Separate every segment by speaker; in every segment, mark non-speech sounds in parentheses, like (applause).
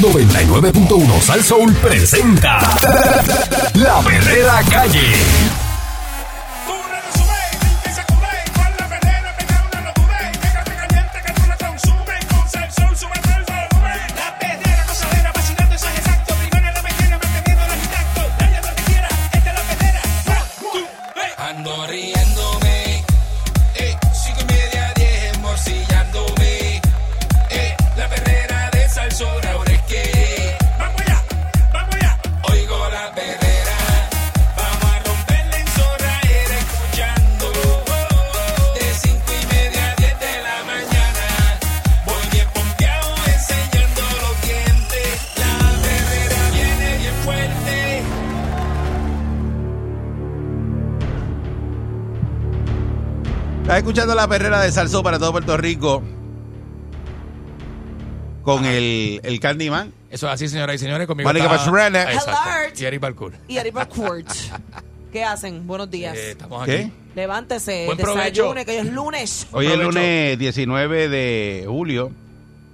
Speaker 1: 99.1 Sal Soul presenta La Verdadera Calle.
Speaker 2: Ando riéndome, eh, cinco y media, diez, morcillándome, eh, la perrera de Salsón, ahora es que, vamos allá, vamos allá, oigo la perrera, vamos a romperla en zorra, era escuchando, de cinco y media a diez de la mañana, voy bien pompeado enseñando los dientes, la perrera viene bien fuerte.
Speaker 3: Estás escuchando la perrera de Salsó para todo Puerto Rico con el, el Candyman.
Speaker 4: Eso es así, señoras y señores. Conmigo
Speaker 3: Mónica
Speaker 4: está-
Speaker 3: Pastrana.
Speaker 4: Exacto.
Speaker 5: Alert.
Speaker 4: Thierry Balcour.
Speaker 5: y Ariba Court. ¿Qué hacen? Buenos días.
Speaker 4: Eh, estamos
Speaker 3: ¿Qué?
Speaker 4: aquí.
Speaker 5: Levántese,
Speaker 4: Buen provecho.
Speaker 5: desayune, que hoy es lunes.
Speaker 3: Hoy es el
Speaker 4: Aprovecho.
Speaker 3: lunes 19 de julio,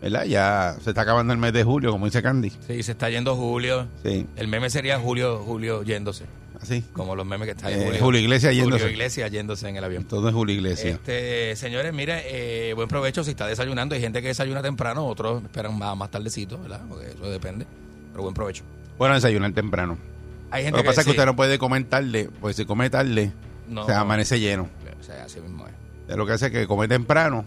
Speaker 3: ¿verdad? Ya se está acabando el mes de julio, como dice Candy.
Speaker 4: Sí, se está yendo Julio.
Speaker 3: Sí,
Speaker 4: El meme sería Julio, Julio yéndose.
Speaker 3: así.
Speaker 4: Como los memes que están
Speaker 3: Eh, Julio Iglesias yéndose.
Speaker 4: Julio Iglesias yéndose en el avión.
Speaker 3: Entonces Julio Iglesias.
Speaker 4: Este, señores, mire, eh, buen provecho si está desayunando. Hay gente que desayuna temprano, otros esperan más, más tardecito, ¿verdad? Porque eso depende. Pero buen provecho.
Speaker 3: Bueno, desayunar temprano.
Speaker 4: Hay
Speaker 3: Lo
Speaker 4: gente
Speaker 3: que pasa es que
Speaker 4: sí,
Speaker 3: usted no puede comer tarde, porque si come tarde,
Speaker 4: No.
Speaker 3: se amanece lleno.
Speaker 4: O sea, así mismo es.
Speaker 3: Lo que hace es que come temprano,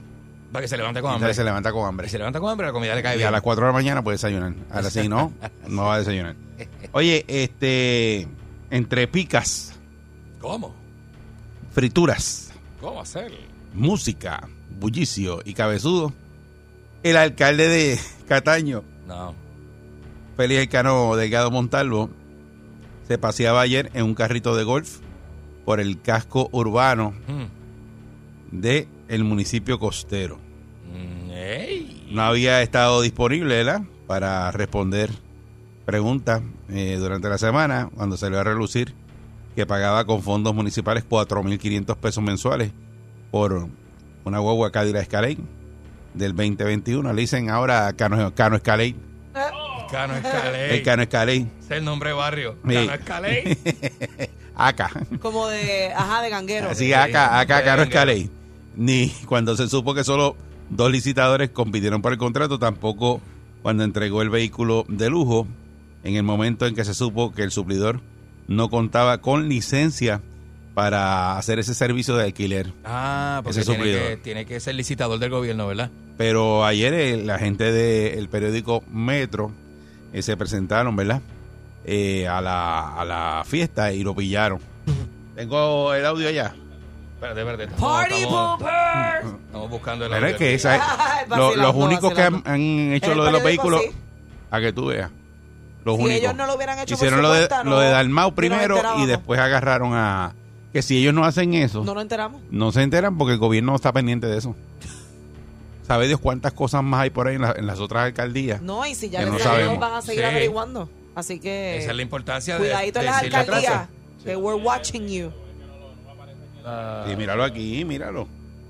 Speaker 4: Para que se levante con hambre.
Speaker 3: entonces se levanta con hambre.
Speaker 4: Y se levanta con hambre, la comida le cae
Speaker 3: Y
Speaker 4: bien.
Speaker 3: a las 4 de la mañana puede desayunar. Ahora sí, no, no va a desayunar. Oye, este, entre picas,
Speaker 4: ¿Cómo?
Speaker 3: frituras,
Speaker 4: ¿Cómo hacer?
Speaker 3: música, bullicio y cabezudo, el alcalde de Cataño,
Speaker 4: No.
Speaker 3: Félix Elcano Delgado Montalvo, se paseaba ayer en un carrito de golf por el casco urbano
Speaker 4: Mm.
Speaker 3: del el municipio costero.
Speaker 4: Mm, ey.
Speaker 3: no había estado disponible ¿verdad? para responder preguntas eh, durante la semana cuando salió a relucir que pagaba con fondos municipales 4.500 pesos mensuales por una guagua Cadillac Escalade del 2021. Le dicen ahora Cano, Cano Escalade.
Speaker 4: Cano
Speaker 3: El
Speaker 4: Escalé.
Speaker 3: Cano Escalade.
Speaker 4: Ese es el nombre de barrio.
Speaker 3: Sí.
Speaker 4: Cano Escalé.
Speaker 3: (laughs) Acá.
Speaker 5: Como de, ajá, de ganguero.
Speaker 3: Así acá, acá
Speaker 4: Venga.
Speaker 3: Cano Escalade. Ni cuando se supo que solo dos licitadores compitieron por el contrato, tampoco cuando entregó el vehículo de lujo, en el momento en que se supo que el suplidor no contaba con licencia para hacer ese servicio de alquiler.
Speaker 4: Ah, porque
Speaker 3: Ese
Speaker 4: tiene que,
Speaker 3: suplidor.
Speaker 4: tiene que ser licitador del gobierno, ¿verdad?
Speaker 3: Pero ayer eh, la gente del periódico Metro eh, se presentaron, ¿verdad? Eh, a, la, a la fiesta y lo pillaron. Tengo el audio allá.
Speaker 4: Espérate, espérate. estamos-
Speaker 5: Party
Speaker 4: estamos,
Speaker 5: Pooper.
Speaker 4: (laughs) estamos buscando el
Speaker 3: Pero es
Speaker 4: audio.
Speaker 3: que
Speaker 5: (laughs)
Speaker 3: esa es-
Speaker 5: Vacilando,
Speaker 3: lo- los únicos que han,
Speaker 5: vacilando.
Speaker 3: han hecho
Speaker 5: En
Speaker 3: lo de
Speaker 5: el
Speaker 3: los
Speaker 5: periódico,
Speaker 3: vehículos,
Speaker 5: sí.
Speaker 3: a que tú veas. Los
Speaker 5: Si
Speaker 3: únicos.
Speaker 5: ellos no lo hubieran hecho por
Speaker 3: Hicieron
Speaker 5: su
Speaker 3: lo, de,
Speaker 5: cuenta,
Speaker 3: lo de
Speaker 5: no-
Speaker 3: Dalmau
Speaker 5: no nos
Speaker 3: primero y
Speaker 5: enterábamos.
Speaker 3: después agarraron a... Que si ellos no hacen eso,
Speaker 5: No
Speaker 3: no,
Speaker 5: nos enteramos.
Speaker 3: se enteran porque el gobierno está pendiente
Speaker 5: (laughs)
Speaker 3: de eso. Sabe Dios cuántas cosas más hay por ahí en, la- en las otras alcaldías.
Speaker 5: No, y si ya
Speaker 3: Que
Speaker 5: les
Speaker 3: no
Speaker 5: salió,
Speaker 3: sabemos.
Speaker 5: van a seguir
Speaker 4: Sí.
Speaker 5: averiguando. Así que,
Speaker 4: Esa es la importancia de.
Speaker 5: cuidadito en
Speaker 4: de
Speaker 5: las
Speaker 4: decirle atrás.
Speaker 5: alcaldías. Que we're watching you.
Speaker 4: Ah,
Speaker 3: Y míralo aquí, míralo.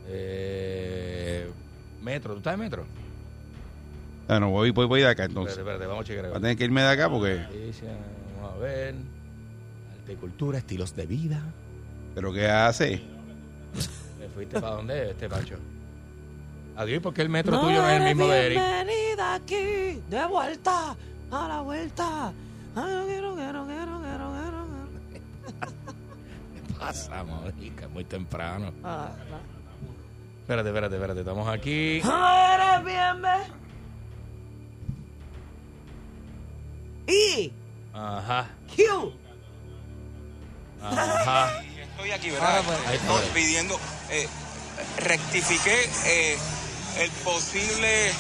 Speaker 4: eh, metro, ¿tú estás en metro?
Speaker 3: Ah, no, voy, voy, voy de acá
Speaker 4: Espérate,
Speaker 3: entonces.
Speaker 4: espérate, vamos a checar.
Speaker 3: Va a
Speaker 4: acá.
Speaker 3: tener que irme de acá porque...
Speaker 4: Dice, Vamos a ver. Agricultura, estilos de vida.
Speaker 3: ¿Pero qué hace?
Speaker 4: ¿Te fuiste para dónde, este Pacho? Adiós, porque el metro
Speaker 5: No
Speaker 4: tuyo no es el
Speaker 5: eres
Speaker 4: mismo de Eric.
Speaker 5: Bienvenida aquí, de vuelta, a la vuelta. Ay, no quiero, quiero, quiero, quiero, quiero, quiero.
Speaker 4: Pasa, Mónica, muy temprano.
Speaker 5: Ah, no.
Speaker 4: Espérate, espérate, espérate. Estamos aquí.
Speaker 2: Ah.
Speaker 5: Eres bienve- Y
Speaker 4: Ajá.
Speaker 5: Q.
Speaker 4: Ajá.
Speaker 6: Estoy aquí, ¿verdad?
Speaker 4: Ahí está.
Speaker 6: No, pidiendo, eh, rectifiqué eh, el posible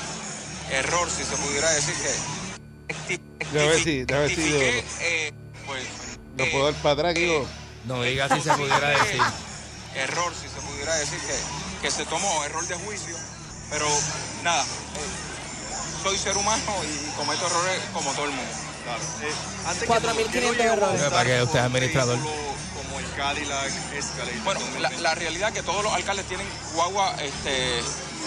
Speaker 6: error, si se pudiera decir que... recti-
Speaker 3: Ya ves si- ya ves si
Speaker 6: rectifiqué, eh, pues, eh,
Speaker 3: para atrás,
Speaker 6: digo.
Speaker 4: No digas si se pudiera decir.
Speaker 6: error, si se pudiera decir que, que se tomó, error de juicio, pero nada, eh, soy ser humano y cometo errores como todo el mundo.
Speaker 7: Claro. Eh, antes que
Speaker 5: 4.500
Speaker 7: todo, ¿qué lo llevó a
Speaker 5: euros.
Speaker 7: optar
Speaker 4: Para que usted es
Speaker 7: por un
Speaker 4: administrador.
Speaker 7: vehículo Como el Cadillac Escalade.
Speaker 6: Bueno, la, la realidad es que todos los alcaldes tienen guagua este,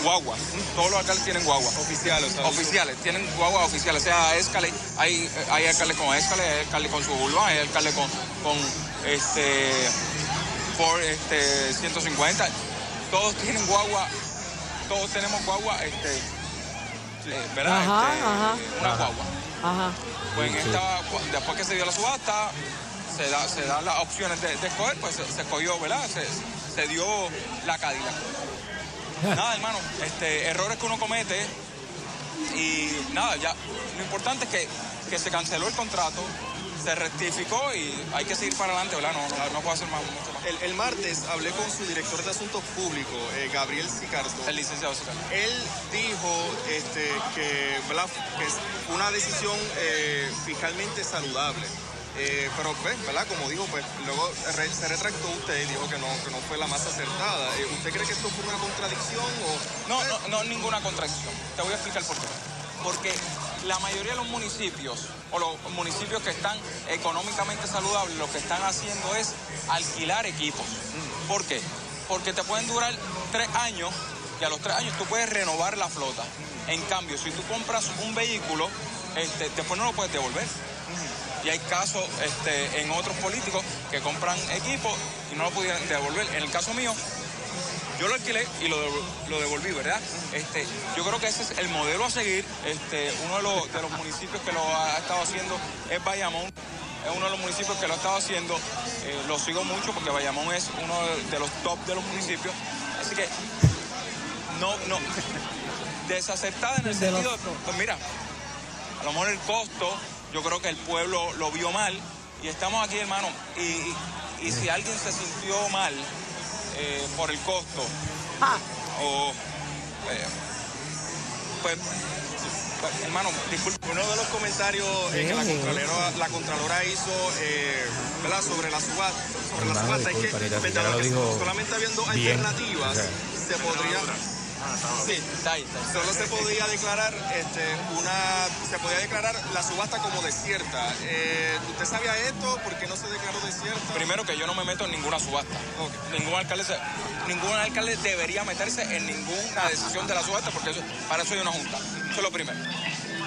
Speaker 6: guaguas. Todos los alcaldes tienen guaguas.
Speaker 7: Oficiales, ¿sabes?
Speaker 6: Oficiales, tienen guaguas oficiales. O sea, Escalade, hay, hay alcaldes con Escalade, hay alcaldes con Suburban, hay alcaldes con, con este, Ford este, 150. Todos tienen guagua, todos tenemos guagua, este, eh, ¿verdad?
Speaker 5: Ajá,
Speaker 6: Este,
Speaker 5: ajá.
Speaker 6: Una guagua.
Speaker 5: Ajá.
Speaker 6: Pues en esta, cu- después que se dio la subasta, se, da, se dan las opciones de, de escoger, pues se, se escogió, ¿verdad? Se, se dio la Cadillac.
Speaker 7: Ah,
Speaker 6: Nada, hermano, este, errores que uno comete y nada, ya. Lo importante es que, que se canceló el contrato, se rectificó y hay que seguir para adelante, ¿verdad? No, no, no puedo hacer más, mucho más.
Speaker 7: El, el martes hablé con su director de Asuntos Públicos, eh, Gabriel Sicardo.
Speaker 6: El licenciado Sicardo.
Speaker 7: Él dijo este, que, ¿verdad? que es una decisión eh, fiscalmente saludable. Eh, pero, pues, ¿verdad? Como dijo, pues luego re- se retractó usted y dijo que no, que no fue la más acertada. Eh, ¿Usted cree que esto fue una contradicción o
Speaker 6: No, no, no, ninguna contradicción. Te voy a explicar por qué. Porque la mayoría de los municipios o los municipios que están económicamente saludables, lo que están haciendo es alquilar equipos.
Speaker 7: Mm.
Speaker 6: ¿Por qué? Porque te pueden durar tres años y a los tres años tú puedes renovar la flota.
Speaker 7: Mm.
Speaker 6: En cambio, si tú compras un vehículo, este, después no lo puedes devolver. Y hay casos este, en otros políticos que compran equipos y no lo pudieron devolver. En el caso mío, yo lo alquilé y lo, devo- lo devolví, ¿verdad? Este, yo creo que ese es el modelo a seguir. Este, uno de los, de los municipios que lo ha estado haciendo es Bayamón. Es uno de los municipios que lo ha estado haciendo. Eh, lo sigo mucho porque Bayamón es uno de- de los top de los municipios. Así que no, no. (laughs) Desacertada en el
Speaker 5: Desde
Speaker 6: sentido de, pues mira, a lo mejor el costo, yo creo que el pueblo lo vio mal y estamos aquí, hermano. Y, y- y si alguien se sintió mal eh, por el costo
Speaker 5: Ah,
Speaker 6: o eh, pues, pues, hermano, disculpe.
Speaker 7: Uno de los comentarios eh, que la
Speaker 5: Sí.
Speaker 7: Contralora, la Contralora hizo eh, ¿verdad? sobre la subasta, sobre la
Speaker 4: Hermano,
Speaker 7: subasta es que,
Speaker 4: disculpa, Anita,
Speaker 7: ¿verdad?
Speaker 4: ya lo
Speaker 7: que
Speaker 4: dijo
Speaker 7: solamente habiendo
Speaker 4: bien.
Speaker 7: alternativas se podría
Speaker 6: Sí, está ahí, está ahí.
Speaker 7: solo se podía declarar este, una se podía declarar la subasta como desierta. Eh, ¿Usted sabía esto? ¿Por qué no se declaró desierta?
Speaker 6: Primero que yo no me meto en ninguna subasta. Ningún alcalde se- ningún alcalde debería meterse en ninguna decisión de la subasta porque eso- para eso hay una junta. Eso es lo primero.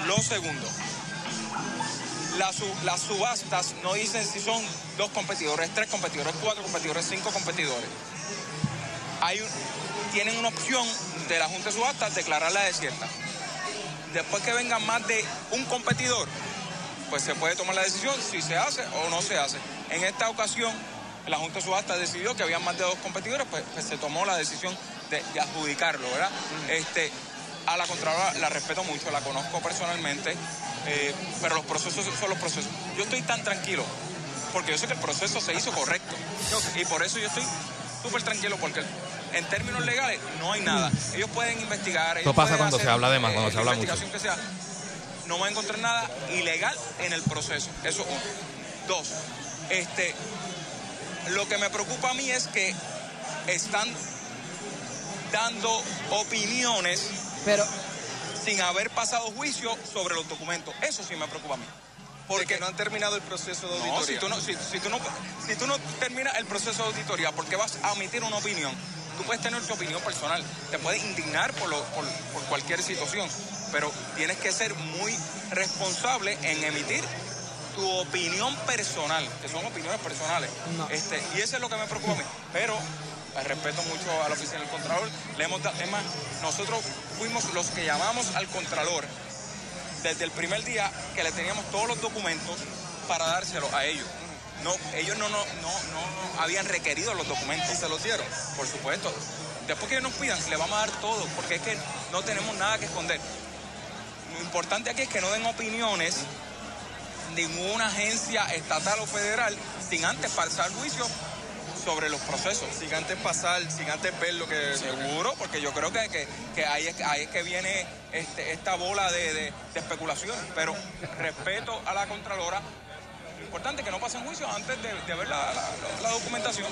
Speaker 6: Lo segundo, la su- las subastas no dicen si son dos competidores, tres competidores, cuatro competidores, cinco competidores. Hay un- tienen una opción de la Junta de Subastas declararla desierta. Después que venga más de un competidor, pues se puede tomar la decisión si se hace o no se hace. En esta ocasión, la Junta de Subasta decidió que había más de dos competidores, pues, pues se tomó la decisión de, de adjudicarlo, ¿verdad? Este, a la Contralora la respeto mucho, la conozco personalmente, eh, pero los procesos son los procesos. Yo estoy tan tranquilo, porque yo sé que el proceso se hizo correcto. Y por eso yo estoy súper tranquilo, porque en términos legales no hay nada. Ellos pueden investigar. ellos
Speaker 4: pasa
Speaker 6: pueden
Speaker 4: cuando se
Speaker 6: hacer,
Speaker 4: habla de más, cuando
Speaker 6: eh,
Speaker 4: se habla
Speaker 6: la investigación que sea no va a encontrar nada ilegal en el proceso. Eso uno. Dos, este, lo que me preocupa a mí es que están dando opiniones
Speaker 5: pero
Speaker 6: sin haber pasado juicio sobre los documentos. Eso sí me preocupa a mí.
Speaker 7: porque no han terminado el proceso de auditoría.
Speaker 6: No, si tú no, si, si tú no, si tú no terminas el proceso de auditoría, ¿por qué vas a omitir una opinión? Tú puedes tener tu opinión personal, te puedes indignar por, lo- por, por cualquier situación, pero tienes que ser muy responsable en emitir tu opinión personal, que son opiniones personales.
Speaker 5: No.
Speaker 6: Este, y eso es lo que me preocupa a mí. Pero eh, respeto mucho a la oficina del Contralor. Le hemos dado, es más, nosotros fuimos los que llamamos al Contralor desde el primer día que le teníamos todos los documentos para dárselos a ellos. No, ellos no, no, no, no, no habían requerido los documentos. ¿Y se los dieron? Por supuesto. Después que ellos nos pidan, le vamos a dar todo, porque es que no tenemos nada que esconder. Lo importante aquí es que no den opiniones de ninguna agencia estatal o federal sin antes pasar juicio sobre los procesos.
Speaker 7: Sin antes pasar, sin antes ver lo que...
Speaker 6: Seguro, porque yo creo que, que, que ahí, es, que- ahí es que viene este, esta bola de, de, de especulaciones. Pero respeto a la Contralora. Lo importante es que no pasen juicios antes de, de ver la, la- la documentación.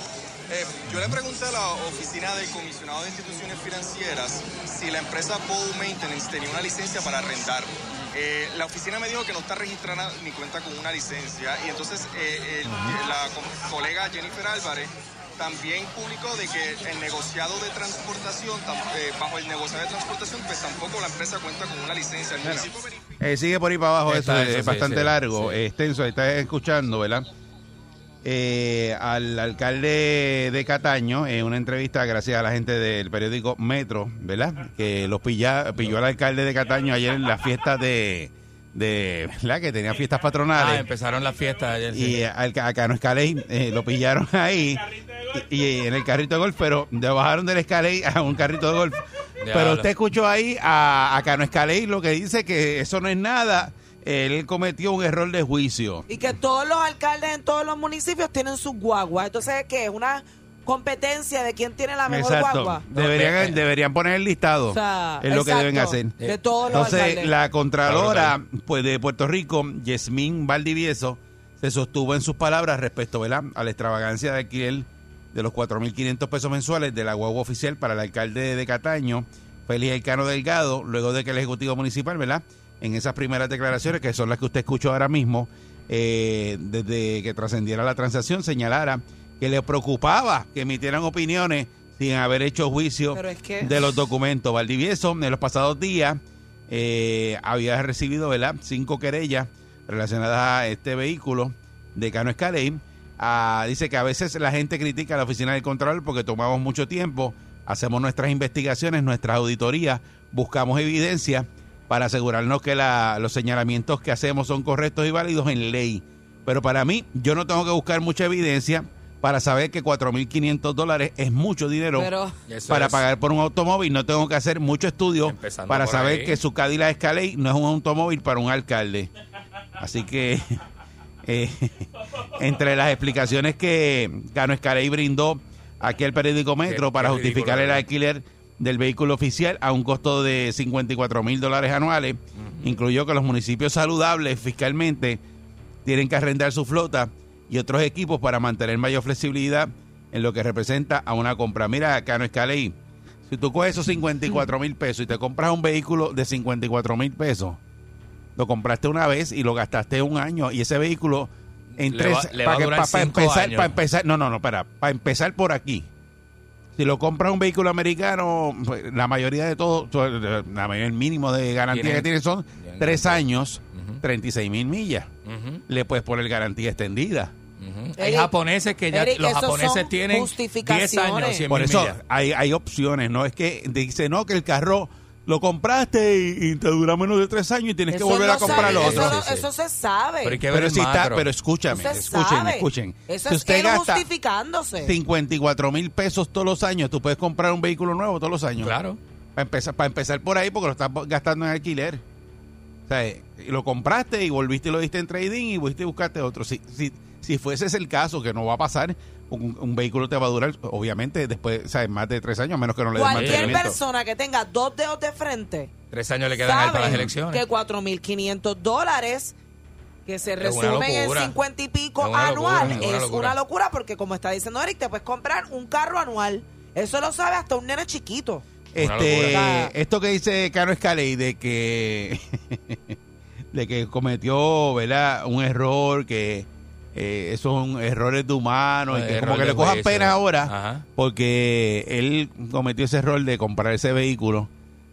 Speaker 7: Eh, yo le pregunté a la oficina del comisionado de instituciones financieras si la empresa Bow Maintenance tenía una licencia para arrendar. Eh, la oficina me dijo que no está registrada ni cuenta con una licencia y entonces eh, el- la co- colega Jennifer Álvarez También publicó de que el negociado de transportación, tam- eh, bajo el negociado de transportación, pues tampoco la empresa cuenta con una licencia. El municipio verifica-
Speaker 3: Eh, sigue por ahí para abajo, eso,
Speaker 4: Está, eso
Speaker 3: es
Speaker 4: sí,
Speaker 3: bastante
Speaker 4: sí,
Speaker 3: largo,
Speaker 4: sí.
Speaker 3: eh, extenso, ahí estás escuchando, ¿verdad? Eh, al alcalde de Cataño, en una entrevista gracias a la gente del periódico Metro, ¿verdad? Que los pilla, pilló al alcalde de Cataño ayer en las fiestas de, de ¿verdad? Que tenía fiestas
Speaker 4: Ah,
Speaker 3: patronales.
Speaker 4: empezaron las fiestas ayer. sí.
Speaker 3: y eh, al, a Cano Escalé eh, lo pillaron (laughs) ahí y, y en el carrito de golf, pero le bajaron del Escalé a un carrito de golf. Pero
Speaker 4: Diablo.
Speaker 3: usted escuchó ahí a, a Cano Escalé lo que dice que eso no es nada. Él cometió un error de juicio.
Speaker 5: Y que todos los alcaldes en todos los municipios tienen sus guaguas. Entonces, ¿qué? Es una competencia de quién tiene la mejor guagua. eh,
Speaker 3: Deberían,
Speaker 4: No,
Speaker 3: deberían poner el listado.
Speaker 5: O sea,
Speaker 3: es lo que
Speaker 5: exacto,
Speaker 3: deben hacer.
Speaker 5: De todos los
Speaker 3: Entonces,
Speaker 5: alcaldes.
Speaker 3: la Contralora pues, de Puerto Rico, Yasmín Valdivieso, se sostuvo en sus palabras respecto ¿verdad? a la extravagancia de alquiler de los 4.500 pesos mensuales de la guagua oficial para el alcalde de Cataño, Félix Elcano Delgado, luego de que el Ejecutivo Municipal, ¿verdad? en esas primeras declaraciones, que son las que usted escuchó ahora mismo, eh, desde que trascendiera la transacción, señalara que le preocupaba que emitieran opiniones sin haber hecho juicio
Speaker 5: Pero es que-
Speaker 3: de los documentos. Valdivieso, en los pasados días, eh, había recibido ¿verdad? cinco querellas relacionadas a este vehículo de Cano Escalén. Ah, dice que a veces la gente critica a la oficina del control porque tomamos mucho tiempo, hacemos nuestras investigaciones, nuestras auditorías, buscamos evidencia para asegurarnos que la- los señalamientos que hacemos son correctos y válidos en ley. Pero para mí, yo no tengo que buscar mucha evidencia para saber que 4.500 dólares es mucho dinero
Speaker 5: Pero-
Speaker 4: Eso
Speaker 3: para
Speaker 4: es.
Speaker 3: pagar por un automóvil. No tengo que hacer mucho estudio
Speaker 4: Empezando
Speaker 3: para
Speaker 4: por
Speaker 3: saber
Speaker 4: ahí.
Speaker 3: que su Cadillac Escalade no es un automóvil para un alcalde. Así que (laughs) eh, (laughs) entre las explicaciones que Cano Escalay brindó aquí al periódico Metro
Speaker 4: Qué-
Speaker 3: para
Speaker 4: qué
Speaker 3: justificar el
Speaker 4: ridículo, ¿verdad?
Speaker 3: alquiler del vehículo oficial a un costo de 54 mil dólares anuales, incluyó que los municipios saludables fiscalmente tienen que arrendar su flota y otros equipos para mantener mayor flexibilidad en lo que representa a una compra. Mira, Cano Escalay, si tú coges esos 54 mil pesos y te compras un vehículo de 54 mil pesos, lo compraste una vez y lo gastaste un año y ese vehículo en
Speaker 4: Le
Speaker 3: tres
Speaker 4: va- le va
Speaker 3: para,
Speaker 4: a
Speaker 3: que-
Speaker 4: durar
Speaker 3: pa- pa
Speaker 4: cinco
Speaker 3: empezar
Speaker 4: años.
Speaker 3: para empezar no no no para para empezar por aquí si lo compras un vehículo americano pues, la mayoría de todos so- la mayor el mínimo de garantía
Speaker 4: Tienen-
Speaker 3: que tiene son
Speaker 4: tienen
Speaker 3: tres
Speaker 4: garantía.
Speaker 3: años 36 mil millas
Speaker 4: Ujú,
Speaker 3: le puedes poner garantía extendida
Speaker 4: ujú. Hay
Speaker 5: Eric,
Speaker 4: japoneses que ya
Speaker 5: Eric,
Speaker 4: los
Speaker 5: esos
Speaker 4: japoneses
Speaker 5: son
Speaker 4: tienen 10 años,
Speaker 5: justificaciones.
Speaker 4: 100
Speaker 3: por eso
Speaker 4: millas.
Speaker 3: hay, hay opciones no es que dice no que el carro lo compraste y, y te dura menos de tres años y tienes
Speaker 5: Eso
Speaker 3: que volver a
Speaker 5: no
Speaker 3: comprar
Speaker 5: sabe-
Speaker 3: lo
Speaker 5: eso
Speaker 3: otro
Speaker 5: no-
Speaker 4: Sí, sí.
Speaker 5: Eso se sabe.
Speaker 4: Pero hay que ver
Speaker 3: pero
Speaker 4: el
Speaker 3: si está
Speaker 4: macro.
Speaker 3: pero escúchame
Speaker 5: Eso se
Speaker 3: escuchen
Speaker 5: sabe.
Speaker 3: escuchen
Speaker 5: Eso
Speaker 3: si
Speaker 5: es que
Speaker 3: usted gasta
Speaker 5: justificándose.
Speaker 3: 54 mil pesos todos los años. Tú puedes comprar un vehículo nuevo todos los años.
Speaker 4: Claro.
Speaker 3: Para empezar, para empezar por ahí, porque lo estás gastando en alquiler. O sea, eh, lo compraste y volviste y lo diste en trading y volviste y buscaste otro. Si, si, si fuese ese el caso, que no va a pasar, un, un vehículo te va a durar, obviamente, después, o sea, en más de tres años, a menos que no le des
Speaker 5: Cualquier
Speaker 3: mantenimiento.
Speaker 5: persona que tenga dos dedos de frente
Speaker 4: Tres años le quedan a él para las
Speaker 5: sabe
Speaker 4: elecciones.
Speaker 5: que 4.500 dólares que se
Speaker 4: Es una
Speaker 5: resumen en
Speaker 4: locura.
Speaker 5: 50 y
Speaker 4: Es
Speaker 5: pico
Speaker 4: una locura,
Speaker 5: anual
Speaker 4: es una
Speaker 5: es
Speaker 4: locura.
Speaker 5: una locura porque como está diciendo Eric, te puedes comprar un carro anual. Eso lo sabe hasta un nene chiquito.
Speaker 4: Una
Speaker 3: Este,
Speaker 5: locura.
Speaker 3: esto que dice Caro Escaley de que (laughs) de que cometió, ¿verdad? Un error que eh, esos son errores de humanos y que
Speaker 4: Error
Speaker 3: como que
Speaker 4: de
Speaker 3: le cojan
Speaker 4: juicio.
Speaker 3: pena ahora
Speaker 4: Ajá.
Speaker 3: porque él cometió ese error de comprar ese vehículo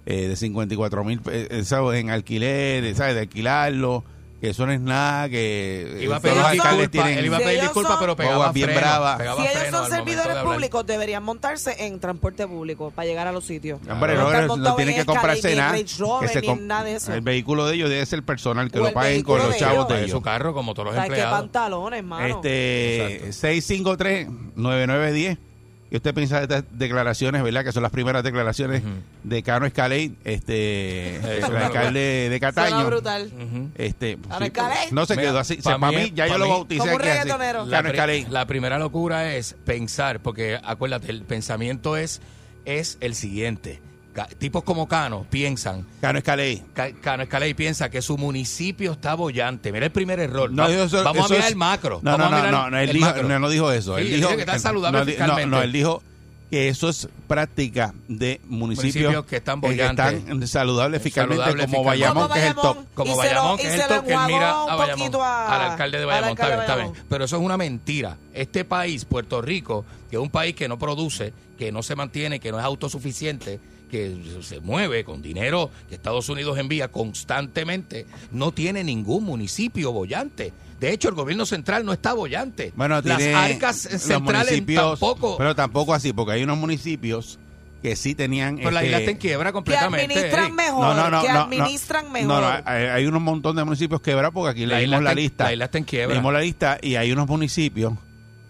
Speaker 3: eh, de 54 mil pesos en alquiler, eh, ¿sabes? De alquilarlo, que eso no es nada, que
Speaker 4: Iba a
Speaker 3: todos
Speaker 4: pedir
Speaker 5: ellos
Speaker 3: los
Speaker 5: son-
Speaker 3: alcaldes
Speaker 4: disculpas,
Speaker 3: tienen-
Speaker 4: él iba a
Speaker 5: Si
Speaker 4: pedir
Speaker 5: ellos
Speaker 4: disculpas,
Speaker 5: son-
Speaker 4: pero pegaba
Speaker 3: Boba bien
Speaker 4: freno,
Speaker 3: brava.
Speaker 4: pegaba
Speaker 5: Si ellos son
Speaker 4: freno al momento de
Speaker 5: servidores
Speaker 4: hablar.
Speaker 5: públicos, deberían montarse en transporte público para llegar a los sitios.
Speaker 3: Hombre,
Speaker 4: Claro.
Speaker 3: no,
Speaker 5: están
Speaker 3: no,
Speaker 5: montados
Speaker 3: tienen
Speaker 5: en
Speaker 3: que comprarse
Speaker 5: Escalade,
Speaker 3: nada.
Speaker 5: ni en Range Rover,
Speaker 3: que se
Speaker 5: ni
Speaker 3: com-
Speaker 5: en nada de eso.
Speaker 3: El vehículo de ellos debe ser personal, que
Speaker 5: O
Speaker 3: lo
Speaker 5: el
Speaker 3: paguen con
Speaker 5: vehículo
Speaker 3: los
Speaker 5: de
Speaker 3: chavos
Speaker 5: ellos.
Speaker 3: de
Speaker 4: Pague su
Speaker 3: ellos.
Speaker 4: carro como todos los
Speaker 5: ¿Sabes qué
Speaker 4: empleados.
Speaker 5: pantalones, mano?
Speaker 3: Este, 653-9910. ¿Y usted piensa de estas declaraciones, verdad? Que son las primeras declaraciones
Speaker 4: Ujú.
Speaker 3: de Cano Escalade,
Speaker 4: (laughs)
Speaker 3: este,
Speaker 4: Eh,
Speaker 3: el
Speaker 4: son
Speaker 3: alcalde de
Speaker 5: Suena
Speaker 3: Cataño.
Speaker 5: brutal.
Speaker 4: Ujú.
Speaker 3: Este,
Speaker 5: Cano
Speaker 3: sí,
Speaker 5: Escalade.
Speaker 3: no se
Speaker 4: Mira,
Speaker 3: quedó así.
Speaker 4: pa'
Speaker 3: Para mí,
Speaker 4: mí-
Speaker 3: ya
Speaker 4: pa'
Speaker 3: yo lo
Speaker 4: mí-
Speaker 3: bauticé
Speaker 5: Como un
Speaker 3: aquí así.
Speaker 5: reggaetonero.
Speaker 4: La,
Speaker 3: Cano
Speaker 4: pri-
Speaker 3: Escalade.
Speaker 4: la primera locura es pensar, porque acuérdate, el pensamiento es, es el siguiente. Ca- tipos como Cano piensan,
Speaker 3: Cano Escalade.
Speaker 4: Ca- Cano Escalay piensa que su municipio está bollante. Mira el primer error.
Speaker 3: No,
Speaker 4: Va-
Speaker 3: eso-
Speaker 4: vamos
Speaker 3: eso
Speaker 4: a mirar
Speaker 3: es-
Speaker 4: el macro.
Speaker 3: No, no,
Speaker 4: Vamos a
Speaker 3: no,
Speaker 4: mirar
Speaker 3: no, no, él
Speaker 4: el
Speaker 3: dijo,
Speaker 4: macro.
Speaker 3: no, no dijo eso.
Speaker 4: Sí,
Speaker 3: él
Speaker 4: él
Speaker 3: dijo
Speaker 4: dice que está saludable
Speaker 3: no, di- no,
Speaker 4: fiscalmente.
Speaker 3: no, él dijo que eso es práctica de municipios, eh,
Speaker 4: Municipios que están bollantes.
Speaker 3: que están saludables fiscalmente,
Speaker 4: Saludables
Speaker 3: como Bayamón,
Speaker 4: fiscalmente.
Speaker 5: Como
Speaker 3: que es el top.
Speaker 5: Bayamón. Y
Speaker 4: como
Speaker 5: se
Speaker 4: Bayamón,
Speaker 5: lo-
Speaker 4: que
Speaker 5: y
Speaker 4: es
Speaker 5: se
Speaker 4: el
Speaker 5: lo
Speaker 4: top, que él mira
Speaker 5: enjuagó
Speaker 4: a
Speaker 5: un
Speaker 4: Bayamón,
Speaker 5: poquito a-
Speaker 4: al alcalde de
Speaker 5: al
Speaker 4: Bayamón,
Speaker 5: alcalde
Speaker 4: está, bien,
Speaker 5: de
Speaker 4: está bien. Pero eso es una mentira. Este país, Puerto Rico, que es un país que no produce, que no se mantiene, que no es autosuficiente, que se mueve con dinero que Estados Unidos envía constantemente, no tiene ningún municipio bollante. De hecho, el gobierno central no está bollante.
Speaker 3: Bueno,
Speaker 4: Las
Speaker 3: tiene
Speaker 4: arcas
Speaker 3: los
Speaker 4: centrales
Speaker 3: municipios,
Speaker 4: tampoco.
Speaker 3: Pero tampoco así, porque hay unos municipios que sí tenían.
Speaker 4: pero la
Speaker 3: este,
Speaker 4: isla está en quiebra
Speaker 5: Que
Speaker 4: completamente. Eric.
Speaker 5: administran mejor. que administran
Speaker 3: no,
Speaker 5: mejor.
Speaker 3: no,
Speaker 4: eh,
Speaker 3: hay, hay unos montón de municipios quebrados porque aquí
Speaker 4: La isla
Speaker 3: leímos la
Speaker 4: está en-
Speaker 3: lista.
Speaker 4: la isla está en quiebra.
Speaker 3: Leímos la lista y hay unos municipios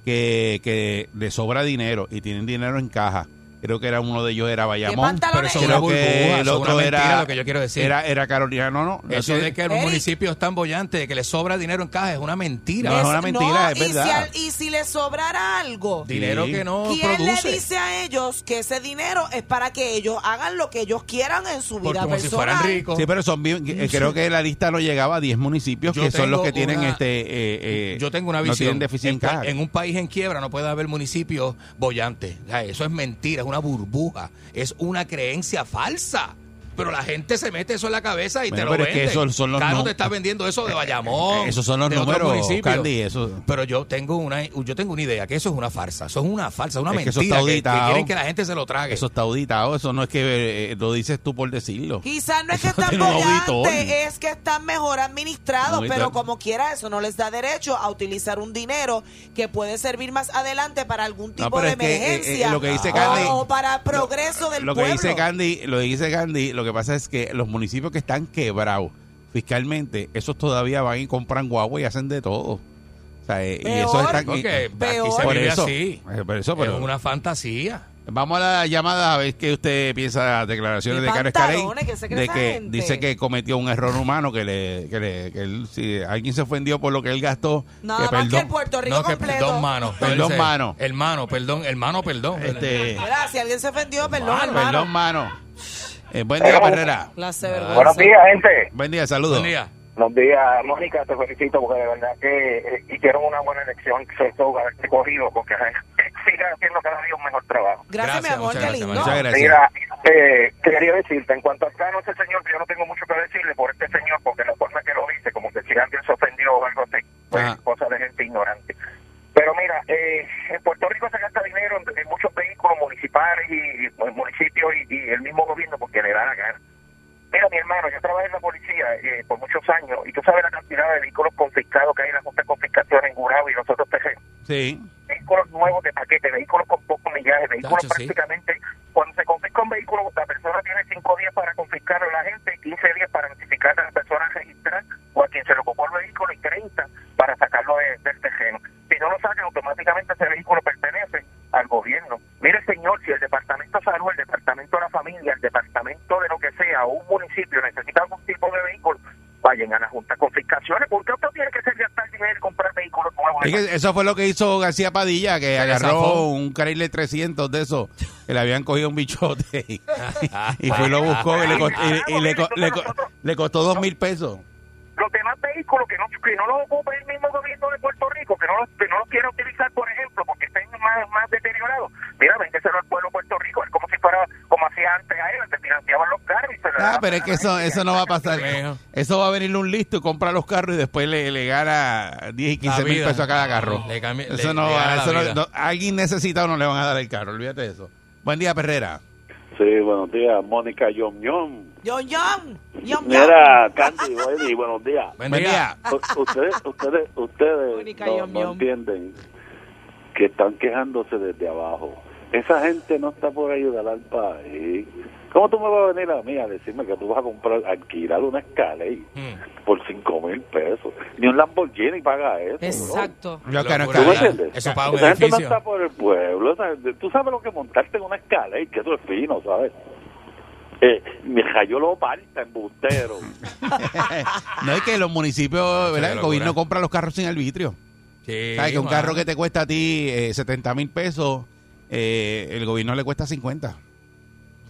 Speaker 3: que, que le sobra dinero y tienen dinero en caja. Creo que era uno de ellos era Bayamón.
Speaker 5: pantalones?
Speaker 4: Pero eso es
Speaker 5: Creo
Speaker 4: una
Speaker 3: Creo
Speaker 4: burbuja,
Speaker 3: que el
Speaker 4: eso es una
Speaker 3: otro
Speaker 4: mentira
Speaker 3: era
Speaker 4: lo que yo quiero decir.
Speaker 3: Era, era Carolina, no, no.
Speaker 4: Eso de que los
Speaker 5: Eric.
Speaker 4: municipios están bollantes, de que les sobra dinero en caja, es una mentira.
Speaker 3: No, es una mentira, es
Speaker 5: y si
Speaker 3: verdad.
Speaker 5: al- y si le sobrara algo.
Speaker 4: Dinero
Speaker 3: Sí.
Speaker 4: que no
Speaker 5: ¿Quién
Speaker 4: produce.
Speaker 5: le dice a ellos que ese dinero es para que ellos hagan lo que ellos quieran en su
Speaker 4: porque
Speaker 5: vida
Speaker 4: como si
Speaker 5: personal?
Speaker 4: fueran ricos.
Speaker 3: Sí, pero son bien, eh, creo que la lista no llegaba a 10 municipios
Speaker 4: Yo
Speaker 3: que son los
Speaker 4: tengo
Speaker 3: que tienen
Speaker 4: una-
Speaker 3: este eh, eh,
Speaker 4: Yo tengo una
Speaker 3: no
Speaker 4: visión.
Speaker 3: tienen déficit en,
Speaker 4: en,
Speaker 3: caja.
Speaker 4: cua- en un país en quiebra no puede haber municipios bollantes. O sea, eso es mentira, es una burbuja, es una creencia falsa. Pero la gente se mete eso en la cabeza y
Speaker 3: Bueno,
Speaker 4: te lo
Speaker 3: pero es
Speaker 4: vende.
Speaker 3: que esos son los
Speaker 4: Caro
Speaker 3: nu-
Speaker 4: te está vendiendo eso de Bayamón.
Speaker 3: Eh, (laughs) esos son los
Speaker 4: Oh, de otros
Speaker 3: números,
Speaker 4: municipios.
Speaker 3: Candy, eso-
Speaker 4: Pero yo tengo una yo tengo una idea que eso es una farsa, eso es una falsa, una
Speaker 3: Es que eso
Speaker 4: mentira
Speaker 3: está
Speaker 4: que, que
Speaker 3: auditado.
Speaker 4: quieren que la gente se lo trague.
Speaker 3: Eso está auditado, eso no es que eh, lo dices tú por decirlo.
Speaker 5: Quizás no es que
Speaker 3: Eso
Speaker 5: están
Speaker 3: tiene un auditor.
Speaker 5: bollantes, es que están mejor administrados,
Speaker 3: Auditor.
Speaker 5: pero como quiera eso no les da derecho a utilizar un dinero que puede servir más adelante para algún tipo
Speaker 3: pero
Speaker 5: de
Speaker 3: es que, eh, eh,
Speaker 5: emergencia
Speaker 3: lo que dice
Speaker 5: o-
Speaker 3: Candy-
Speaker 5: o, para el progreso del
Speaker 3: Lo que
Speaker 5: pueblo.
Speaker 3: dice Candy, lo que dice Candy, lo que pasa es que los municipios que están quebrados fiscalmente, esos todavía van y compran guagua y hacen de todo. O sea, eh, y esos
Speaker 5: Peor.
Speaker 3: están
Speaker 4: Porque
Speaker 3: eh,
Speaker 4: aquí
Speaker 5: Peor.
Speaker 4: se
Speaker 3: por
Speaker 4: vive
Speaker 3: eso,
Speaker 4: así.
Speaker 3: eh, por eso, pero-
Speaker 4: Es una fantasía.
Speaker 3: Vamos a la llamada a ver qué usted piensa de las declaraciones
Speaker 5: Y
Speaker 3: de Caro Escarey.
Speaker 5: pantalones, que se cree
Speaker 3: De
Speaker 5: esa
Speaker 3: que
Speaker 5: gente.
Speaker 3: dice que cometió un error humano, que le, que le- que él- si alguien se ofendió por lo que él gastó,
Speaker 5: Nada
Speaker 3: que
Speaker 5: más que el
Speaker 3: perdón.
Speaker 5: Puerto Rico
Speaker 4: No, que
Speaker 5: completo.
Speaker 4: perdón, mano.
Speaker 3: Perdón,
Speaker 4: Ese-
Speaker 3: mano.
Speaker 4: Hermano, perdón, hermano, perdón.
Speaker 3: Este,
Speaker 5: Mira, si alguien se ofendió, perdón,
Speaker 3: mano,
Speaker 5: hermano.
Speaker 3: perdón, mano. Eh, buen día, Perrera.
Speaker 5: Clase de vergüenza.
Speaker 8: Buenos días, gente.
Speaker 3: Buen día, saludos.
Speaker 4: Buen día.
Speaker 8: Buenos días, Mónica. Te felicito porque de verdad que eh, hicieron una buena elección, sobre todo este corrido, porque eh, siga haciendo cada día un mejor trabajo.
Speaker 5: Gracias, mi
Speaker 4: Gracias,
Speaker 5: amor,
Speaker 4: muchas
Speaker 5: qué
Speaker 4: gracias,
Speaker 5: lindo.
Speaker 3: Muchas gracias.
Speaker 8: Mira, eh, quería decirte, en cuanto al plano de este señor, yo no tengo mucho que decirle por este señor, porque la forma que lo dice, como que si alguien se ofendió o algo así, pues
Speaker 3: Ajá.
Speaker 8: cosa de gente ignorante. Pero mira, eh, en Puerto Rico se gasta dinero en, en muchos vehículos municipales y, y, pues, municipios y, y el mismo gobierno porque le da la gana. Mira, mi hermano, yo trabajé en la policía eh, por muchos años y tú sabes la cantidad de vehículos confiscados que hay en la Junta de Confiscación en Gurabo y nosotros otros
Speaker 3: Sí.
Speaker 8: vehículos nuevos de paquete, vehículos con poco millaje, vehículos
Speaker 4: Tacho, sí.
Speaker 8: prácticamente, cuando se confisca un vehículo, la persona tiene 5 días para confiscarlo a la gente, 15 días para notificar a la persona registrada o a quien se le ocupó el vehículo y 30 para sacarlo de- del terreno. Si no lo sacan, automáticamente ese vehículo pertenece al gobierno. Mire, señor, si el Departamento de Salud, el Departamento de la Familia, el Departamento de lo que sea, o un municipio necesita algún tipo de vehículo, vayan a la Junta de Confiscaciones. ¿Por qué usted tiene que ser gastar dinero y comprar vehículos nuevos?
Speaker 3: Es que eso fue lo que hizo García Padilla, que agarró
Speaker 4: zafó.
Speaker 3: un Chrysler 300 de esos, que le habían cogido un bichote y, y fue y lo buscó y le costó, y- y le co- le co- le costó dos mil pesos.
Speaker 8: los demás vehículos que no, que no los ocupe el mismo gobierno de Puerto Rico, que no los, que no los quiera utilizar, por ejemplo, porque estén más, más deteriorados, mira, véndeselo al pueblo de Puerto Rico, es como si fuera, como hacía antes a él, te financiaban los carros y se le
Speaker 3: Ah,
Speaker 8: daban
Speaker 3: pero es
Speaker 8: a
Speaker 3: que
Speaker 8: la
Speaker 3: eso,
Speaker 8: gente.
Speaker 3: eso no
Speaker 8: (laughs)
Speaker 3: va a pasar.
Speaker 4: Mijo.
Speaker 3: Eso va a venir un listo y compra los carros y después le, le gana 10 y 15
Speaker 4: La
Speaker 3: mil
Speaker 4: vida.
Speaker 3: pesos a cada carro.
Speaker 4: Le cambia-
Speaker 3: eso
Speaker 4: le-
Speaker 3: no
Speaker 4: le
Speaker 3: va
Speaker 4: gana la
Speaker 3: eso no-
Speaker 4: vida.
Speaker 3: no- Alguien necesitado no le van a dar el carro, olvídate de eso. Buen día, Perrera.
Speaker 9: Sí, buenos días, Mónica Yom Yom.
Speaker 5: John, John, John,
Speaker 9: Mira, Candy, Wendy, buenos días.
Speaker 4: Buen,
Speaker 3: Buen
Speaker 4: día.
Speaker 3: día.
Speaker 5: (laughs)
Speaker 9: U- Ustedes, ustedes, ustedes
Speaker 5: Mónica
Speaker 9: no,
Speaker 5: Yom
Speaker 9: no
Speaker 5: Yom.
Speaker 9: entienden que están quejándose desde abajo. Esa gente no está por ayudar al país. ¿Cómo tú me vas a venir a mí a decirme que tú vas a comprar, alquilar una Escalade
Speaker 4: Mm.
Speaker 9: por cinco mil pesos? Ni un Lamborghini paga eso. bro.
Speaker 5: Exacto.
Speaker 3: Yo que no
Speaker 4: Locura,
Speaker 9: pues, ¿Tú me
Speaker 3: escala.
Speaker 9: entiendes?
Speaker 4: Eso paga un
Speaker 9: Esa gente no
Speaker 4: edificio.
Speaker 9: está por el pueblo. esa gente- tú sabes lo que es montarte en una escala, eh, que eso es fino, ¿sabes? Eh, me cayó lo
Speaker 4: (laughs)
Speaker 9: parta, embustero.
Speaker 3: No es que los municipios, ¿verdad? El
Speaker 4: Ah, locura.
Speaker 3: gobierno compra los carros sin arbitrio.
Speaker 4: Sí, ah.
Speaker 3: ¿Sabes? Que un
Speaker 4: mano.
Speaker 3: carro que te cuesta a ti eh, 70 mil pesos, eh, el gobierno le cuesta 50.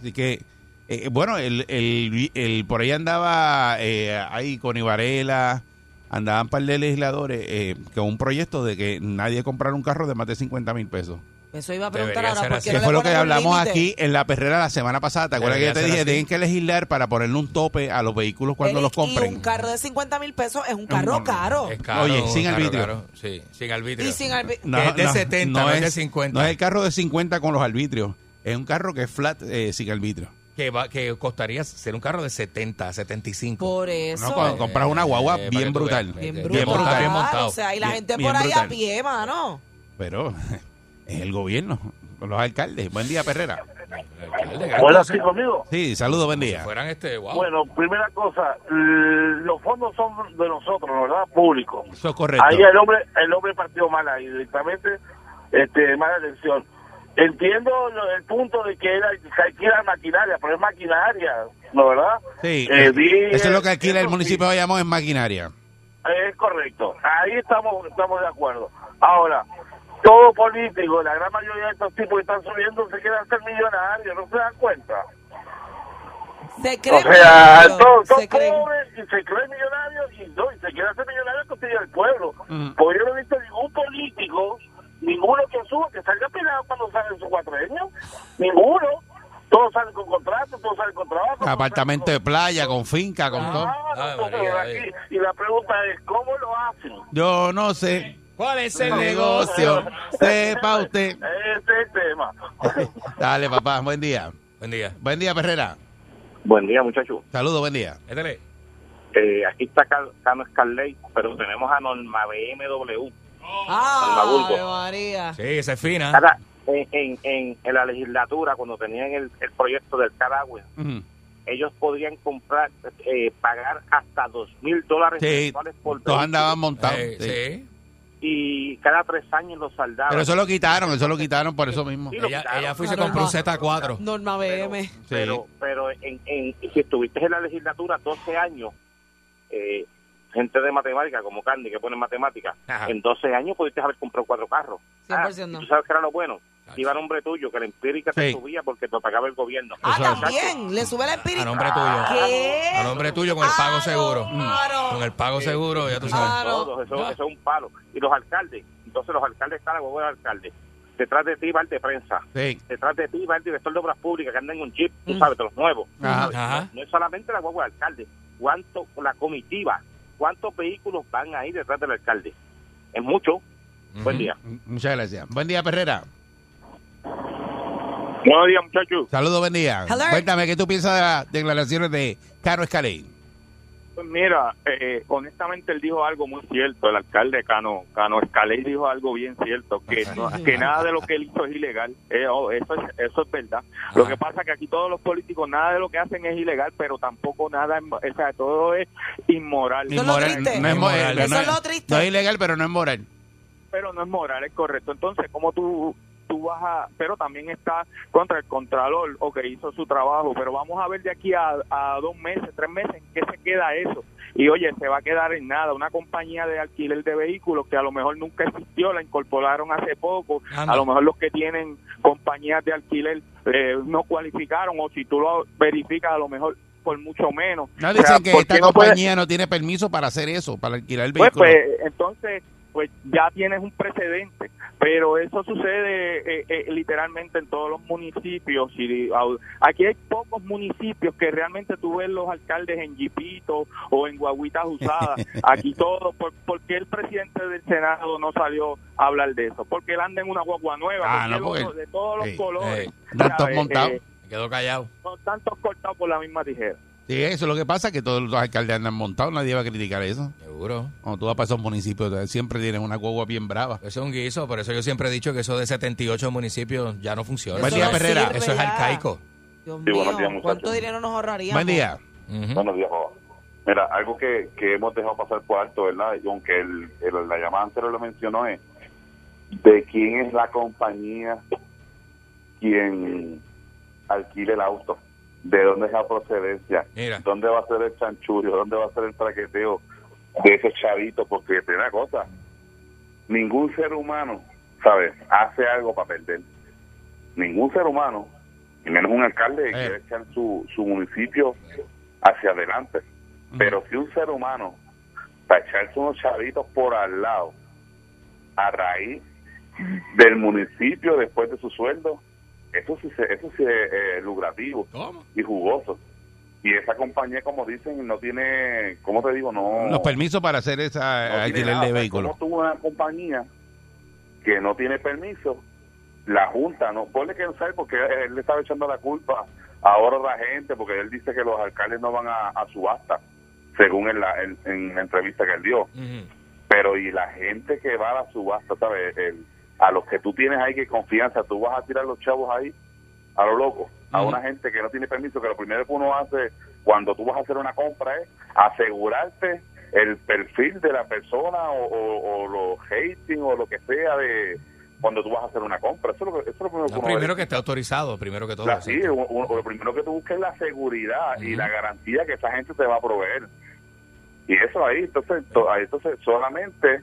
Speaker 3: Así que, eh, bueno, el, el, el- por ahí andaba eh, ahí con Ibarela, andaban un par de legisladores eh, con un proyecto de que nadie comprara un carro de más de 50 mil pesos.
Speaker 5: Eso iba a
Speaker 4: Debería
Speaker 5: preguntar ahora.
Speaker 4: ser
Speaker 5: ¿por
Speaker 4: así.
Speaker 5: qué no
Speaker 3: Que
Speaker 5: le
Speaker 3: fue lo que
Speaker 5: ponen un
Speaker 3: hablamos
Speaker 5: límite?
Speaker 3: aquí en la perrera la semana pasada. ¿Te acuerdas que yo
Speaker 4: Debería
Speaker 3: te
Speaker 4: ser
Speaker 3: dije?
Speaker 4: así.
Speaker 3: Tienen que legislar para ponerle un tope a los vehículos cuando
Speaker 5: Eric,
Speaker 3: los
Speaker 5: Y un
Speaker 3: compren.
Speaker 5: carro de 50 mil pesos es un carro
Speaker 3: no,
Speaker 5: caro.
Speaker 4: Es caro,
Speaker 3: Oye, sin
Speaker 4: caro,
Speaker 3: arbitrio.
Speaker 4: caro. Sí, sin arbitrio.
Speaker 5: Y sin arbi-
Speaker 4: Que es de 70, no es de 50.
Speaker 3: No es el carro de 50 con los arbitrios. Es un carro que es flat eh, sin arbitrio.
Speaker 4: que, va, que costaría ser un carro de 70, 75.
Speaker 5: Por
Speaker 3: No,
Speaker 5: eso.
Speaker 3: cuando compras una guagua
Speaker 4: Eh, para que
Speaker 3: bien
Speaker 4: tú
Speaker 3: brutal.
Speaker 4: veas.
Speaker 5: bien,
Speaker 4: bien
Speaker 5: brutal,
Speaker 4: montado, bien
Speaker 5: O
Speaker 4: montado.
Speaker 5: sea, y la
Speaker 3: Bien-
Speaker 5: gente
Speaker 3: bien
Speaker 5: por ahí a
Speaker 3: brutal.
Speaker 5: pie, mano.
Speaker 3: Pero (laughs) es el gobierno, los alcaldes. Buen día, Perrera.
Speaker 4: Alcalde, claro,
Speaker 8: Hola,
Speaker 4: si
Speaker 8: sí, conmigo.
Speaker 3: Sí, saludos, buen día.
Speaker 4: fueran este, wow.
Speaker 8: Bueno, primera cosa, l- los fondos son de nosotros, ¿no? ¿verdad? Públicos.
Speaker 3: Eso es correcto.
Speaker 8: Ahí el hombre, el hombre partió mal ahí, directamente, este, mala elección. Entiendo lo- el punto de que era que alquila maquinaria, pero es maquinaria, ¿no verdad?
Speaker 3: Sí,
Speaker 8: Eh,
Speaker 3: eh,
Speaker 8: di-
Speaker 3: eso es lo que alquila el
Speaker 8: eso
Speaker 3: municipio de Bayamón en maquinaria.
Speaker 8: Es correcto, ahí estamos, estamos de acuerdo. Ahora, todo político, la gran mayoría de estos tipos que están subiendo se quieren hacer millonarios, no se dan cuenta.
Speaker 5: Se
Speaker 8: O
Speaker 5: creen.
Speaker 8: sea,
Speaker 5: millonarios,
Speaker 8: todos son
Speaker 5: se creen.
Speaker 8: pobres y se creen millonarios y, no, y se quieren hacer millonarios con el pueblo. Porque yo no he visto ningún político, ninguno que suba, que salga pelado cuando salen sus cuatro años. Ninguno. Todos salen con contratos, todos salen con trabajo. todos
Speaker 3: Apartamento de
Speaker 8: salen
Speaker 3: playa, con finca, con
Speaker 8: con-
Speaker 3: todo.
Speaker 8: Ah,
Speaker 4: Ah, María,
Speaker 8: aquí. Y la pregunta es, ¿cómo lo hacen?
Speaker 3: Yo no sé.
Speaker 4: ¿Cuál es el
Speaker 3: No.
Speaker 4: negocio?
Speaker 3: negocio. Sepa usted.
Speaker 9: Este
Speaker 8: Ese es el tema.
Speaker 3: Dale, papá, buen día.
Speaker 4: Buen día.
Speaker 3: Buen día, Perrera.
Speaker 9: Buen día, muchachos.
Speaker 3: Saludos, buen día.
Speaker 4: Étale.
Speaker 9: Eh, aquí está Car- Cano Scarlett, pero tenemos a Norma BMW.
Speaker 5: Ah,
Speaker 9: Salvadulgo.
Speaker 5: Ave María.
Speaker 4: Sí, esa es fina.
Speaker 9: Cara,
Speaker 4: (laughs)
Speaker 9: en, en- en- en la legislatura, cuando tenían el, el proyecto del Caragüe,
Speaker 3: Ujú.
Speaker 9: ellos podían comprar, eh, pagar hasta dos mil dólares
Speaker 3: Sí,
Speaker 9: mensuales por
Speaker 3: todos
Speaker 9: vehículo,
Speaker 3: andaban montados.
Speaker 4: Eh,
Speaker 3: sí.
Speaker 4: sí.
Speaker 9: y cada tres años los saldaban.
Speaker 3: Pero eso lo quitaron, eso lo quitaron por eso mismo.
Speaker 9: Sí, lo
Speaker 4: Ella,
Speaker 9: quitaron.
Speaker 4: ella fue y se
Speaker 5: Claro,
Speaker 4: compró un
Speaker 5: no.
Speaker 4: Z4.
Speaker 5: Norma BM.
Speaker 9: pero pero en, en- si estuviste en la legislatura 12 años, eh, gente de matemática, como Candy, que pone matemática,
Speaker 4: Ajá.
Speaker 9: en 12 años pudiste haber comprado cuatro carros.
Speaker 5: 100%.
Speaker 9: Ah, ¿y ¿Tú sabes qué era lo bueno? Iba a nombre tuyo, que la empírica te
Speaker 3: Sí.
Speaker 9: subía porque te pagaba el gobierno.
Speaker 5: Ah,
Speaker 3: Eso es.
Speaker 5: también. Le sube la
Speaker 4: A
Speaker 5: espíritu.
Speaker 4: nombre tuyo.
Speaker 5: ¿Qué?
Speaker 4: A nombre tuyo con el pago
Speaker 5: Ah,
Speaker 4: seguro. Mm.
Speaker 5: no, claro.
Speaker 4: Con el pago seguro, ya tú sabes.
Speaker 5: Claro.
Speaker 9: Todos, eso, eso es un palo. Y los alcaldes, entonces los alcaldes están a huevo de alcalde. Detrás de ti va el de prensa,
Speaker 3: Sí.
Speaker 9: detrás de ti va el director de obras públicas que anda en un jeep,
Speaker 5: Mm.
Speaker 9: tú sabes, de los nuevos.
Speaker 3: Ajá.
Speaker 4: Ajá.
Speaker 9: No es solamente la guagua del alcalde, cuánto la comitiva, cuántos vehículos van ahí detrás del alcalde. Es mucho. Buen día.
Speaker 3: Muchas gracias. Buen día, Perrera.
Speaker 8: Buenos días, muchachos.
Speaker 3: Saludos, buen día.
Speaker 5: Hello.
Speaker 3: Cuéntame, ¿qué tú piensas de las declaraciones de Caro Escalé?
Speaker 8: Pues mira, eh, honestamente él dijo algo muy cierto, el alcalde Cano, Cano Escalé dijo algo bien cierto, que, no-
Speaker 3: Ah,
Speaker 8: que nada de lo que él hizo es ilegal, Eh, oh, eso, es, eso es verdad. Lo que pasa es que aquí todos los políticos, nada de lo que hacen es ilegal, pero tampoco nada, es mo- o sea, todo es inmoral.
Speaker 5: Eso es lo
Speaker 3: Inmoral.
Speaker 5: triste.
Speaker 3: No es moral.
Speaker 5: Eso
Speaker 3: no
Speaker 5: es lo triste.
Speaker 3: No es ilegal, pero no es moral.
Speaker 8: pero no es moral, es correcto. Entonces, ¿cómo tú, tú vas a...? Pero también está contra el Contralor, o que hizo su trabajo, pero vamos a ver de aquí a, a dos meses, tres meses, ¿en qué se queda eso? Y oye, se va a quedar en nada. Una compañía de alquiler de vehículos que a lo mejor nunca existió, la incorporaron hace poco,
Speaker 4: Anda.
Speaker 8: a lo mejor los que tienen compañías de alquiler eh, no cualificaron, o si tú lo verificas, a lo mejor por mucho menos.
Speaker 3: No
Speaker 8: O sea,
Speaker 3: dicen que
Speaker 8: ¿por
Speaker 3: esta
Speaker 8: qué no puede-
Speaker 3: compañía no tiene permiso para hacer eso, para alquilar el
Speaker 8: pues,
Speaker 3: vehículo.
Speaker 8: pues, entonces, pues ya tienes un precedente, pero eso sucede eh, eh, literalmente en todos los municipios. Y, au- aquí hay pocos municipios que realmente tú ves los alcaldes en jipitos o en guaguitas
Speaker 3: (laughs)
Speaker 8: usadas. Aquí todo, por, ¿por qué el presidente del Senado no salió a hablar de eso? Porque él anda en una guagua nueva,
Speaker 3: Ah,
Speaker 8: porque
Speaker 3: no,
Speaker 8: el otro-
Speaker 3: porque-
Speaker 8: de todos los
Speaker 3: eh,
Speaker 8: colores.
Speaker 4: eh,
Speaker 3: tantos
Speaker 8: ¿sabes?
Speaker 3: montados.
Speaker 8: Eh,
Speaker 4: Me quedó callado.
Speaker 8: son tantos cortados por la misma tijera.
Speaker 3: Sí, eso es lo que pasa, que todos los alcaldes andan montados, nadie va a criticar eso.
Speaker 4: Seguro.
Speaker 3: Cuando tú vas para esos municipios, eh, siempre tienen una guagua bien brava.
Speaker 4: Eso es un guiso, por eso yo siempre he dicho que eso de 78 municipios ya no funciona.
Speaker 3: Buen
Speaker 4: Eso
Speaker 3: día,
Speaker 4: no
Speaker 3: Perrera.
Speaker 4: sirve Eso es
Speaker 5: ya.
Speaker 4: arcaico.
Speaker 5: Dios
Speaker 9: Sí, buenos
Speaker 5: mío,
Speaker 9: días, muchachos.
Speaker 5: ¿cuánto dinero nos ahorraríamos?
Speaker 3: Buen día.
Speaker 4: Ujú.
Speaker 9: Buenos días, Boba. Mira, algo que, que hemos dejado pasar por alto, ¿verdad? Y aunque el, el- la llamada anterior lo mencionó, es de quién es la compañía quien alquile el auto, de dónde es la procedencia,
Speaker 4: Mira.
Speaker 9: dónde va a ser el chanchullo, dónde va a ser el traqueteo de esos chavitos, porque te da cosa. Ningún ser humano, ¿sabes?, hace algo para perder. Ningún ser humano, y menos un alcalde, que
Speaker 3: Eh.
Speaker 9: quiere echar su, su municipio hacia adelante. Pero si un ser humano para echarse unos chavitos por al lado, a raíz del municipio después de su sueldo, eso sí, se- eso sí es eh, lucrativo y jugoso. Y esa compañía, como dicen, no tiene, ¿cómo te digo? No,
Speaker 3: Los permisos para hacer esa
Speaker 9: no tiene
Speaker 3: alquiler
Speaker 9: nada.
Speaker 3: pues, de
Speaker 9: O sea,
Speaker 3: vehículos.
Speaker 9: ¿Cómo tuvo una compañía que no tiene permiso? La Junta, no, ponle que no sabe porque él le estaba echando la culpa ahora a la gente, porque él dice que los alcaldes no van a, a subasta, según en la, en- en la entrevista que él dio. Pero y la gente que va a la subasta, ¿sabes? El- a los que tú tienes ahí que confianza, tú vas a tirar los chavos ahí a lo loco, a
Speaker 10: Ujú.
Speaker 9: una gente que no tiene permiso, que lo primero que uno hace cuando tú vas a hacer una compra es asegurarte el perfil de la persona o, o, o los hating o lo que sea de cuando tú vas a hacer una compra. Eso es lo, que- eso es lo primero que
Speaker 4: Lo
Speaker 9: uno
Speaker 4: primero que esté autorizado, primero que todo.
Speaker 9: la- sí, u- u- lo primero que tú buscas es la seguridad y la garantía que esa gente te va a proveer. Y eso ahí, entonces, to- ahí, entonces solamente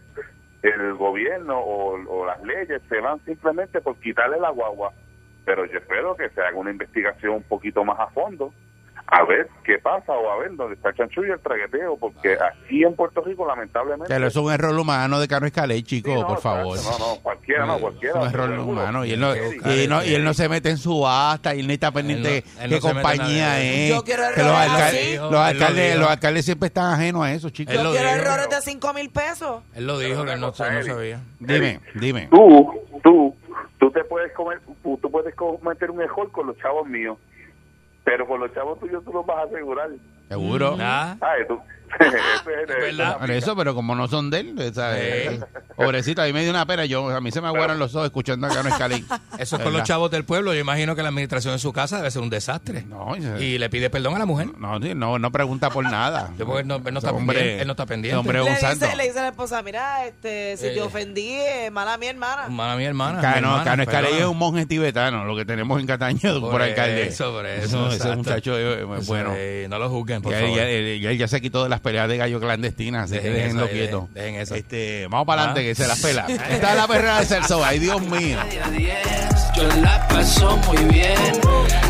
Speaker 9: el gobierno o, o las leyes se van simplemente por quitarle la guagua. Pero yo espero que se haga una investigación un poquito más a fondo, a ver qué pasa o a ver dónde está el chanchullo y el tragueteo, porque aquí en Puerto Rico, lamentablemente.
Speaker 3: Pero eso es un error humano de Carlos Escalé, chico, por favor.
Speaker 9: No, no, cualquiera, no,
Speaker 3: Es
Speaker 9: cualquiera.
Speaker 3: un error
Speaker 9: seguro.
Speaker 3: humano. Y él, no,
Speaker 9: Sí.
Speaker 3: y, no, y él no se mete en subasta, y él no está pendiente
Speaker 9: no- él
Speaker 3: qué
Speaker 9: no se mete en nada
Speaker 3: compañía
Speaker 9: de
Speaker 3: es.
Speaker 9: eso. Yo quiero
Speaker 3: que los,
Speaker 9: errores
Speaker 3: alcal-
Speaker 9: así.
Speaker 3: los
Speaker 4: Él lo
Speaker 3: alcaldes,
Speaker 4: dijo.
Speaker 3: los alcaldes siempre están ajenos a eso, chicos.
Speaker 4: Él lo
Speaker 5: Quiero
Speaker 4: dijo.
Speaker 5: errores de 5 mil pesos.
Speaker 4: Él lo dijo, que él no, no sabía.
Speaker 3: Dime, dime.
Speaker 9: Tú, tú, tú te puedes comer, tú, tú puedes cometer un error con los chavos míos, pero con los chavos tuyos tú los vas a asegurar.
Speaker 3: Seguro. Ah.
Speaker 4: Ah. (laughs)
Speaker 9: ¿Sabes? (laughs) Tú- ese es el-
Speaker 3: Mm, Por eso, pero como no son de él, o sea, eh, pobrecito, a mí me dio una pera, yo, a mí se me aguaron los ojos escuchando a Carlos Escalé.
Speaker 4: (laughs) Eso es con los chavos del pueblo. Yo imagino que la administración en su casa debe ser un desastre. y le pide perdón a la mujer.
Speaker 3: No, sí, no, no pregunta por nada.
Speaker 4: Yo, porque él no- él no
Speaker 3: Ese
Speaker 4: está pendiente, él no está pendiente.
Speaker 3: ese Hombre, es
Speaker 5: le,
Speaker 3: un santo.
Speaker 5: dice, le dice a la esposa, mira, este, si
Speaker 4: Eh.
Speaker 5: te ofendí, eh, mala mi hermana.
Speaker 4: Hermana mi hermana.
Speaker 3: Ca-
Speaker 4: mi
Speaker 3: no,
Speaker 4: hermana,
Speaker 3: Cano Escalé
Speaker 4: perdona.
Speaker 3: es un monje tibetano, lo que tenemos en Cataño por,
Speaker 4: Por
Speaker 3: alcalde.
Speaker 4: eso, por eso,
Speaker 3: No, ese
Speaker 4: exacto.
Speaker 3: muchacho es es
Speaker 4: Eso,
Speaker 3: bueno.
Speaker 4: eh, no lo juzguen, por
Speaker 3: ya,
Speaker 4: favor.
Speaker 3: ya- ya- ya se quitó de las peleas de gallo clandestinas, así que
Speaker 4: Dejen
Speaker 3: déjenlo
Speaker 4: eso,
Speaker 3: quieto.
Speaker 4: dejen- dejen eso.
Speaker 3: Este, vamos para adelante,
Speaker 4: Ah.
Speaker 3: que se las pela. Está la perrera de Celso, ay
Speaker 4: (laughs)
Speaker 3: Dios mío.
Speaker 11: Yo la paso muy bien.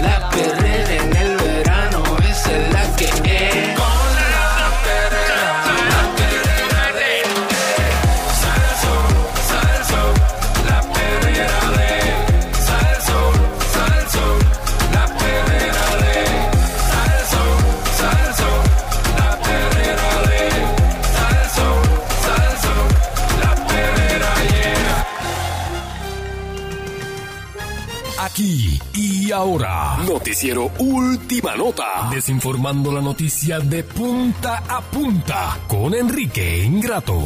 Speaker 11: La perrera en el verano, esa es la que es.
Speaker 1: Aquí y ahora, noticiero Última Nota, desinformando la noticia de punta a punta con Enrique Ingrato.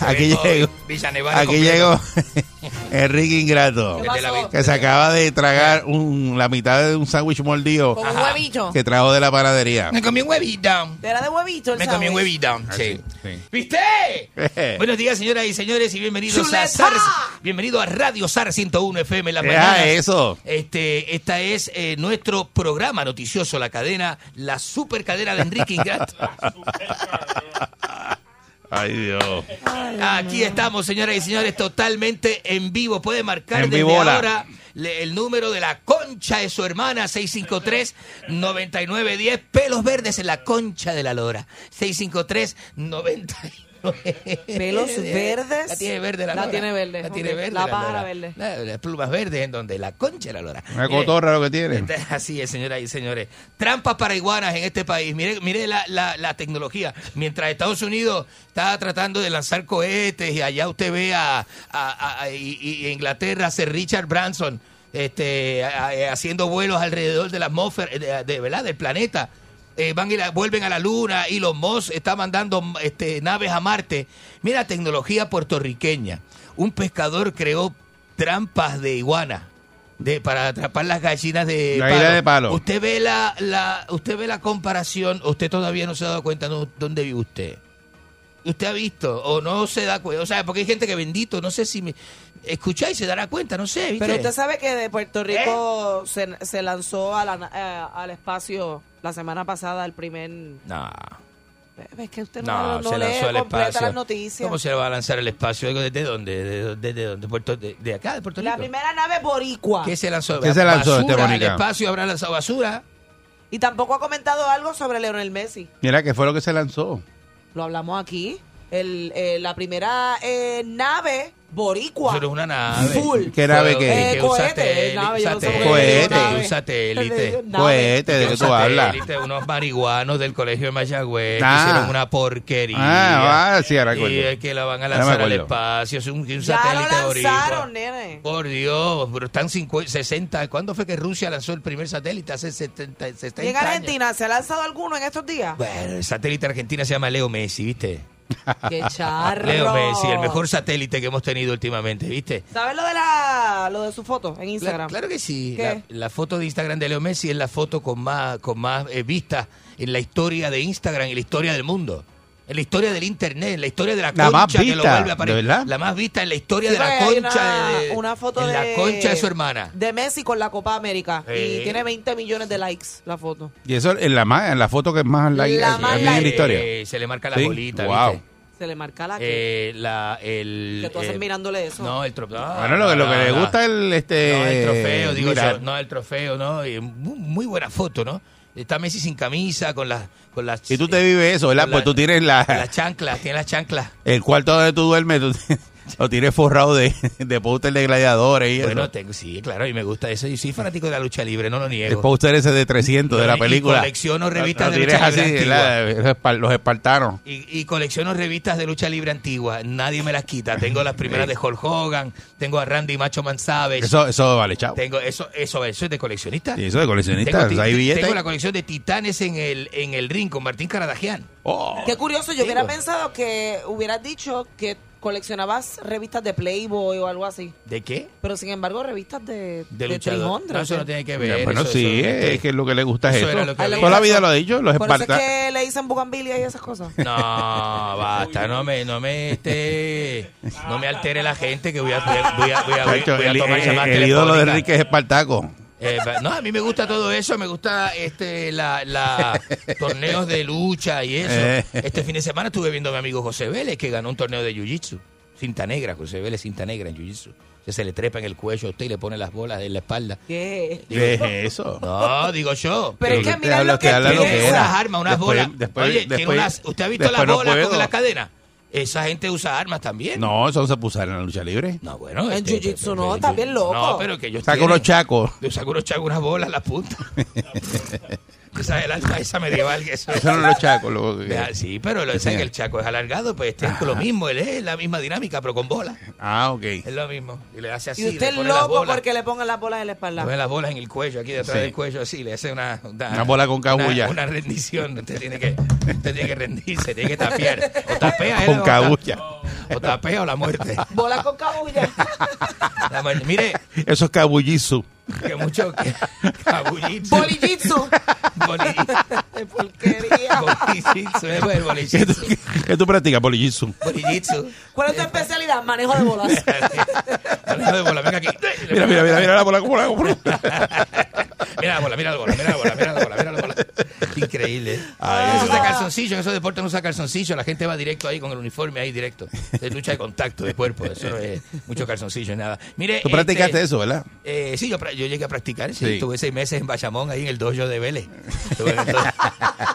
Speaker 3: Aquí
Speaker 4: Estoy
Speaker 3: llegó.
Speaker 4: Villanueva
Speaker 3: Aquí
Speaker 4: completo.
Speaker 3: llegó (laughs) Enrique Ingrato,
Speaker 4: ¿Qué pasó?
Speaker 3: que se acaba de tragar un- la mitad de un sándwich mordido
Speaker 5: Con un huevito.
Speaker 3: que trajo de la panadería.
Speaker 4: Me comí un huevito.
Speaker 5: Era de huevito el
Speaker 4: Me comí un
Speaker 5: sándwich.
Speaker 4: huevito.
Speaker 3: Ah,
Speaker 4: Sí. ¿Viste?
Speaker 3: (laughs)
Speaker 4: Buenos días, señoras y señores, y bienvenidos
Speaker 5: ¡Chuleta!
Speaker 4: a SAR. Bienvenido a Radio SAR 101 FM en la
Speaker 3: Deja
Speaker 4: mañana.
Speaker 3: eso.
Speaker 4: Este, esta es eh, nuestro programa noticioso, la cadena, la super cadena de
Speaker 3: (laughs)
Speaker 4: Enrique Ingrato.
Speaker 3: Ay Dios.
Speaker 4: Aquí estamos, señoras y señores, totalmente en vivo. Puede marcar
Speaker 3: En
Speaker 4: desde
Speaker 3: vivola.
Speaker 4: ahora le- el número de la concha de su hermana, 653-9910. Pelos verdes en la concha de la lora. 653-9910.
Speaker 5: Pelos verdes.
Speaker 4: La tiene verde la
Speaker 5: La
Speaker 4: lora.
Speaker 5: tiene verde,
Speaker 4: La tiene
Speaker 5: ok.
Speaker 4: verde.
Speaker 5: La pájara
Speaker 4: lora.
Speaker 5: verde.
Speaker 4: La- Las plumas verdes en donde la concha de la lora.
Speaker 3: Una
Speaker 4: Mire,
Speaker 3: cotorra lo que tiene.
Speaker 4: este- (laughs) Así es, señoras y señores. Trampas para iguanas en este país. Mire, mire la, la- la tecnología. Mientras Estados Unidos está tratando de lanzar cohetes y allá usted ve a, a- a- a- y- y Inglaterra hacer Richard Branson este, a- a- haciendo vuelos alrededor de la atmósfera, de, de- ¿verdad? del planeta. Eh, van y la- vuelven a la luna y los Moss está mandando este, naves a Marte. Mira, tecnología puertorriqueña. Un pescador creó trampas de iguana de, para atrapar las gallinas de
Speaker 3: La isla de palo.
Speaker 4: Usted ve la, la, usted ve la comparación, usted todavía no se ha dado cuenta no, dónde vive usted. Usted ha visto o no se da cuenta, o sea, porque hay gente que bendito, no sé si me escucha y se dará cuenta, no sé, ¿viste?
Speaker 5: Pero usted sabe que de Puerto Rico se, se lanzó a la na- eh, al espacio la semana pasada el primer...
Speaker 4: No,
Speaker 5: Es que usted no,
Speaker 4: no,
Speaker 5: no
Speaker 4: se
Speaker 5: lee
Speaker 4: lanzó al
Speaker 5: completa
Speaker 4: espacio.
Speaker 5: las noticias.
Speaker 4: ¿Cómo se va a lanzar el espacio? ¿Desde dónde? ¿Desde, desde dónde? Puerto- de, de acá, de Puerto
Speaker 5: La
Speaker 4: Rico.
Speaker 5: primera nave boricua.
Speaker 4: ¿Qué se lanzó?
Speaker 3: ¿Qué se lanzó,
Speaker 4: basura,
Speaker 3: este, Mónica?
Speaker 4: El espacio habrá lanzado basura.
Speaker 5: Y tampoco ha comentado algo sobre Leonel Messi.
Speaker 3: Mira, que fue lo que se lanzó.
Speaker 5: Lo hablamos aquí. El, eh, la primera eh, nave boricua.
Speaker 4: Pero es una nave.
Speaker 5: Full.
Speaker 3: ¿Qué nave
Speaker 4: Fue-
Speaker 3: qué?
Speaker 4: que
Speaker 3: Eh,
Speaker 4: un
Speaker 5: cohete,
Speaker 4: satélite,
Speaker 5: nave, yo no sé
Speaker 4: satélite,
Speaker 3: por qué le digo nave.
Speaker 4: un satélite.
Speaker 5: Nave.
Speaker 3: Cohete, ¿de qué tú
Speaker 4: Un
Speaker 3: hablas?
Speaker 4: satélite, Unos marihuanos del colegio de Mayagüez que
Speaker 3: Ah.
Speaker 4: hicieron una porquería.
Speaker 3: Ah, ah, sí, ahora
Speaker 4: Y
Speaker 3: recuerdo.
Speaker 4: es que la van a
Speaker 3: Ahora me
Speaker 4: lanzar al
Speaker 3: acuerdo.
Speaker 4: espacio. Es un, un
Speaker 5: Ya lo
Speaker 4: satélite boricua.
Speaker 5: lanzaron, nene.
Speaker 4: Por Dios, pero están 50, 60. ¿Cuándo fue que Rusia lanzó el primer satélite? Hace 70, 70
Speaker 5: Y en
Speaker 4: años.
Speaker 5: Argentina, ¿se ha lanzado alguno en estos días?
Speaker 4: Bueno, el satélite argentino se llama Leo Messi, ¿viste?
Speaker 5: ¡Qué charro!
Speaker 4: Leo Messi, el mejor satélite que hemos tenido últimamente, ¿viste?
Speaker 5: ¿Sabes lo de, la, lo de su foto en Instagram?
Speaker 4: Claro que sí. La,
Speaker 5: Ah. ¿Qué?
Speaker 4: la foto de Instagram de Leo Messi es la foto con más, con más eh, vistas en la historia de Instagram y la historia del mundo. En la historia del internet, en la historia de la,
Speaker 3: La
Speaker 4: concha
Speaker 3: más
Speaker 4: que lo
Speaker 3: vista,
Speaker 4: vuelve a aparecer.
Speaker 3: ¿de verdad?
Speaker 4: La más vista en la historia
Speaker 5: Sí,
Speaker 4: de la
Speaker 5: porque hay
Speaker 4: concha
Speaker 5: una,
Speaker 4: de, de-
Speaker 5: una foto
Speaker 4: en
Speaker 5: de
Speaker 4: la concha de su hermana.
Speaker 5: De Messi con la Copa América.
Speaker 4: Sí.
Speaker 5: Y tiene 20 millones de likes la foto.
Speaker 3: Y eso en la, más- en la foto que es más like,
Speaker 5: La
Speaker 3: eh,
Speaker 5: más
Speaker 3: también en la
Speaker 5: like.
Speaker 3: historia.
Speaker 4: Eh, se le marca la
Speaker 3: Sí,
Speaker 4: bolita,
Speaker 3: wow.
Speaker 4: ¿viste?
Speaker 5: Se le marca la que.
Speaker 4: Eh, la, el,
Speaker 5: que tú haces
Speaker 4: eh,
Speaker 5: mirándole eso.
Speaker 4: No, el trofeo.
Speaker 3: Ah, Bueno, lo que, lo que le gusta es el, este,
Speaker 4: Ah. No, el trofeo, digo
Speaker 3: mirar.
Speaker 4: yo, no, el trofeo, ¿no? Y mu- muy buena foto, ¿no? Está Messi sin camisa, con las... Con las
Speaker 3: Y tú te vives eso, ¿verdad?
Speaker 4: Con
Speaker 3: Pues
Speaker 4: (laughs) la-
Speaker 3: tú tienes la,
Speaker 4: Las chanclas, tiene las chanclas.
Speaker 3: el cuarto donde tú duermes, tú tienes- (laughs) lo tienes forrado de, de póster de gladiadores y
Speaker 4: Bueno,
Speaker 3: eso.
Speaker 4: tengo, sí, claro, y me gusta eso. Yo soy fanático de la lucha libre, no lo
Speaker 3: El
Speaker 4: niego.
Speaker 3: póster ese de 300 de
Speaker 4: Yo-
Speaker 3: la
Speaker 4: y
Speaker 3: película.
Speaker 4: colecciono revistas
Speaker 3: Lo- lo
Speaker 4: de
Speaker 3: tienes
Speaker 4: lucha libre
Speaker 3: así,
Speaker 4: antigua.
Speaker 3: ¿verdad? Los espar- los espartanos.
Speaker 4: Y, y colecciono revistas de lucha libre antigua. Nadie me las quita. Tengo
Speaker 3: (laughs)
Speaker 4: las primeras de Hulk Hogan, tengo a Randy Macho Man Savage.
Speaker 3: Eso, eso vale, chao.
Speaker 4: Tengo eso, eso, eso es de coleccionista.
Speaker 3: Y eso de coleccionista,
Speaker 4: Tengo,
Speaker 3: o sea, hay
Speaker 4: ti-
Speaker 3: billetes.
Speaker 4: tengo la colección de titanes en el, en el ring con Martín Caradagian.
Speaker 3: Oh,
Speaker 5: Qué curioso, yo hubiera
Speaker 4: Digo.
Speaker 5: pensado que hubieras dicho que coleccionabas revistas de Playboy o algo así.
Speaker 4: ¿De qué?
Speaker 5: Pero sin embargo, revistas de, ¿eh?
Speaker 4: De
Speaker 5: de
Speaker 4: luchador.
Speaker 5: 300,
Speaker 4: No, eso no
Speaker 5: ¿sí?
Speaker 4: tiene que ver.
Speaker 3: bueno,
Speaker 4: eso-
Speaker 3: sí,
Speaker 4: eso-
Speaker 3: es que lo que le gusta es
Speaker 4: Eso
Speaker 3: eso.
Speaker 4: era lo que había.
Speaker 3: Toda la vida lo ha dicho, los
Speaker 5: Por eso es
Speaker 3: espartanos.
Speaker 5: que le dicen bugambilia y esas cosas.
Speaker 4: No, basta, no me, no me, este, no me altere la gente que voy a, voy a, voy a, voy a- voy a
Speaker 3: Chacho, el,
Speaker 4: tomar
Speaker 3: el-
Speaker 4: llamadas
Speaker 3: el ídolo de
Speaker 4: telefónicas.
Speaker 3: Enrique es Espartaco.
Speaker 4: Eh, pa- no, a mí me gusta todo eso, me gusta este la, la torneos de lucha y
Speaker 3: Eh.
Speaker 4: eso. Este fin de semana estuve viendo a mi amigo José Vélez que ganó un torneo de jiu-jitsu, cinta negra, José Vélez cinta negra en jiu-jitsu. Que se le trepa en el cuello a usted y le pone las bolas en la espalda.
Speaker 5: ¿Qué?
Speaker 4: Digo,
Speaker 3: ¿Qué es eso?
Speaker 4: No, digo yo.
Speaker 5: Pero es
Speaker 3: Pero
Speaker 5: que
Speaker 3: usted
Speaker 5: mira
Speaker 3: habla-
Speaker 5: lo
Speaker 3: usted
Speaker 5: que
Speaker 3: habla
Speaker 5: tiene.
Speaker 3: lo que
Speaker 4: Tiene
Speaker 3: era.
Speaker 4: unas armas, unas
Speaker 3: Después-
Speaker 4: bolas.
Speaker 3: después-
Speaker 4: Oye, tiene
Speaker 3: después-
Speaker 4: unas- ¿usted ha visto
Speaker 3: después
Speaker 4: las
Speaker 3: no
Speaker 4: bolas
Speaker 3: puedo.
Speaker 4: con la cadena? Esa gente usa armas también.
Speaker 3: No, eso no se puso en la lucha libre.
Speaker 4: No, bueno. este,
Speaker 5: En jiu-jitsu
Speaker 4: pero-
Speaker 5: no,
Speaker 4: pero-
Speaker 5: está bien loco.
Speaker 4: No, pero que yo
Speaker 3: Saca unos chacos.
Speaker 4: Yo saco unos chacos, unas bolas, las puntas. (laughs) esa es el alma esa medieval que eso.
Speaker 3: Eso no los chacos. lo-
Speaker 4: Deja- Sí, pero lo que el chaco es alargado, pues este es lo mismo, él es la misma dinámica, pero con bola.
Speaker 3: Ah, ok.
Speaker 4: Es lo mismo. Y le hace así.
Speaker 5: Y usted
Speaker 4: le
Speaker 5: es
Speaker 4: pone las
Speaker 5: loco
Speaker 4: bolas.
Speaker 5: porque le pongan las bolas en la
Speaker 4: Le
Speaker 5: espalda. (laughs)
Speaker 4: pone las bolas en el cuello, aquí detrás
Speaker 3: Sí.
Speaker 4: del cuello, así, le hace una...
Speaker 3: Una bola con cabulla.
Speaker 4: Una, una rendición, usted tiene, que, usted tiene que rendirse, tiene que tapear. O tapea él,
Speaker 3: Con
Speaker 4: o ta-
Speaker 3: cabulla.
Speaker 4: O tapea o la muerte.
Speaker 5: Bolas con cabulla.
Speaker 4: La muerte. Mire,
Speaker 3: (laughs) Eso es cabullizo.
Speaker 4: que mucho... Que, cabullitsu.
Speaker 5: Bolillitsu.
Speaker 4: Bolillitsu.
Speaker 5: De
Speaker 4: (laughs)
Speaker 5: porquería.
Speaker 4: Bolillitsu, es bueno,
Speaker 3: ¿Qué tú,
Speaker 4: bolillitsu.
Speaker 3: qué tú practicas, bolillizo?
Speaker 4: Bolillitsu.
Speaker 5: ¿Cuál es tu especialidad? Manejo de bolas.
Speaker 4: (laughs) Manejo de bola, venga aquí.
Speaker 3: Mira, mira, mira, mira la bola, cómo la cómo-
Speaker 4: Mira la bola, mira la bola, mira la bola, mira la bola, mira la bola.
Speaker 3: ¿Eh?
Speaker 4: Increíble.
Speaker 3: Ah.
Speaker 5: Ah.
Speaker 4: eso usa calzoncillo, en esos deportes no usa calzoncillo, la gente va directo ahí con el uniforme ahí directo. Es lucha de contacto de cuerpo, eso no es mucho calzoncillo, nada. Mire,
Speaker 3: Tú practicaste
Speaker 4: este,
Speaker 3: eso, ¿verdad?
Speaker 4: eh, sí, yo, pra- yo llegué a practicar, sí,
Speaker 3: Sí.
Speaker 4: Estuve seis meses en Bayamón, ahí en el dojo de Vélez. Estuve en el dojo,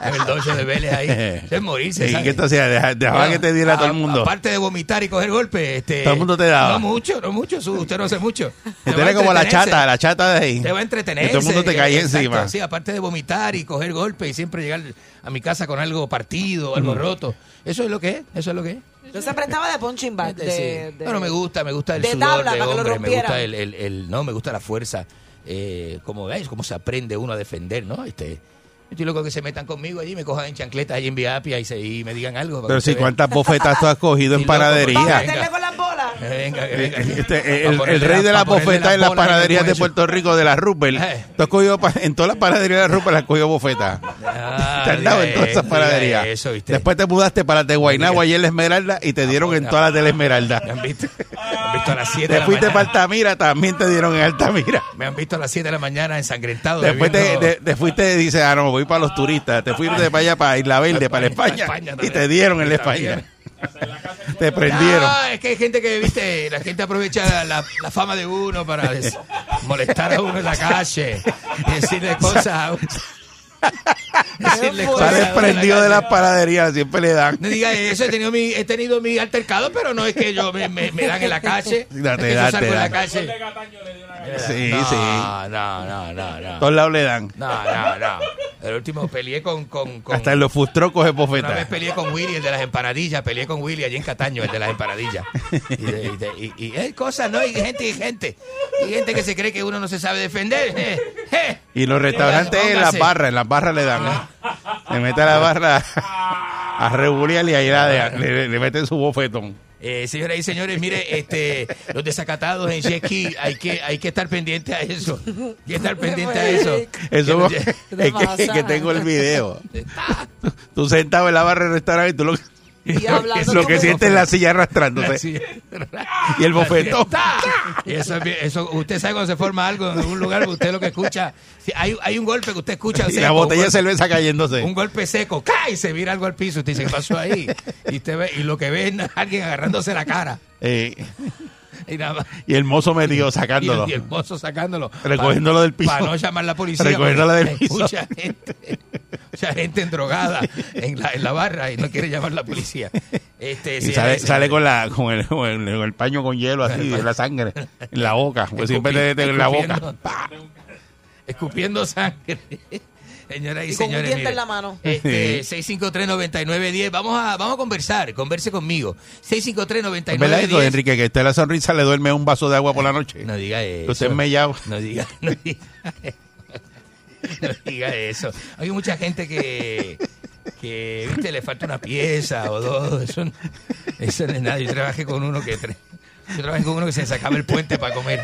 Speaker 4: en el dojo de
Speaker 3: (laughs)
Speaker 4: Vélez ahí. Eso es morirse.
Speaker 3: ¿Y
Speaker 4: ¿sabes?
Speaker 3: qué tú hacías? Deja- Dejaba
Speaker 4: Bueno,
Speaker 3: que te diera todo el
Speaker 4: a-
Speaker 3: mundo.
Speaker 4: Aparte de vomitar y coger golpes, este,
Speaker 3: Todo el mundo te daba.
Speaker 4: No mucho, no mucho, su- usted no hace
Speaker 3: (laughs)
Speaker 4: mucho. Te
Speaker 3: Usted
Speaker 4: va a
Speaker 3: era como la
Speaker 4: entretenerse.
Speaker 3: chata, la chata de ahí.
Speaker 4: Te va a entretener.
Speaker 3: Que todo el mundo te caía encima.
Speaker 4: Sí, aparte de vomitar y coger golpes y siempre llegar a mi casa con algo partido,
Speaker 3: Mm.
Speaker 4: algo roto. Eso es lo que es, eso es lo que es. Este,
Speaker 5: Yo se prestaba de punching bag.
Speaker 4: Sí.
Speaker 5: De, de-
Speaker 4: Bueno, me gusta, me gusta el
Speaker 5: de
Speaker 4: sudor
Speaker 5: tabla,
Speaker 4: de
Speaker 5: para que lo
Speaker 4: hombre, me gusta
Speaker 5: rompieran.
Speaker 4: el, el- el- no, me gusta la fuerza. eh, como veis, cómo se aprende uno a defender, ¿no? Este, yo estoy loco que se metan conmigo allí, me cojan en chancletas allí en Viapia y, se, y me digan algo. para
Speaker 3: Pero
Speaker 4: que
Speaker 3: sí,
Speaker 4: usted vea.
Speaker 3: ¿cuántas bofetas tú has cogido
Speaker 4: Sí,
Speaker 3: en
Speaker 4: loco,
Speaker 5: ¿Para
Speaker 4: venga.
Speaker 3: panadería?
Speaker 5: meterle con las bolas?
Speaker 4: Eh, (laughs) Venga, que venga.
Speaker 3: Este,
Speaker 4: Para
Speaker 3: el, el
Speaker 4: ponerle
Speaker 3: rey de las
Speaker 4: para ponerle
Speaker 3: bofetas en las
Speaker 4: bolas en el
Speaker 3: panaderías de
Speaker 4: cuello.
Speaker 3: Puerto Rico, de las Rupel.
Speaker 4: Eh.
Speaker 3: Tú has cogido, pa- en todas las panaderías de las Rupel has cogido bofetas.
Speaker 4: Ah,
Speaker 3: te han dado en
Speaker 4: diga
Speaker 3: todas esas
Speaker 4: eso,
Speaker 3: panaderías.
Speaker 4: diga eso, ¿viste? Ah,
Speaker 3: Después te mudaste para Teguainagua y en la Esmeralda y te dieron en todas las de la Esmeralda.
Speaker 4: Me han visto, me han visto a las 7 de
Speaker 3: Te
Speaker 4: la
Speaker 3: fuiste
Speaker 4: mañana.
Speaker 3: para Altamira, también te dieron en Altamira.
Speaker 4: Me han visto a las 7 de la mañana ensangrentado.
Speaker 3: Después te,
Speaker 4: bebiendo-
Speaker 3: te, te fuiste, dices, ah, no, me voy para los turistas. Te fuiste de para allá, para Isla Verde, para la España.
Speaker 4: España, España
Speaker 3: Y
Speaker 4: también.
Speaker 3: te dieron en la
Speaker 4: También.
Speaker 3: España. Te prendieron.
Speaker 4: Ah, es que hay gente que, viste, la gente aprovecha la, la fama
Speaker 3: (laughs)
Speaker 4: de uno para des- molestar a uno en la calle y decirle cosas a uno.
Speaker 3: Sale prendido de las panaderías, siempre le dan.
Speaker 4: No diga eso, he tenido mi, he tenido mi altercado, pero no es que yo me, me- me dan en la calle.
Speaker 3: Date,
Speaker 4: es que yo
Speaker 3: date,
Speaker 4: salgo en la
Speaker 3: date.
Speaker 4: calle.
Speaker 3: (laughs) Sí,
Speaker 4: no,
Speaker 3: sí.
Speaker 4: No, no, no, no.
Speaker 3: Todos lados le dan.
Speaker 4: No, no, no. El último peleé con, con, con
Speaker 3: Hasta en los fustrocos es
Speaker 4: Una vez
Speaker 3: bofeta.
Speaker 4: peleé con Willy, el de las empanadillas, peleé con Willy allí en Cataño, el de las empanadillas. Y, de- y de- y- y hay cosas, ¿no? Y gente, y gente. Y gente que se cree que uno no se sabe defender. Eh, eh.
Speaker 3: (laughs) Y los restaurantes en las
Speaker 4: Póngase.
Speaker 3: barras, en las barras le dan. ¿eh? Le mete a la barra a regular y ahí la de- le, le meten su bofetón.
Speaker 4: Eh, señoras y señores, mire, este, los desacatados en jet ski, hay que, hay que estar pendiente a eso. Hay que estar pendiente a eso.
Speaker 3: Eso
Speaker 4: Que-
Speaker 3: es que, (laughs) es que tengo el video. Tú, tú sentado en la barra del restaurante y tú lo, (laughs)
Speaker 4: hablando
Speaker 3: lo que
Speaker 4: como-
Speaker 3: sientes es la silla arrastrándose.
Speaker 4: La silla.
Speaker 3: Y el bofetón.
Speaker 4: Y eso, es bien- eso- usted sabe cuando se forma algo en un lugar, usted lo que escucha, si hay, hay un golpe que usted escucha.
Speaker 3: Y la
Speaker 4: seco,
Speaker 3: botella de
Speaker 4: un golpe-
Speaker 3: cerveza cayéndose.
Speaker 4: Un golpe seco, ¡ca! y se mira algo al piso. Usted dice, ¿qué pasó ahí? Y, usted ve, y lo que ve es (laughs) alguien agarrándose la cara.
Speaker 3: Eh,
Speaker 4: Y nada más.
Speaker 3: y el mozo metido sacándolo.
Speaker 4: (laughs) Y el, y el mozo sacándolo.
Speaker 3: Recogiéndolo del piso.
Speaker 4: Para no llamar a la policía.
Speaker 3: Recogiéndolo
Speaker 4: porque
Speaker 3: del piso.
Speaker 4: hay Mucha gente, mucha gente endrogada en la, en la barra y no quiere llamar a la policía. Este,
Speaker 3: Y
Speaker 4: sí,
Speaker 3: sale,
Speaker 4: sí,
Speaker 3: sale
Speaker 4: sí.
Speaker 3: con, la, con, el, con el- con el paño con hielo así, de la sangre, en la
Speaker 4: (laughs)
Speaker 3: boca. Pues siempre te, te- en la boca.
Speaker 4: Escupiendo- Escupiendo sangre. (laughs) Señoras y,
Speaker 5: Y con un
Speaker 4: señores.
Speaker 5: diente
Speaker 4: mire,
Speaker 5: en la mano.
Speaker 4: Este, 653-9910. Vamos a, vamos a conversar. Converse conmigo.
Speaker 3: ¿Es verdad eso,
Speaker 4: 653-9910.
Speaker 3: Enrique? Que a usted la sonrisa le duerme un vaso de agua por la noche.
Speaker 4: No diga eso.
Speaker 3: Usted es mellado.
Speaker 4: No diga, no diga, no (laughs) diga eso. Hay mucha gente que, que viste, le falta una pieza o dos. Eso, no- eso no es nada. Yo trabajé con uno que tra- yo trabajé con uno que se sacaba el puente para comer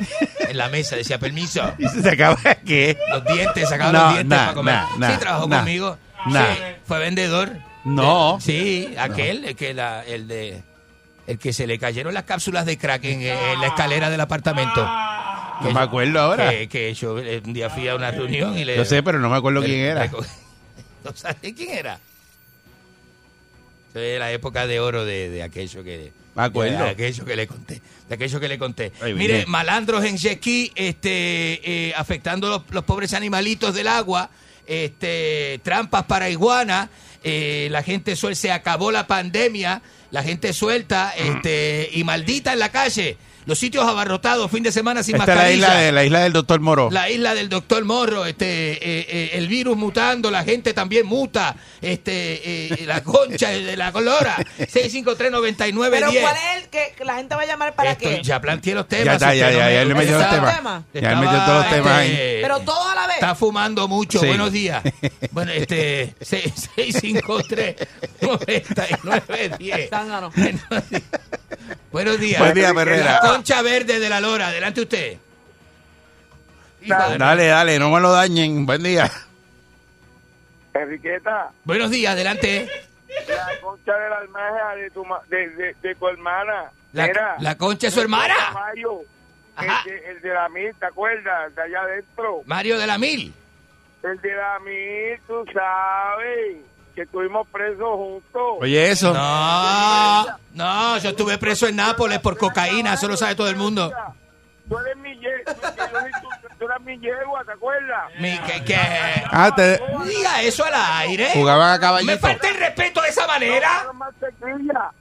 Speaker 4: en la mesa. Decía, permiso.
Speaker 3: Y se acaba que
Speaker 4: Los dientes, sacaba
Speaker 3: No,
Speaker 4: los dientes
Speaker 3: nah,
Speaker 4: para comer.
Speaker 3: nah, nah,
Speaker 4: sí, trabajó
Speaker 3: nah,
Speaker 4: conmigo.
Speaker 3: nah.
Speaker 4: Sí, fue vendedor.
Speaker 3: No.
Speaker 4: Sí, aquel, el que la, el de el que se le cayeron las cápsulas de crack en, en la escalera del apartamento.
Speaker 3: No me acuerdo ahora.
Speaker 4: Que, que yo eh, un día fui a una reunión y le.
Speaker 3: Yo sé, pero no me acuerdo quién
Speaker 4: le-
Speaker 3: era.
Speaker 4: ¿No sabes quién era? Eso es la época de oro de, de aquello que.
Speaker 3: Me acuerdo.
Speaker 4: De aquello que le conté. De aquello que le conté.
Speaker 3: Ay, mire.
Speaker 4: Mire, malandros en jet ski, este, eh, afectando los, los pobres animalitos del agua, este, trampas para iguana, eh, la gente suelta, se acabó la pandemia, la gente suelta
Speaker 3: Mm.
Speaker 4: este, y maldita en la calle. Los sitios abarrotados, fin de semana
Speaker 3: (laughs)
Speaker 4: sin
Speaker 3: Esta es la
Speaker 4: mascarilla.
Speaker 3: isla, de, la isla del doctor Moró.
Speaker 4: La isla del doctor Morro, este, eh, eh, el virus mutando, la gente también muta, este, eh,
Speaker 3: (laughs)
Speaker 4: la concha de la colora, 6539910.
Speaker 5: Pero ¿cuál es el que la gente va a llamar para
Speaker 4: Esto,
Speaker 5: qué?
Speaker 4: Ya planteé los temas.
Speaker 3: Ya está,
Speaker 4: usted
Speaker 3: ya,
Speaker 4: no
Speaker 3: ya,
Speaker 4: me-
Speaker 3: ya, él le
Speaker 5: metió los
Speaker 4: Estaba-
Speaker 5: temas.
Speaker 3: Ya él metió todos los
Speaker 4: estaba,
Speaker 3: temas ahí.
Speaker 4: este,
Speaker 5: Pero todo a la vez.
Speaker 4: Está fumando mucho.
Speaker 3: Sí. (laughs)
Speaker 4: Buenos días. Bueno, este, 653 9910.
Speaker 5: Zángano.
Speaker 4: Buenos días.
Speaker 3: Buen día,
Speaker 4: La
Speaker 3: Perrera.
Speaker 4: concha verde de la lora. Adelante usted.
Speaker 3: Dale, dale, no me lo dañen. Buen día.
Speaker 8: Enriqueta,
Speaker 4: Buenos días, adelante.
Speaker 8: la concha de la almeja de tu, ma- de, de, de tu hermana.
Speaker 4: La,
Speaker 8: Mira,
Speaker 4: la concha es su
Speaker 8: Mario
Speaker 4: hermana.
Speaker 8: Mayo,
Speaker 4: Ajá.
Speaker 8: el, de, el de la mil, ¿te acuerdas? De allá adentro.
Speaker 4: Mario de la Mil.
Speaker 8: El de la mil, tú sabes, que estuvimos presos juntos.
Speaker 3: Oye, eso.
Speaker 4: No, no, yo estuve preso en Nápoles por cocaína, eso lo sabe todo el mundo.
Speaker 8: Tú eres mi yegua, tú, tú eras mi yegua, ¿te acuerdas?
Speaker 4: Mi, que, que-
Speaker 3: Ah, te-
Speaker 4: Diga eso al aire.
Speaker 3: jugaban a
Speaker 4: Me
Speaker 3: caballito.
Speaker 4: falta el respeto de esa manera.
Speaker 8: Mandaron mantequilla.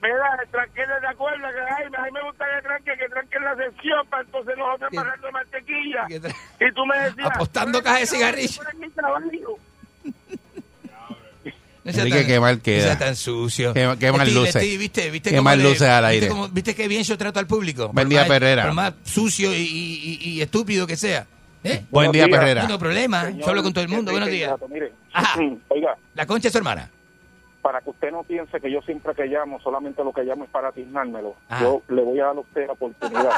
Speaker 8: Mira, el tranquilo de acuerdo que ay, a mí me gusta que tranque, que tranque en la sección para entonces nosotros parando mantequilla. Y tú me decías...
Speaker 4: Apostando
Speaker 8: "Tú eres
Speaker 4: cajas de
Speaker 8: mi
Speaker 4: cigarrillo".
Speaker 8: caballo, tú eres mi (laughs) caballo.
Speaker 4: No sea
Speaker 3: Enrique,
Speaker 4: tan-
Speaker 3: qué mal
Speaker 4: No
Speaker 3: queda.
Speaker 4: sea tan
Speaker 3: (laughs)
Speaker 4: sucio.
Speaker 3: Qué- qué mal
Speaker 4: Estoy-
Speaker 3: luce.
Speaker 4: estoy- Este, ¿Viste, viste
Speaker 3: Qué
Speaker 4: cómo
Speaker 3: mal
Speaker 4: le-
Speaker 3: luce al
Speaker 4: viste
Speaker 3: aire.
Speaker 4: cómo- ¿Viste qué bien yo trato al público? Por
Speaker 3: día,
Speaker 4: más-
Speaker 3: Perrera.
Speaker 4: Por más sucio y, y- y- y estúpido que sea. ¿Eh?
Speaker 3: Buen día,
Speaker 4: No
Speaker 3: Perrera.
Speaker 4: tengo problema. yo hablo con todo el mundo. Buenos días.
Speaker 10: Mire,
Speaker 4: (laughs) Ajá.
Speaker 10: oiga,
Speaker 4: La concha es su hermana.
Speaker 10: para que usted no piense que yo siempre que llamo, solamente lo que llamo es para tiznármelo.
Speaker 4: Ajá.
Speaker 10: Yo le voy a dar a usted la
Speaker 4: (laughs)
Speaker 10: oportunidad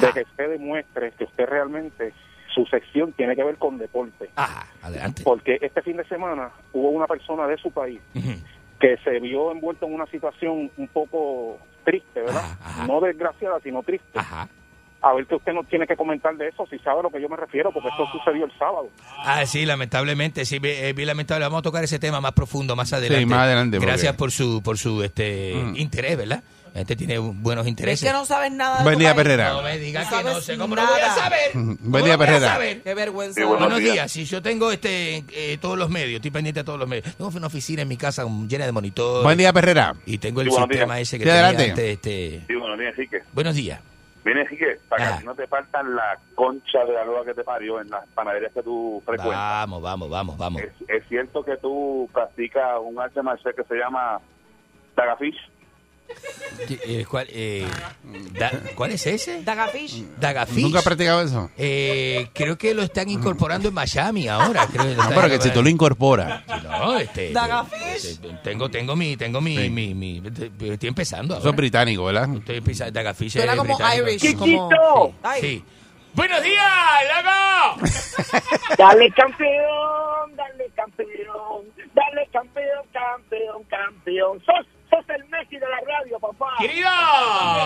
Speaker 10: de que usted demuestre que usted realmente, su sección tiene que ver con deporte.
Speaker 4: Ajá. Adelante.
Speaker 10: Porque este fin de semana hubo una persona de su país
Speaker 4: Ujú.
Speaker 10: que se vio envuelto en una situación un poco triste, ¿verdad? No desgraciada, sino triste. A ver que usted no tiene que comentar de eso, si sabe a lo que yo me refiero, porque esto sucedió el sábado.
Speaker 4: Ah, sí, lamentablemente, sí, eh, bien lamentable. Vamos a tocar ese tema más profundo más adelante.
Speaker 3: más adelante, porque- Mm.
Speaker 4: Gracias por su por su este interés, ¿verdad? La gente tiene buenos
Speaker 5: Es
Speaker 4: intereses.
Speaker 5: que no sabes nada de
Speaker 4: Buen
Speaker 5: tu
Speaker 4: día,
Speaker 5: país.
Speaker 4: Perrera. No me digas que
Speaker 5: sabes
Speaker 4: no sé, ¿cómo no
Speaker 5: nada.
Speaker 4: voy a saber?
Speaker 3: Buen
Speaker 4: ¿Cómo
Speaker 3: día,
Speaker 4: no voy a
Speaker 3: Perrera.
Speaker 4: saber?
Speaker 5: Qué vergüenza.
Speaker 4: buenos, días. Si yo tengo este eh, todos los medios, estoy pendiente de todos los medios. Tengo una oficina en mi casa llena de monitores.
Speaker 3: Buen día, Perrera.
Speaker 4: Y tengo el
Speaker 9: Sí, buenos
Speaker 4: sistema
Speaker 9: días.
Speaker 4: ese que
Speaker 9: Sí,
Speaker 4: tenía
Speaker 9: adelante.
Speaker 4: antes, este.
Speaker 9: Sí, buenos días, Enrique.
Speaker 4: Buenos días.
Speaker 9: Viene, Enrique, para que a ti no te faltan la concha de la loa que te parió en las panaderías que tú frecuentas.
Speaker 4: Vamos, vamos, vamos, vamos.
Speaker 9: ¿Es cierto que tú practicas un arte marcial que se llama tagafish?
Speaker 4: Eh, ¿cuál, eh, da- ¿Cuál es ese?
Speaker 5: Dagafish.
Speaker 4: Dagafish.
Speaker 3: ¿Nunca has practicado eso?
Speaker 4: Eh, creo que lo están incorporando en Miami ahora. Creo que lo
Speaker 3: No,
Speaker 4: están
Speaker 3: Ah, pero que si tú lo
Speaker 4: incorporando.
Speaker 3: incorporas.
Speaker 4: No, este.
Speaker 5: Dagafish.
Speaker 4: eh, Tengo, tengo mi, tengo mi,
Speaker 3: Sí.
Speaker 4: mi, mi- estoy empezando.
Speaker 3: Eso es
Speaker 4: ahora.
Speaker 3: británico, ¿verdad?
Speaker 4: Estoy empezando. Dagafish
Speaker 3: Eh,
Speaker 5: Suena
Speaker 4: es
Speaker 5: como
Speaker 4: británico.
Speaker 5: Irish. Como... Ay.
Speaker 4: Sí. Buenos días,
Speaker 3: (laughs)
Speaker 4: Lago.
Speaker 12: Dale campeón, dale campeón, dale campeón, campeón, campeón. Sos, sos el Messi de la radio, papá.
Speaker 4: Querido,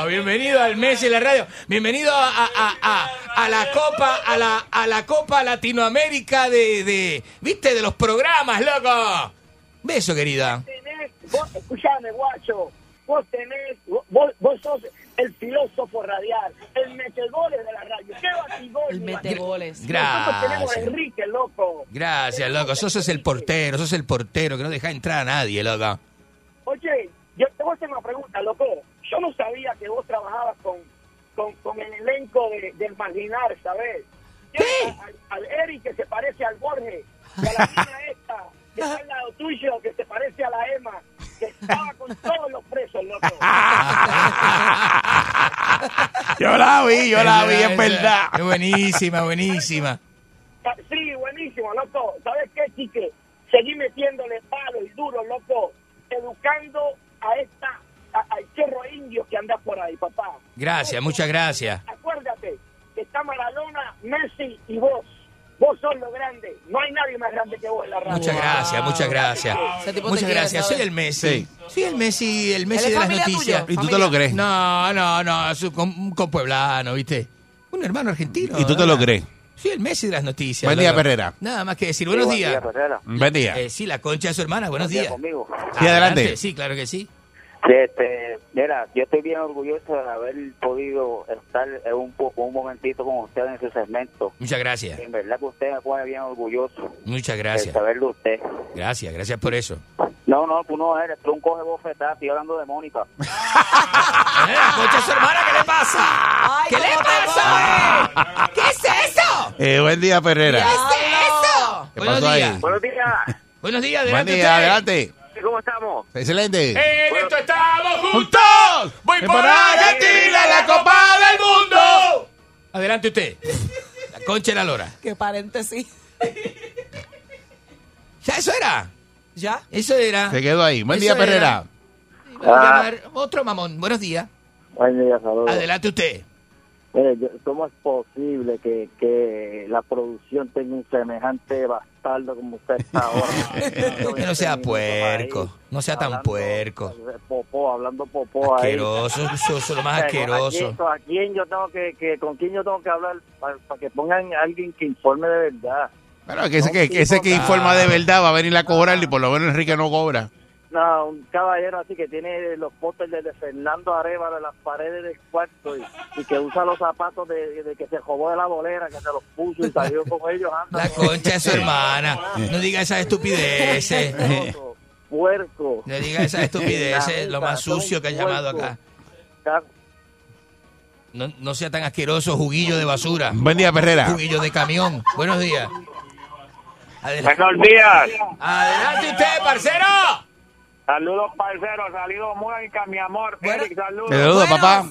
Speaker 4: bienvenido al mes de la radio. Bienvenido a, a- a- a la Copa, a la, a la Copa Latinoamérica de, de- ¿viste? De los programas, loco. Beso, querida.
Speaker 12: Tenés, vos, escuchame, guacho, vos tenés, vos, vos sos el filósofo radial, el metegoles de la radio. ¿Qué batigoles?
Speaker 5: El metegoles.
Speaker 12: Nosotros tenemos a
Speaker 4: Gracias.
Speaker 12: Enrique, loco.
Speaker 4: Gracias, loco. Sos sos el portero, sos el portero que no deja entrar a nadie, loco.
Speaker 12: Oye, yo te voy a hacer una pregunta, loco. Yo no sabía que vos trabajabas con, con, con el elenco de, del Marginar, ¿sabes? Yo, a- Al, al Eric que se parece al Borges, y a la mina esta que está al lado tuyo que se parece a la Emma, que estaba con todos los presos, loco.
Speaker 3: (laughs) Yo la vi, yo la vi,
Speaker 4: Esa-
Speaker 3: es verdad.
Speaker 4: esa- Buenísima, buenísima.
Speaker 12: Ca- Sí, buenísimo, loco. ¿Sabes qué, chique? Seguí metiéndole palo y duro, loco. Educando a esta, a- al chorro indio que anda por ahí, papá.
Speaker 4: Gracias, muchas gracias.
Speaker 12: acuérdate que está Maradona, Messi y vos. Vos sos lo grande. No hay nadie más grande que vos en la radio.
Speaker 4: Muchas gracias, muchas gracias.
Speaker 12: Ese tipo te
Speaker 4: Muchas
Speaker 12: quiere,
Speaker 4: gracias.
Speaker 12: ¿sabes?
Speaker 4: Soy el Messi.
Speaker 3: Sí.
Speaker 4: Soy el Messi, el
Speaker 5: ¿Él
Speaker 4: Messi
Speaker 5: es
Speaker 4: de las
Speaker 5: familia
Speaker 4: noticias.
Speaker 5: tuyo? ¿Y tú te Familia. lo
Speaker 3: crees?
Speaker 4: No, no, no. Es un com- un compueblano, ¿viste? Un hermano argentino.
Speaker 3: ¿Y tú te
Speaker 4: ¿verdad?
Speaker 3: lo crees?
Speaker 4: Soy el Messi de las noticias.
Speaker 3: Buen día,
Speaker 4: loco.
Speaker 3: Perrera. Mm,
Speaker 4: Nada más que decir. Buenos
Speaker 13: Sí, buen
Speaker 4: días.
Speaker 13: día, Perrera.
Speaker 3: Buen día.
Speaker 4: Eh, sí, la concha de su hermana. Buenos
Speaker 13: Buen día
Speaker 4: días.
Speaker 13: conmigo.
Speaker 3: Sí, adelante.
Speaker 4: Sí, claro que sí.
Speaker 13: Sí, este, mira, yo estoy bien orgulloso de haber podido estar eh, un, po- un momentito con usted en su segmento.
Speaker 4: Muchas gracias.
Speaker 13: En verdad que usted me pone bien orgulloso
Speaker 4: Muchas
Speaker 13: de
Speaker 4: gracias.
Speaker 13: saberlo usted.
Speaker 4: Gracias, gracias por eso.
Speaker 13: No, no, tú no eres, tú un coge bofetada, estoy hablando
Speaker 4: (laughs)
Speaker 13: de Mónica.
Speaker 4: la concha de su hermana, ¿qué le pasa? ¿Qué le pasa? ¿Qué es eso?
Speaker 3: Eh, buen día, Perrera.
Speaker 4: eso?
Speaker 3: ¿Qué
Speaker 4: Buenos
Speaker 3: pasó ahí?
Speaker 4: días.
Speaker 14: Buenos días.
Speaker 4: Buenos días,
Speaker 3: Buen
Speaker 4: adelante.
Speaker 3: día,
Speaker 4: usted.
Speaker 3: adelante.
Speaker 14: ¿Cómo estamos?
Speaker 3: Excelente.
Speaker 4: En esto estamos juntos. Eh, Voy
Speaker 3: Es
Speaker 4: por
Speaker 3: por
Speaker 4: Argentina, la Copa del Mundo. Adelante usted. La concha de la lora.
Speaker 5: (laughs) Qué paréntesis.
Speaker 4: ¿Ya eso era?
Speaker 5: ¿Ya?
Speaker 4: Eso era.
Speaker 3: Se quedó ahí. Buen
Speaker 4: Eso
Speaker 3: día,
Speaker 4: era.
Speaker 3: Perrera.
Speaker 4: Vamos a
Speaker 13: Ah.
Speaker 4: llamar Otro mamón. Buenos días.
Speaker 13: Buen día, saludos.
Speaker 4: Adelante usted.
Speaker 13: Mire, yo- ¿cómo es posible que, que la producción tenga un semejante bastardo como usted está (laughs) ahora?
Speaker 4: (laughs) Que no sea puerco. No sea tan puerco.
Speaker 13: popó, hablando popó ahí.
Speaker 4: Asqueroso. Eso eso es lo más
Speaker 13: Pero, ¿a
Speaker 4: asqueroso.
Speaker 13: quién, a quién yo tengo que, que- con quién yo tengo que hablar para, que pongan a alguien que informe de verdad?
Speaker 3: Bueno, que ese que, que ese que informa de verdad va a venir a cobrar y por lo menos Enrique no cobra.
Speaker 13: No, un caballero así que tiene los pósters de, de Fernando Arevalo en las paredes del cuarto y, y que usa los zapatos de, de que se robó de la bolera, que se los puso y salió
Speaker 4: (laughs)
Speaker 13: con ellos. Anda,
Speaker 4: La concha de su hermana. No diga esas estupideces.
Speaker 13: puerco.
Speaker 4: No diga
Speaker 13: (laughs)
Speaker 4: esas estupideces. Lo más sucio que ha llamado acá. No, no sea tan asqueroso, juguillo de basura.
Speaker 3: Buen día, Perrera.
Speaker 4: Juguillo de camión. Buenos días.
Speaker 14: Buenos días.
Speaker 4: Adelante usted, parcero.
Speaker 14: Saludos, parcero. Saludos, Mónica, mi amor. Eric, saludos.
Speaker 3: Saludos, papá.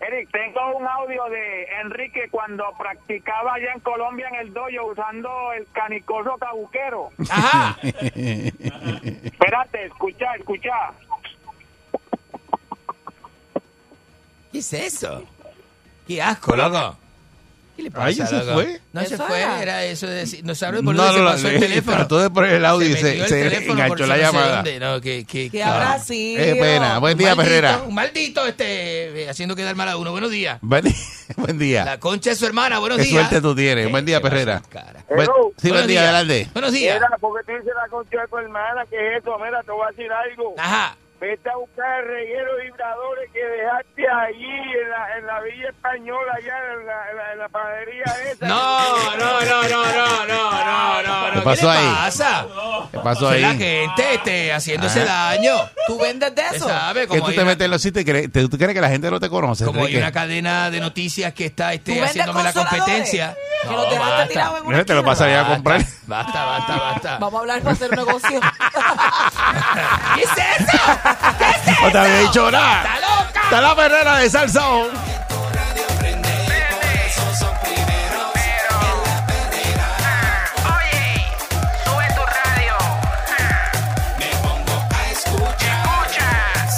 Speaker 14: Eric, tengo un audio de Enrique cuando practicaba allá en Colombia en el dojo usando el canicoso tabuquero.
Speaker 4: (laughs) Ajá.
Speaker 14: Espérate, escucha, escucha.
Speaker 4: ¿Qué es eso? Qué asco, loco. ¿Qué le
Speaker 3: Ay, se
Speaker 4: loco?
Speaker 3: fue.
Speaker 4: No se
Speaker 5: Eso
Speaker 4: fue,
Speaker 5: era.
Speaker 4: era eso de decir- No sabe
Speaker 3: No,
Speaker 4: por dónde
Speaker 3: no,
Speaker 4: se
Speaker 3: no,
Speaker 4: pasó
Speaker 3: le-
Speaker 4: el
Speaker 3: (laughs)
Speaker 4: teléfono.
Speaker 3: trató de poner el audio y
Speaker 4: metió
Speaker 3: se-
Speaker 4: el
Speaker 3: se
Speaker 4: teléfono
Speaker 3: enganchó
Speaker 4: por
Speaker 3: la
Speaker 4: no sé
Speaker 3: llamada.
Speaker 4: dónde. No, que, que,
Speaker 3: ¿Qué
Speaker 4: ah.
Speaker 3: habrá sido? Eh, buena. Buen día,
Speaker 4: Un maldito-
Speaker 3: Perrera.
Speaker 4: Un maldito este, eh, haciendo quedar mal a uno. Buenos días.
Speaker 3: Buen, buen día. (laughs)
Speaker 4: La concha de su hermana, buenos
Speaker 3: Qué
Speaker 4: días.
Speaker 3: suerte tú tienes. Buen día, Perrera. Buen-
Speaker 15: Hello.
Speaker 3: sí, buen día, adelante.
Speaker 4: Buenos días.
Speaker 15: Mira, porque tú dices Pues la concha de tu hermana, que es eso? Mira, te voy a decir algo.
Speaker 4: Ajá.
Speaker 15: Vete a buscar el reguero de vibradores que dejaste allí en la, en la Villa Española, allá en la, en la, en la panadería esa.
Speaker 4: No, no, no, no, no, no, no, no.
Speaker 3: ¿Qué pasó
Speaker 4: le
Speaker 3: ahí?
Speaker 4: pasa?
Speaker 3: ¿Qué pasó
Speaker 4: Es La
Speaker 3: ahí?
Speaker 4: gente este, haciéndose
Speaker 3: Ajá.
Speaker 4: daño.
Speaker 5: ¿Tú vendes de eso?
Speaker 4: ¿Sabes?
Speaker 3: Que
Speaker 4: Como,
Speaker 3: tú
Speaker 4: hay
Speaker 3: te
Speaker 4: una,
Speaker 3: metes en los sitios y crees, te- tú crees que la gente no te conoce.
Speaker 4: como hay
Speaker 3: Enrique?
Speaker 4: una cadena de noticias que está
Speaker 5: ¿Tú
Speaker 4: este,
Speaker 5: vendes
Speaker 4: haciéndome la
Speaker 5: consoladores?
Speaker 4: competencia.
Speaker 5: Que
Speaker 4: No,
Speaker 5: los dejaste
Speaker 4: basta.
Speaker 5: tirados en
Speaker 3: Mira, te lo pasaría a comprar.
Speaker 4: Basta, basta, basta.
Speaker 5: Vamos a hablar para hacer negocio.
Speaker 4: (laughs) ¿Qué es eso?
Speaker 3: (laughs) No te había dicho nada. Está loca. Está la perrera de salsa.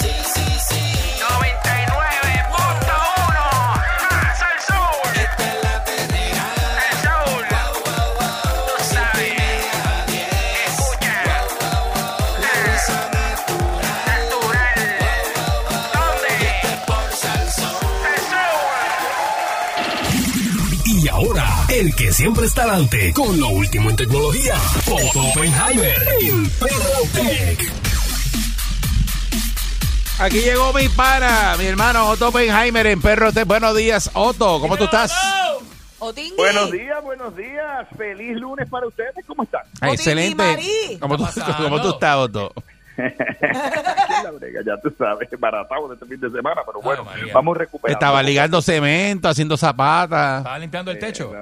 Speaker 2: Sí, sí, sí. 99.1. Salsoul. Esta es la perrera. El soul. Tú sabes. Escucha. Natural. Natural. ¿Dónde? Por Salsoul.
Speaker 1: Y ahora, el que siempre está adelante con lo último en tecnología, Otto Oppenheimer, en Perro Tech.
Speaker 3: Aquí llegó mi pana, mi hermano Otto Benheimer en Perro T. Buenos días, Otto. ¿Cómo tú estás?
Speaker 15: Buenos días, buenos días. Feliz lunes para ustedes. ¿Cómo están?
Speaker 3: Ah, excelente. ¿Cómo tú, (laughs) ¿Cómo tú estás, Otto?
Speaker 15: Aquí en (laughs) la brega, ya tú sabes, baratado de este fin de semana, pero bueno, vamos recuperando.
Speaker 3: Estaba ligando cemento, haciendo zapatas.
Speaker 15: Estaba
Speaker 4: limpiando el
Speaker 15: Eh,
Speaker 4: techo.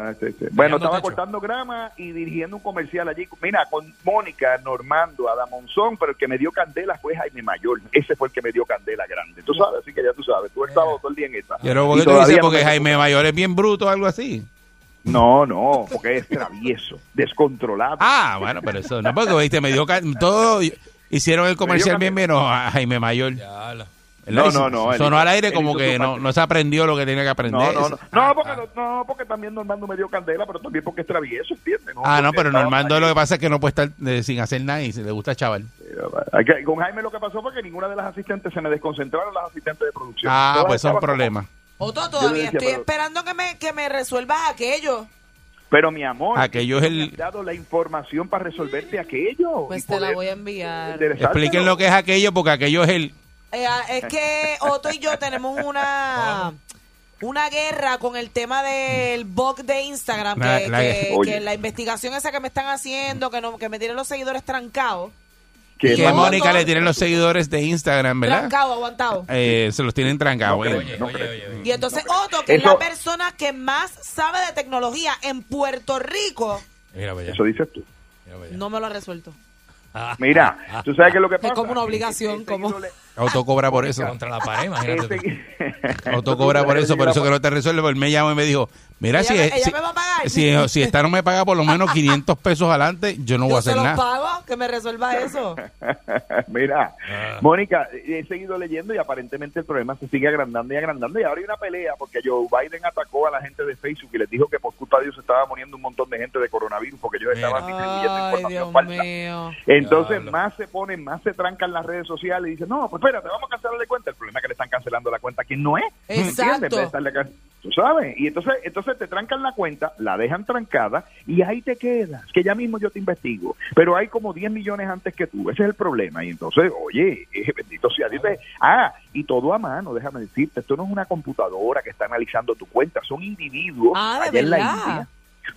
Speaker 15: Bueno, estaba cortando grama y dirigiendo un comercial allí. Mira, con Mónica, Normando, Adamonzón, pero el que me dio candela fue Jaime Mayor. Ese fue el que me dio candela grande. Tú sabes, así que ya tú sabes. Tú has estado todo el día en esa.
Speaker 3: Yo no,
Speaker 15: Y
Speaker 3: porque tú
Speaker 15: todavía
Speaker 3: dices
Speaker 15: no
Speaker 3: porque
Speaker 15: me-
Speaker 3: Jaime Mayor es bien bruto o algo así.
Speaker 15: No, no, porque es travieso, descontrolado.
Speaker 3: Ah, bueno, pero eso no, porque viste, me dio ca- todo hicieron el comercial bien menos a Jaime Mayor. ¿Verdad?
Speaker 15: No,
Speaker 3: Y
Speaker 15: no,
Speaker 3: son-
Speaker 15: no, él
Speaker 3: Sonó
Speaker 15: hizo-
Speaker 3: al aire
Speaker 15: él
Speaker 3: como
Speaker 15: hizo
Speaker 3: que
Speaker 15: su
Speaker 3: no,
Speaker 15: parte.
Speaker 3: no se aprendió lo que tenía que
Speaker 15: No,
Speaker 3: aprender.
Speaker 15: no, no. No,
Speaker 3: Ah.
Speaker 15: porque, no, porque también Normando me dio candela, pero también porque es travieso, ¿entiendes? No,
Speaker 3: Ah, no,
Speaker 15: porque
Speaker 3: pero
Speaker 15: estaba-
Speaker 3: Normando lo que pasa es que no puede estar eh, sin hacer nada y se le gusta chaval.
Speaker 15: Hay que- Con Jaime lo que pasó fue que ninguna de las asistentes se me desconcentraron, las asistentes de producción.
Speaker 3: Ah,
Speaker 15: Todas
Speaker 3: pues son
Speaker 15: estaban-
Speaker 3: problemas.
Speaker 5: Otto,
Speaker 15: Yo le
Speaker 5: todavía
Speaker 15: decía,
Speaker 5: estoy
Speaker 15: pero-
Speaker 5: esperando que me, que me resuelvas aquello.
Speaker 15: Pero mi amor,
Speaker 3: Aquello es el-
Speaker 15: me han dado la información para resolverte aquello.
Speaker 5: Pues
Speaker 15: y
Speaker 5: te la
Speaker 15: poder
Speaker 5: voy a enviar.
Speaker 15: enderezártelo.
Speaker 3: Expliquen lo que es aquello porque aquello es el
Speaker 5: Eh, ah, es que Otto y yo tenemos
Speaker 3: (laughs)
Speaker 5: una una guerra con el tema del bug de Instagram, que-
Speaker 3: La-
Speaker 5: que,
Speaker 3: la-
Speaker 5: que
Speaker 3: Oye.
Speaker 5: la investigación esa que me están haciendo, que no, que me tienen los seguidores trancados,
Speaker 3: que,
Speaker 5: Qué mamá.
Speaker 3: Pues Mónica le tiene los seguidores de Instagram, ¿verdad?
Speaker 5: trancados, aguantados.
Speaker 3: Eh, se los tienen trancados. eh.
Speaker 5: Y entonces Otto, que es
Speaker 3: Eso-
Speaker 5: la persona que más sabe de tecnología en Puerto Rico,
Speaker 15: Eso dices tú.
Speaker 5: no me lo ha resuelto.
Speaker 3: Ah.
Speaker 15: Mira, tú sabes que lo (laughs) que
Speaker 5: Es
Speaker 15: pasa.
Speaker 5: como una obligación, como...
Speaker 3: Auto cobra por eso.
Speaker 4: Contra la pared,
Speaker 15: Este
Speaker 4: imagínate. tú.
Speaker 3: (laughs) Auto cobra por eso, por eso que no te resuelve. Porque él me llamó y me dijo, mira,
Speaker 5: Ella
Speaker 3: si,
Speaker 5: me-
Speaker 3: es-
Speaker 5: ella
Speaker 3: si,
Speaker 5: me va a pagar.
Speaker 3: si- si esta no me paga por lo menos 500 pesos adelante, yo no voy a
Speaker 5: Yo se
Speaker 3: hacer
Speaker 5: los
Speaker 3: nada.
Speaker 5: pago, que me resuelva eso.
Speaker 15: Mira,
Speaker 3: Ah.
Speaker 15: Mónica, he seguido leyendo y aparentemente el problema se sigue agrandando y agrandando. Y ahora hay una pelea porque Joe Biden atacó a la gente de Facebook y les dijo que por culpa de ellos se estaba muriendo un montón de gente de coronavirus porque ellos estaban distribuyendo
Speaker 5: Ay,
Speaker 15: información
Speaker 5: Dios
Speaker 15: falsa.
Speaker 5: mío.
Speaker 15: Entonces más se ponen, más se trancan las redes sociales y dicen, no, pues espérate, vamos a cancelarle cuenta. El problema es que le están cancelando la cuenta a quien no es.
Speaker 5: Exacto.
Speaker 15: ¿Entiendes? En vez de estarle can- Tú sabes. Y entonces, entonces te trancan la cuenta, la dejan trancada y ahí te quedas, que ya mismo yo te investigo. Pero hay como 10 millones antes que tú. Ese es el problema. Y entonces, oye, eh, bendito sea Dios. Entonces, Ah, y todo a mano, déjame decirte. Esto no es una computadora que está analizando tu cuenta. Son individuos.
Speaker 5: Ah, de
Speaker 15: allá en la
Speaker 5: verdad.
Speaker 15: India.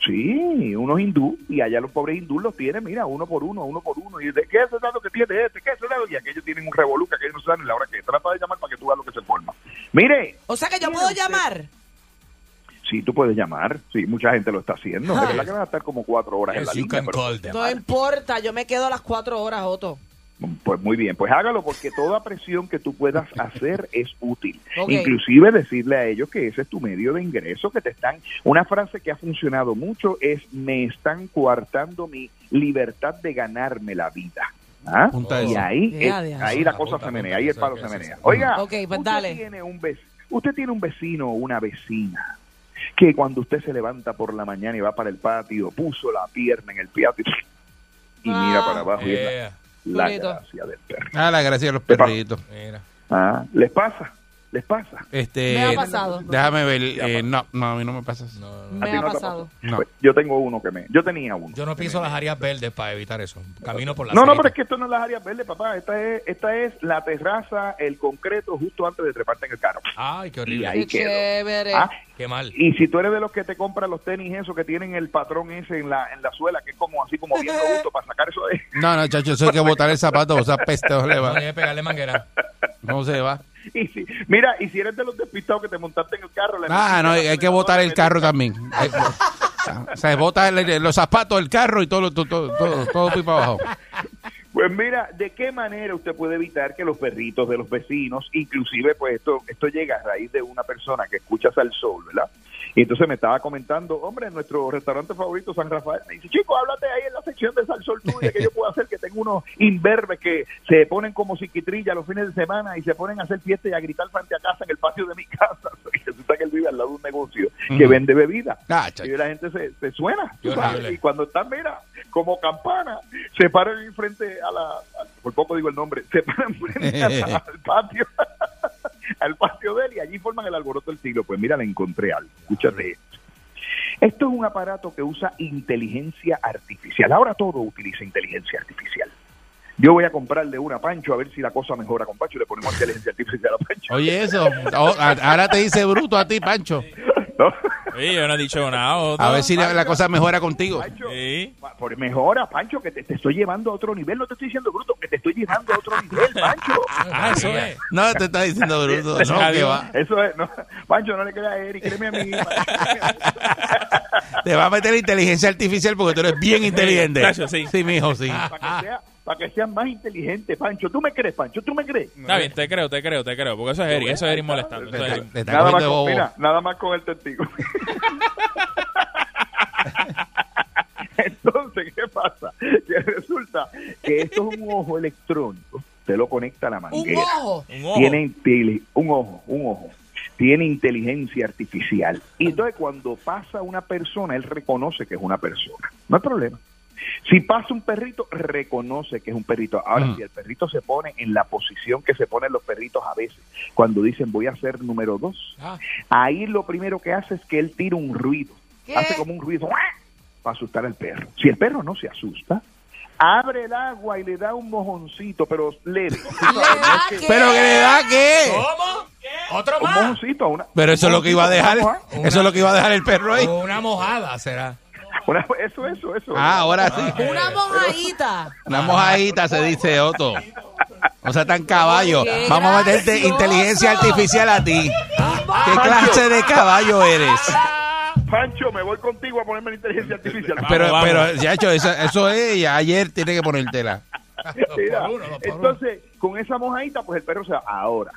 Speaker 15: Sí, unos hindú, y allá los pobres hindú los tienen, mira, uno por uno, uno por uno, y de qué es el dado que tiene este, qué es el dado, y aquellos tienen un revoluca que ellos no saben ni la hora que es. trata de llamar para que tú veas lo que se forma. Mire,
Speaker 5: O sea que yo puedo llamar.
Speaker 15: sí, tú puedes llamar, sí, mucha gente lo está haciendo, es verdad que van a estar como cuatro horas en la línea, pero-
Speaker 5: No importa, yo me quedo las cuatro horas, Otto.
Speaker 15: Pues muy bien, pues hágalo porque toda presión que tú puedas hacer es útil.
Speaker 5: Ok.
Speaker 15: Inclusive decirle a ellos que ese es tu medio de ingreso, que te están... Una frase que ha funcionado mucho es me están coartando mi libertad de ganarme la vida. ¿Ah?
Speaker 3: Apunta
Speaker 15: Y
Speaker 3: eso.
Speaker 15: ahí,
Speaker 3: Ya,
Speaker 15: es-
Speaker 3: ya.
Speaker 15: ahí la cosa se menea, ahí el palo se menea. Oiga,
Speaker 5: Ok, pues dale.
Speaker 15: tiene un vec- usted tiene un vecino o una vecina que cuando usted se levanta por la mañana y va para el patio, puso la pierna en el patio y mira para abajo. y es la-
Speaker 3: Yeah.
Speaker 15: la,
Speaker 3: Bonito.
Speaker 15: (laughs) gracia del perro.
Speaker 3: Ah, la gracia de los perritos.
Speaker 15: Ah, ¿Les pasa? ¿Les pasa?
Speaker 3: Este,
Speaker 15: Me ha pasado.
Speaker 3: Déjame ver. eh, no, no, a mí no me pasa eso.
Speaker 15: Me ¿A ti ha no te pasado.
Speaker 3: No.
Speaker 15: Pues, yo tengo uno que me... Yo tenía uno.
Speaker 4: Yo no pienso las áreas verdes para evitar eso. Camino por la
Speaker 15: No, no,
Speaker 4: cerita.
Speaker 15: pero es que esto no es las áreas verdes, papá. Esta es, esta es la terraza, el concreto, justo antes de treparte en el carro.
Speaker 4: Ay, qué horrible.
Speaker 15: Y ahí
Speaker 4: Qué
Speaker 15: quedó.
Speaker 4: chévere. Qué mal.
Speaker 15: Y si tú eres de los que te compran los tenis esos que tienen el patrón ese en la, en la suela, que es como así como
Speaker 4: (laughs)
Speaker 15: bien robusto para sacar eso de...
Speaker 3: No, no, chacho, eso hay que botar el zapato, o sea, peste, no le va.
Speaker 4: No, debe pegarle manguera.
Speaker 3: No se va.
Speaker 15: (laughs) Y si, mira, y si eres de los despistados que te montaste en el carro... le
Speaker 3: Ah,
Speaker 15: metiste
Speaker 3: no,
Speaker 15: la-
Speaker 3: hay, hay que botar el carro también. Hay- o sea, bota el- los zapatos, el carro y todo, lo- todo, todo, todo, todo fui para abajo.
Speaker 15: Pues mira, ¿de qué manera usted puede evitar que los perritos de los vecinos, inclusive pues esto, esto llega a raíz de una persona que escucha Salsol, ¿verdad? Y entonces me estaba comentando, hombre, en nuestro restaurante favorito, San Rafael, me dice, chico, háblate ahí en la sección de Salsol tuya, que yo puedo hacer que tengo unos imberbes que se ponen como psiquitrilla los fines de semana y se ponen a hacer fiesta y a gritar frente a casa en el patio de mi casa. (laughs) Y resulta que él vive al lado de un negocio que
Speaker 3: Ujú.
Speaker 15: vende bebida.
Speaker 3: Ah,
Speaker 15: y la gente se, se suena.
Speaker 3: Qué
Speaker 15: tú sabes,
Speaker 3: horrible.
Speaker 15: Y cuando están, mira, como campana, se paran ahí frente a la... a- por poco digo el nombre. Se paran frente a la- al patio. (laughs) al patio de él y allí forman el alboroto del siglo. Pues mira, le encontré algo. Escúchate esto. Esto es un aparato que usa inteligencia artificial. Ahora todo utiliza inteligencia artificial. Yo voy a comprarle una a Pancho a ver si la cosa mejora con Pancho. Le ponemos inteligencia artificial a Pancho.
Speaker 3: Oye, eso. o- a- ahora te dice bruto a ti, Pancho.
Speaker 16: Oye, yo no he dicho nada.
Speaker 3: A ver si la, la cosa mejora contigo.
Speaker 15: Pa- Por mejora, Pancho, que te, te estoy llevando a otro nivel. No te estoy diciendo bruto, que te estoy llevando a otro nivel, Pancho.
Speaker 3: Ah, eso es. No, te está diciendo bruto. No, que va.
Speaker 15: Eso es, no. Pancho, no le creas a Eric, créeme a mí.
Speaker 3: Te va a meter la inteligencia artificial porque tú eres bien inteligente.
Speaker 16: Nacho, sí.
Speaker 3: Sí, mijo, sí.
Speaker 15: Para que, sea, pa' que seas más inteligente, Pancho. ¿Tú me crees, Pancho? ¿Tú me crees?
Speaker 16: Está bien, te creo, te creo, te creo. Porque eso es Eric, eso es Eric molestando. eso es Eric.
Speaker 15: Nada más, con, mira, nada más con el testigo. (laughs) Entonces, ¿qué pasa? Que resulta que esto es un ojo electrónico. Te lo conecta a la manguera.
Speaker 5: ojo.
Speaker 16: Un
Speaker 15: Tiene inteli- un ojo, un ojo. Tiene inteligencia artificial. Y entonces cuando pasa una persona, él reconoce que es una persona. No hay problema. Si pasa un perrito, reconoce que es un perrito. Ahora,
Speaker 3: Mm.
Speaker 15: si el perrito se pone en la posición que se ponen los perritos a veces, cuando dicen voy a ser número dos, ahí lo primero que hace es que él tira un ruido. Hace como un ruido ¡guau! para asustar al perro. Si el perro no se asusta, abre el agua y le da un mojoncito, pero leve.
Speaker 3: ¿Pero que le da qué?
Speaker 4: ¿Cómo? ¿Otro
Speaker 15: Un
Speaker 4: más?
Speaker 15: mojoncito, una,
Speaker 3: Pero eso es lo que iba a dejar.
Speaker 4: Una-
Speaker 3: Eso es lo que iba a dejar el perro ahí.
Speaker 4: O Una mojada será.
Speaker 15: una- eso, eso, eso.
Speaker 3: Ah, ahora sí.
Speaker 5: Una mojadita.
Speaker 3: Una mojadita se dice Otto. O sea, tan caballo.
Speaker 5: Ah. Qué
Speaker 3: Vamos a meterte
Speaker 5: gracioso.
Speaker 3: inteligencia artificial a ti. ¿Qué clase
Speaker 15: ah,
Speaker 3: de caballo eres?
Speaker 15: Pancho, me voy contigo a ponerme la inteligencia artificial.
Speaker 3: Pero, pero, ya hecho, eso, eso es, ya ayer tiene que ponértela.
Speaker 15: Mira, entonces, con esa mojadita, pues el perro se va. Ahora,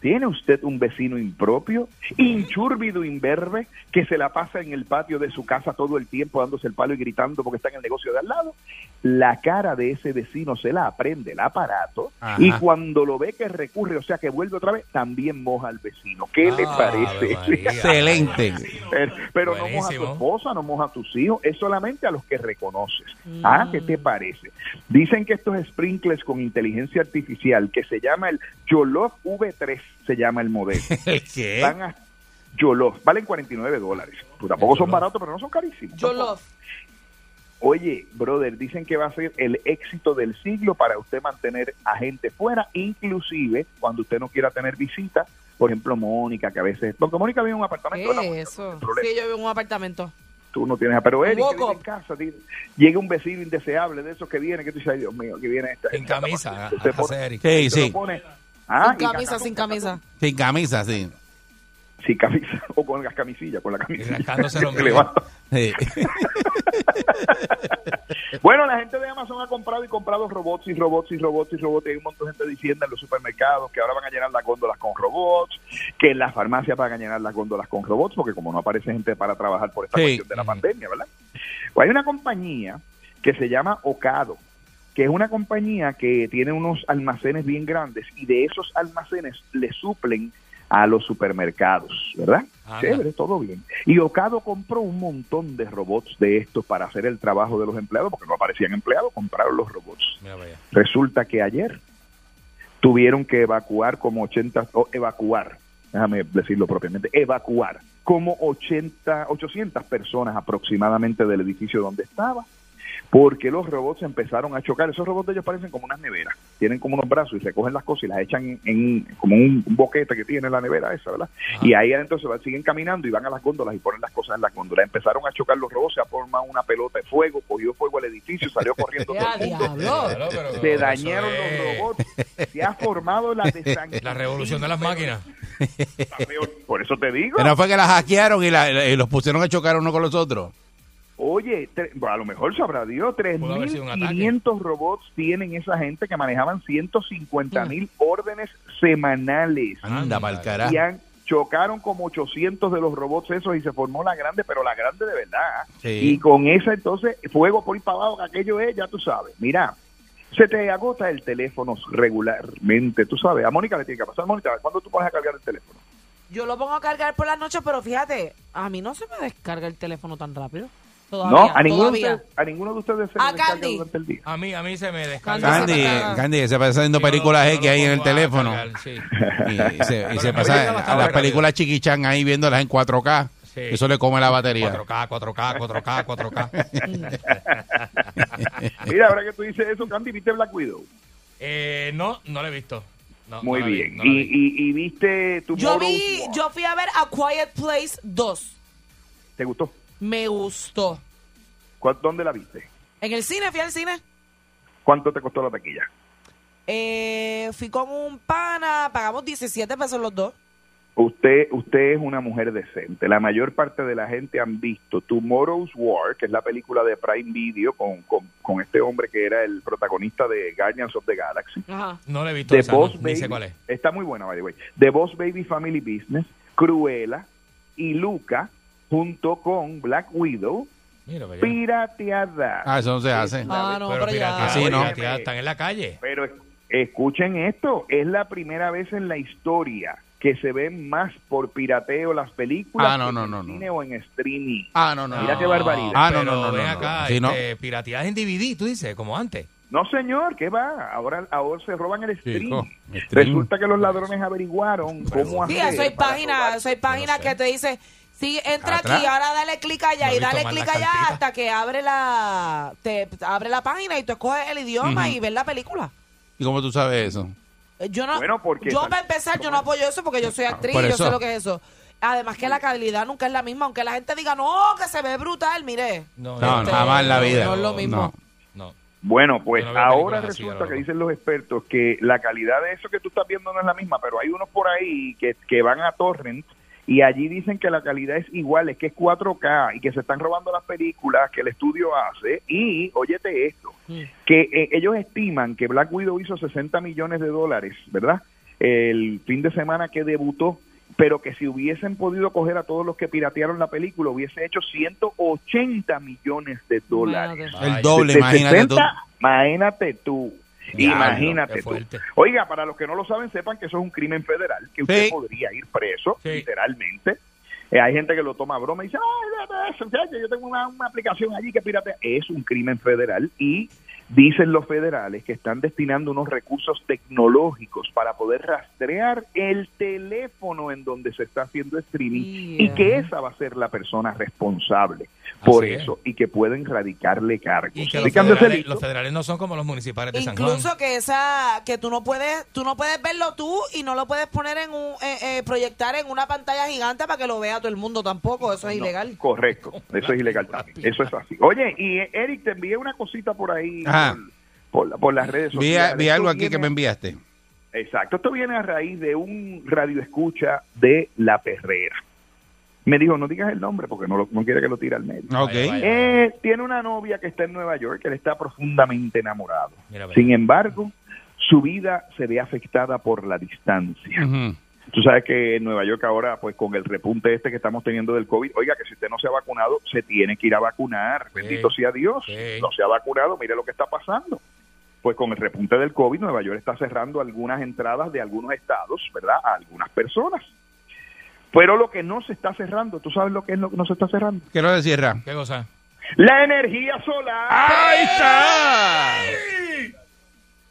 Speaker 15: ¿tiene usted un vecino impropio, inchúrbido, imberbe, que se la pasa en el patio de su casa todo el tiempo dándose el palo y gritando porque está en el negocio de al lado? La cara de ese vecino se la aprende el aparato
Speaker 3: Ajá.
Speaker 15: y cuando lo ve que recurre, o sea, que vuelve otra vez, también moja al vecino. ¿Qué le parece?
Speaker 3: Ah,
Speaker 15: (laughs)
Speaker 3: Excelente.
Speaker 15: Pero, pero no moja a tu esposa, no moja a tus hijos, es solamente a los que reconoces. Ah, ¿qué te parece? Dicen que estos sprinkles con inteligencia artificial, que se llama el Yolof V3, se llama el modelo.
Speaker 3: ¿Qué?
Speaker 15: Van a Yolof, valen 49 dólares. Pues tampoco son baratos, pero no son carísimos.
Speaker 5: Yolof.
Speaker 15: Oye, brother, dicen que va a ser el éxito del siglo para usted mantener a gente fuera, inclusive cuando usted no quiera tener visitas. Por ejemplo, Mónica, que a veces... Porque Mónica vive en un apartamento de la
Speaker 5: ¿Qué es eso? Sí, yo vivo en un apartamento.
Speaker 15: tú no tienes, pero Eric,
Speaker 5: Un
Speaker 15: que vive
Speaker 5: walk-up.
Speaker 15: en casa, tío, llega un vecino indeseable de esos que viene, que tú dices, ay Dios mío, que viene esta.
Speaker 4: En camisa.
Speaker 15: Se pone-
Speaker 3: Sí,
Speaker 15: se lo
Speaker 3: sí.
Speaker 15: pone- ah, y
Speaker 5: sin camisa,
Speaker 15: casacón,
Speaker 5: sin camisa.
Speaker 3: Sin camisa, sí.
Speaker 15: Sin camisa, (laughs) o con las camisillas, con la camisilla.
Speaker 4: rascándose el
Speaker 15: (laughs) Que
Speaker 4: ombligo.
Speaker 15: levanta.
Speaker 3: Sí.
Speaker 15: Bueno, la gente de Amazon ha comprado y comprado robots y robots y robots y robots. Y hay un montón de gente diciendo en los supermercados que ahora van a llenar las góndolas con robots, que en las farmacias van a llenar las góndolas con robots, porque como no aparece gente para trabajar por esta
Speaker 3: Sí.
Speaker 15: cuestión de
Speaker 4: Mm.
Speaker 15: la pandemia, ¿verdad? Pues hay una compañía que se llama Ocado, que es una compañía que tiene unos almacenes bien grandes y de esos almacenes le suplen a los supermercados, ¿verdad?
Speaker 17: Ajá.
Speaker 15: Chévere, todo bien. Y Ocado compró un montón de robots de estos para hacer el trabajo de los empleados, porque no aparecían empleados, compraron los robots.
Speaker 16: Mira, vaya.
Speaker 15: Resulta que ayer tuvieron que evacuar como 80, o evacuar, déjame decirlo propiamente, evacuar como 80, 800 personas aproximadamente del edificio donde estaba, porque los robots empezaron a chocar. Esos robots de ellos parecen como unas neveras, tienen como unos brazos y recogen las cosas y las echan en, en como un boquete que tiene la nevera esa, ¿verdad? Y ahí adentro se van, siguen caminando y van a las góndolas y ponen las cosas en las góndolas. Empezaron a chocar los robots, se ha formado una pelota de fuego, cogió fuego el edificio, salió corriendo todo el mundo. Se dañaron los robots, se ha formado la desangre.
Speaker 4: La revolución de las máquinas.
Speaker 3: (laughs)
Speaker 15: Por eso te digo.
Speaker 3: Pero no fue que las hackearon y, la- y los pusieron a chocar uno con los otros.
Speaker 15: Oye, tre- a lo mejor sabrá Dios,
Speaker 3: Pudo haber sido un ataque.
Speaker 15: 3.500 robots tienen esa gente que manejaban 150.000 órdenes semanales.
Speaker 3: Anda, pa'l carajo.
Speaker 15: Y han- chocaron como 800 de los robots esos y se formó la grande, pero la grande de verdad.
Speaker 3: Sí.
Speaker 15: Y con esa entonces, fuego por ir para abajo, que aquello es, ya tú sabes. Mira, se te agota el teléfono regularmente, tú sabes. A Mónica le tiene que pasar. Mónica, ¿cuándo tú pones a cargar el
Speaker 3: (laughs)
Speaker 15: teléfono?
Speaker 5: Yo lo pongo a cargar por las noches, pero fíjate, a mí no se me descarga el teléfono tan rápido.
Speaker 15: no, a ninguno, de ustedes, a ninguno de ustedes se
Speaker 5: A
Speaker 15: le descarga
Speaker 5: Candy.
Speaker 15: durante el día.
Speaker 4: A mí, a mí se me descansa.
Speaker 3: Candy, Candy, que se pasa haciendo películas X ahí en el teléfono. Y se, y se pasa a las películas chiquichán ahí viéndolas en 4K.
Speaker 4: Sí.
Speaker 3: Eso le come la batería.
Speaker 4: 4K, 4K, 4K,
Speaker 3: (laughs)
Speaker 4: 4K.
Speaker 15: Mira, ahora que tú dices eso, Candy, ¿viste Black Widow?
Speaker 4: Eh, no, no la he visto. No,
Speaker 15: Muy
Speaker 4: no la vi,
Speaker 15: bien.
Speaker 4: no la
Speaker 15: y,
Speaker 4: vi.
Speaker 15: y, y viste tu
Speaker 5: Yo vi, yo fui a ver A Quiet Place 2.
Speaker 15: ¿Te gustó?
Speaker 5: Me gustó.
Speaker 15: ¿Cuál- ¿Dónde la viste?
Speaker 5: En el cine, fui al cine.
Speaker 15: ¿Cuánto te costó la taquilla?
Speaker 5: Eh, fui con un pana, pagamos 17 pesos los dos.
Speaker 15: Usted, usted es una mujer decente. La mayor parte de la gente han visto Tomorrow's War, que es la película de Prime Video con, con, con este hombre que era el protagonista de Guardians of the Galaxy.
Speaker 4: No la he visto.
Speaker 15: The
Speaker 4: esa, no,
Speaker 15: Boss
Speaker 4: ni
Speaker 15: Baby.
Speaker 4: sé cuál es.
Speaker 15: Está muy buena, by the way. The Boss Baby Family Business, Cruella y Luca, junto con Black Widow,
Speaker 4: Mira, vaya.
Speaker 15: pirateada.
Speaker 3: Ah, eso no se hace.
Speaker 4: pero pirateada,
Speaker 3: Así no.
Speaker 4: pirateada, están en la calle.
Speaker 15: Pero es- escuchen esto, es la primera vez en la historia que se ven más por pirateo las películas
Speaker 3: Ah, no,
Speaker 15: que
Speaker 3: no,
Speaker 15: en
Speaker 3: no,
Speaker 15: cine o en streaming.
Speaker 3: Ah, no, no.
Speaker 15: Mira qué barbaridad.
Speaker 3: Ah, no, no,
Speaker 4: Pero
Speaker 3: no, no,
Speaker 4: ven
Speaker 3: no.
Speaker 4: acá,
Speaker 3: Sí, no.
Speaker 4: este, pirateadas en DVD, tú dices, como antes.
Speaker 15: No, señor, ¿qué va? Ahora, ahora se roban el streaming.
Speaker 3: streaming.
Speaker 15: Resulta que los ladrones averiguaron cómo
Speaker 5: Sí,
Speaker 15: hacer.
Speaker 5: eso hay
Speaker 15: para
Speaker 5: páginas, eso hay páginas que te dice, sí, entra
Speaker 15: Atrás.
Speaker 5: aquí, ahora dale clic
Speaker 15: No
Speaker 5: allá
Speaker 15: he
Speaker 5: y
Speaker 15: visto
Speaker 5: dale
Speaker 15: más
Speaker 5: clic
Speaker 15: las
Speaker 5: allá
Speaker 15: cartitas.
Speaker 5: hasta que abre la te abre la página y tú escoges el idioma
Speaker 3: Ujú.
Speaker 5: y ves la película.
Speaker 3: ¿Y cómo tú sabes eso?
Speaker 5: Eh, Yo no,
Speaker 3: Bueno, porque
Speaker 5: yo
Speaker 3: tal-
Speaker 5: para empezar, yo no apoyo eso porque yo soy
Speaker 15: Ah,
Speaker 5: actriz,
Speaker 3: Por
Speaker 5: yo
Speaker 3: eso.
Speaker 5: sé lo que es eso. Además que la calidad nunca es la misma, aunque la gente diga, no, que se ve brutal, mire.
Speaker 3: No,
Speaker 15: este,
Speaker 3: jamás en la vida.
Speaker 5: este, No es lo mismo.
Speaker 3: No.
Speaker 15: Bueno, pues
Speaker 3: Yo no veo
Speaker 15: ahora
Speaker 3: películas así,
Speaker 15: resulta
Speaker 3: ahora
Speaker 15: que dicen los expertos que la calidad de eso que tú estás viendo no es la misma, pero hay unos por ahí que, que van a Torrent y allí dicen que la calidad es igual, es que es 4K y que se están robando las películas que el estudio hace. Y, óyete esto, que eh, ellos estiman que Black Widow hizo 60 millones de dólares, ¿verdad? El fin de semana que debutó, pero que si hubiesen podido coger a todos los que piratearon la película, hubiese hecho 180 millones de dólares.
Speaker 3: El doble,
Speaker 15: De
Speaker 3: imagínate tú.
Speaker 15: 60, imagínate tú.
Speaker 3: Diablo, qué
Speaker 15: imagínate tú.
Speaker 3: fuerte.
Speaker 15: Oiga, para los que no lo saben, sepan que eso es un crimen federal, que usted
Speaker 3: Sí.
Speaker 15: podría ir preso, literalmente. Eh, hay gente que lo toma a broma y dice, ay, de- de- muchacho, yo tengo una, una aplicación allí que piratea. Es un crimen federal y dicen los federales que están destinando unos recursos tecnológicos para poder rastrear el teléfono en donde se está haciendo streaming y que esa va a ser la persona responsable por
Speaker 4: Así es.
Speaker 15: eso y que pueden radicarle cargos.
Speaker 4: Y que
Speaker 15: Así
Speaker 4: los
Speaker 15: que han de ser
Speaker 4: federales,
Speaker 15: listos.
Speaker 4: los federales no son como los municipales de San Juan.
Speaker 5: Incluso que esa que tú no puedes tú no puedes verlo tú y no lo puedes poner en un eh, eh, proyectar en una pantalla gigante para que lo vea todo el mundo tampoco, eso es ilegal.
Speaker 15: Correcto, eso es ilegal también. Eso es así. Oye, y eh, Eric, te envié una cosita por ahí
Speaker 3: Ajá.
Speaker 15: por, por la- por las redes
Speaker 3: Ah. Vi,
Speaker 15: sociales.
Speaker 3: vi
Speaker 15: Esto
Speaker 3: algo aquí que
Speaker 15: viene-
Speaker 3: me enviaste.
Speaker 15: Exacto, esto viene a raíz de un radio escucha de La Perrera. Me dijo, no digas el nombre porque no, lo- no quiere que lo tire al medio.
Speaker 3: Ok.
Speaker 15: Eh, tiene una novia que está en Nueva York, que le está profundamente enamorado.
Speaker 3: Mira, ve.
Speaker 15: Sin embargo, su vida se ve afectada por la distancia. Tú sabes que en Nueva York ahora, pues con el repunte este que estamos teniendo del COVID, oiga, que si usted no se ha vacunado, se tiene que ir a vacunar. Bendito sea Dios. No se ha vacunado, mire lo que está pasando. pues con el repunte del COVID, Nueva York está cerrando algunas entradas de algunos estados, ¿verdad? A algunas personas. Pero lo que no se está cerrando, ¿tú sabes lo que es lo que no se está cerrando?
Speaker 3: ¿Qué no se cierra?
Speaker 4: ¿Qué cosa?
Speaker 15: La energía solar.
Speaker 3: ¡Ahí está!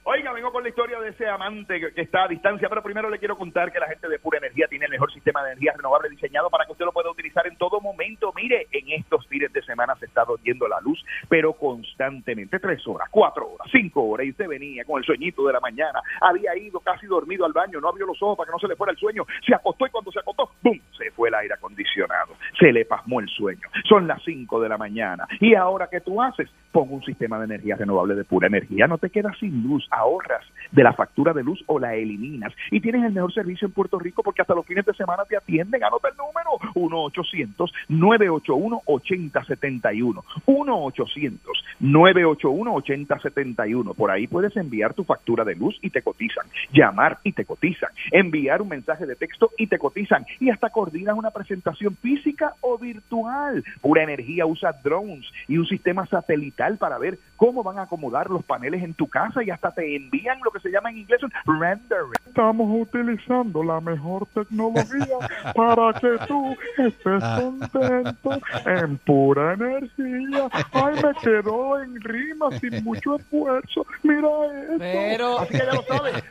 Speaker 15: Oiga, vengo con la historia de ese amante que- que está a distancia, pero primero le quiero contar que la gente de Pura Energía tiene el mejor sistema de energía renovable diseñado para que usted lo pueda utilizar en todo momento. Mire, en estos fines de semana se está doliendo la luz, pero constantemente, tres horas, cuatro horas, cinco horas, y usted venía con el sueñito de la mañana, había ido casi dormido al baño, no abrió los ojos para que no se le fuera el sueño, se acostó y cuando se acostó, ¡bum! Se fue el aire acondicionado, se le pasmó el sueño, son las cinco de la mañana, y ahora ¿qué tú haces? Pon un sistema de energía renovable de Pura Energía, no te quedas sin luz, ahorras de la factura de luz o la eliminas, y tienes el mejor servicio en Puerto Rico porque hasta los fines de semana te atienden, anota el número, 1-800-981-8071, 1-800-981-8071, por ahí puedes enviar tu factura de luz y te cotizan, llamar y te cotizan, enviar un mensaje de texto y te cotizan, y hasta coordinan una presentación física o virtual. Pura Energía usa drones y un sistema satelital para ver cómo van a acomodar los paneles en tu casa y hasta te envían lo que se llama en inglés un rendering.
Speaker 17: Estamos utilizando la mejor tecnología para que tú estés
Speaker 3: Ah.
Speaker 17: contento en pura energía. Ay, me quedó en rima sin mucho esfuerzo. Mira esto.
Speaker 15: Pero- Así que ya lo
Speaker 17: (laughs)
Speaker 15: sabes.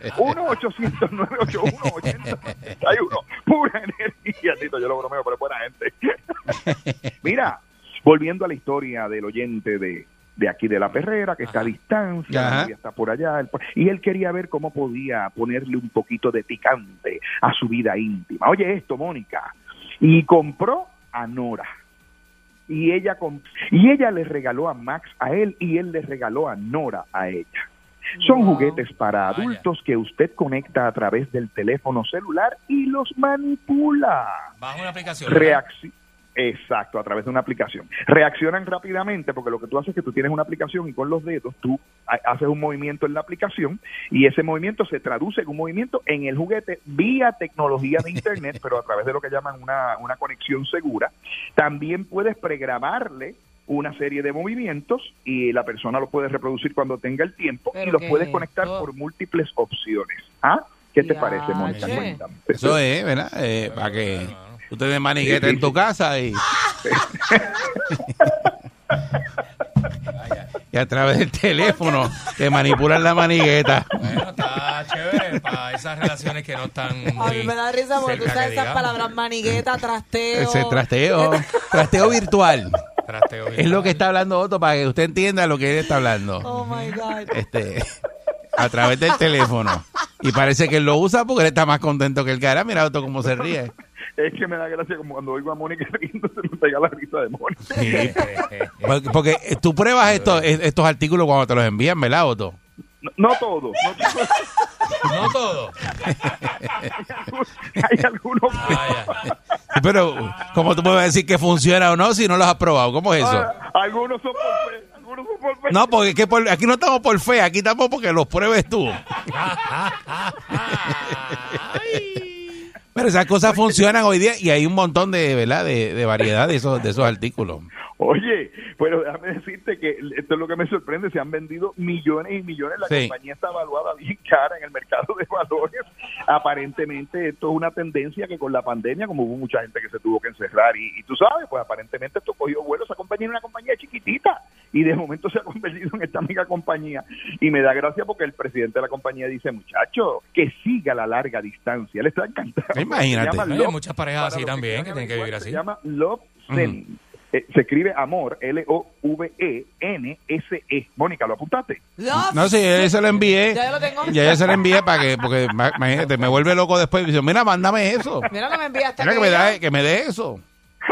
Speaker 4: Eh,
Speaker 15: (laughs) 1-800-981-8071. Pura energía, Tito. Yo lo bromeo, pero es buena gente.
Speaker 3: (laughs)
Speaker 15: Mira, volviendo a la historia del oyente de, de aquí de la perrera, que está a distancia, la
Speaker 3: Ajá.
Speaker 15: novia está por allá. él por- Y él quería ver cómo podía ponerle un poquito de picante a su vida íntima. Oye, esto, Mónica. Y compró a Nora. Y ella, com- y ella le regaló a Max a él y él le regaló a Nora a ella. Son juguetes para adultos que usted conecta a través del teléfono celular y los manipula.
Speaker 4: Baja una aplicación.
Speaker 15: Reacci- Exacto, a través de una aplicación. Reaccionan rápidamente porque lo que tú haces es que tú tienes una aplicación y con los dedos tú ha- haces un movimiento en la aplicación y ese movimiento se traduce en un movimiento en el juguete vía tecnología de Internet, pero a través de lo que llaman una, una conexión segura. También puedes pregrabarle una serie de movimientos y la persona lo puede reproducir cuando tenga el tiempo y
Speaker 3: Pero
Speaker 15: los
Speaker 3: que
Speaker 15: puedes conectar por múltiples opciones. ¿Ah? ¿Qué te parece, Mónica?
Speaker 3: Yache.
Speaker 15: Cuéntame.
Speaker 3: Eso es, ¿verdad? Eh, para que tú te des manigueta en tu casa
Speaker 4: (laughs)
Speaker 3: y... (laughs) y a través del teléfono te manipulan la manigueta.
Speaker 4: Está chévere para esas relaciones que no están
Speaker 5: A mí
Speaker 4: muy
Speaker 5: me da risa porque tú
Speaker 4: cerca
Speaker 5: sabes
Speaker 4: que
Speaker 5: esas
Speaker 4: digamos.
Speaker 5: palabras manigueta, trasteo.
Speaker 3: Ese trasteo, trasteo virtual.
Speaker 4: Trasteo
Speaker 3: Es lo que está hablando Otto para que usted entienda lo que él está hablando.
Speaker 5: Oh my God.
Speaker 3: este a través del teléfono. Y parece que él lo usa porque él está más contento que el cara. Mira Otto cómo se ríe.
Speaker 15: (laughs) Es que me da gracia como cuando oigo a Mónica (laughs) riendo, se me pega la risa de Mónica. (laughs)
Speaker 3: Porque, porque, eh, tú pruebas estos, es- estos artículos cuando te los envían, ¿verdad, Otto?
Speaker 15: No, no todo, no todo.
Speaker 4: No todo.
Speaker 15: Hay algunos.
Speaker 3: Pero, ¿cómo tú puedes decir que funciona o no si no los has probado? ¿Cómo es eso?
Speaker 15: Ah, algunos son por fe, algunos son por fe.
Speaker 3: No, pues. porque es que por- aquí no estamos por fe, aquí estamos porque los pruebes tú. Pero esas cosas funcionan hoy día y hay un montón de, ¿verdad? de, de variedad de esos, de esos artículos.
Speaker 15: Oye, pero déjame decirte que esto es lo que me sorprende, se han vendido millones y millones, la
Speaker 3: Sí.
Speaker 15: compañía está valuada bien (laughs) cara en el mercado de valores. Aparentemente esto es una tendencia que con la pandemia, como hubo mucha gente que se tuvo que encerrar y, y tú sabes, pues aparentemente esto cogió vuelo, esa compañía era una compañía chiquitita y de momento se ha convertido en esta mega compañía y me da gracia porque el presidente de la compañía dice, muchacho, que siga la larga distancia, le está encantando. Se
Speaker 4: Imagínate.
Speaker 15: llama
Speaker 4: Oye,
Speaker 15: Love
Speaker 4: hay muchas parejas así también que tienen que vivir así.
Speaker 15: se llama Love Zen. Eh, se escribe amor, E L-O-V-E-N-S-E. E. Mónica, ¿lo apuntaste?
Speaker 3: No, sí, yo se lo envié.
Speaker 5: Ya yo lo tengo.
Speaker 3: Ya yo se lo envié para que, porque ma- imagínate, me vuelve loco después y dice, mira, mándame eso.
Speaker 5: Mira que me enviaste.
Speaker 3: Mira que me,
Speaker 5: aquella.
Speaker 3: da, eh. que me dé eso.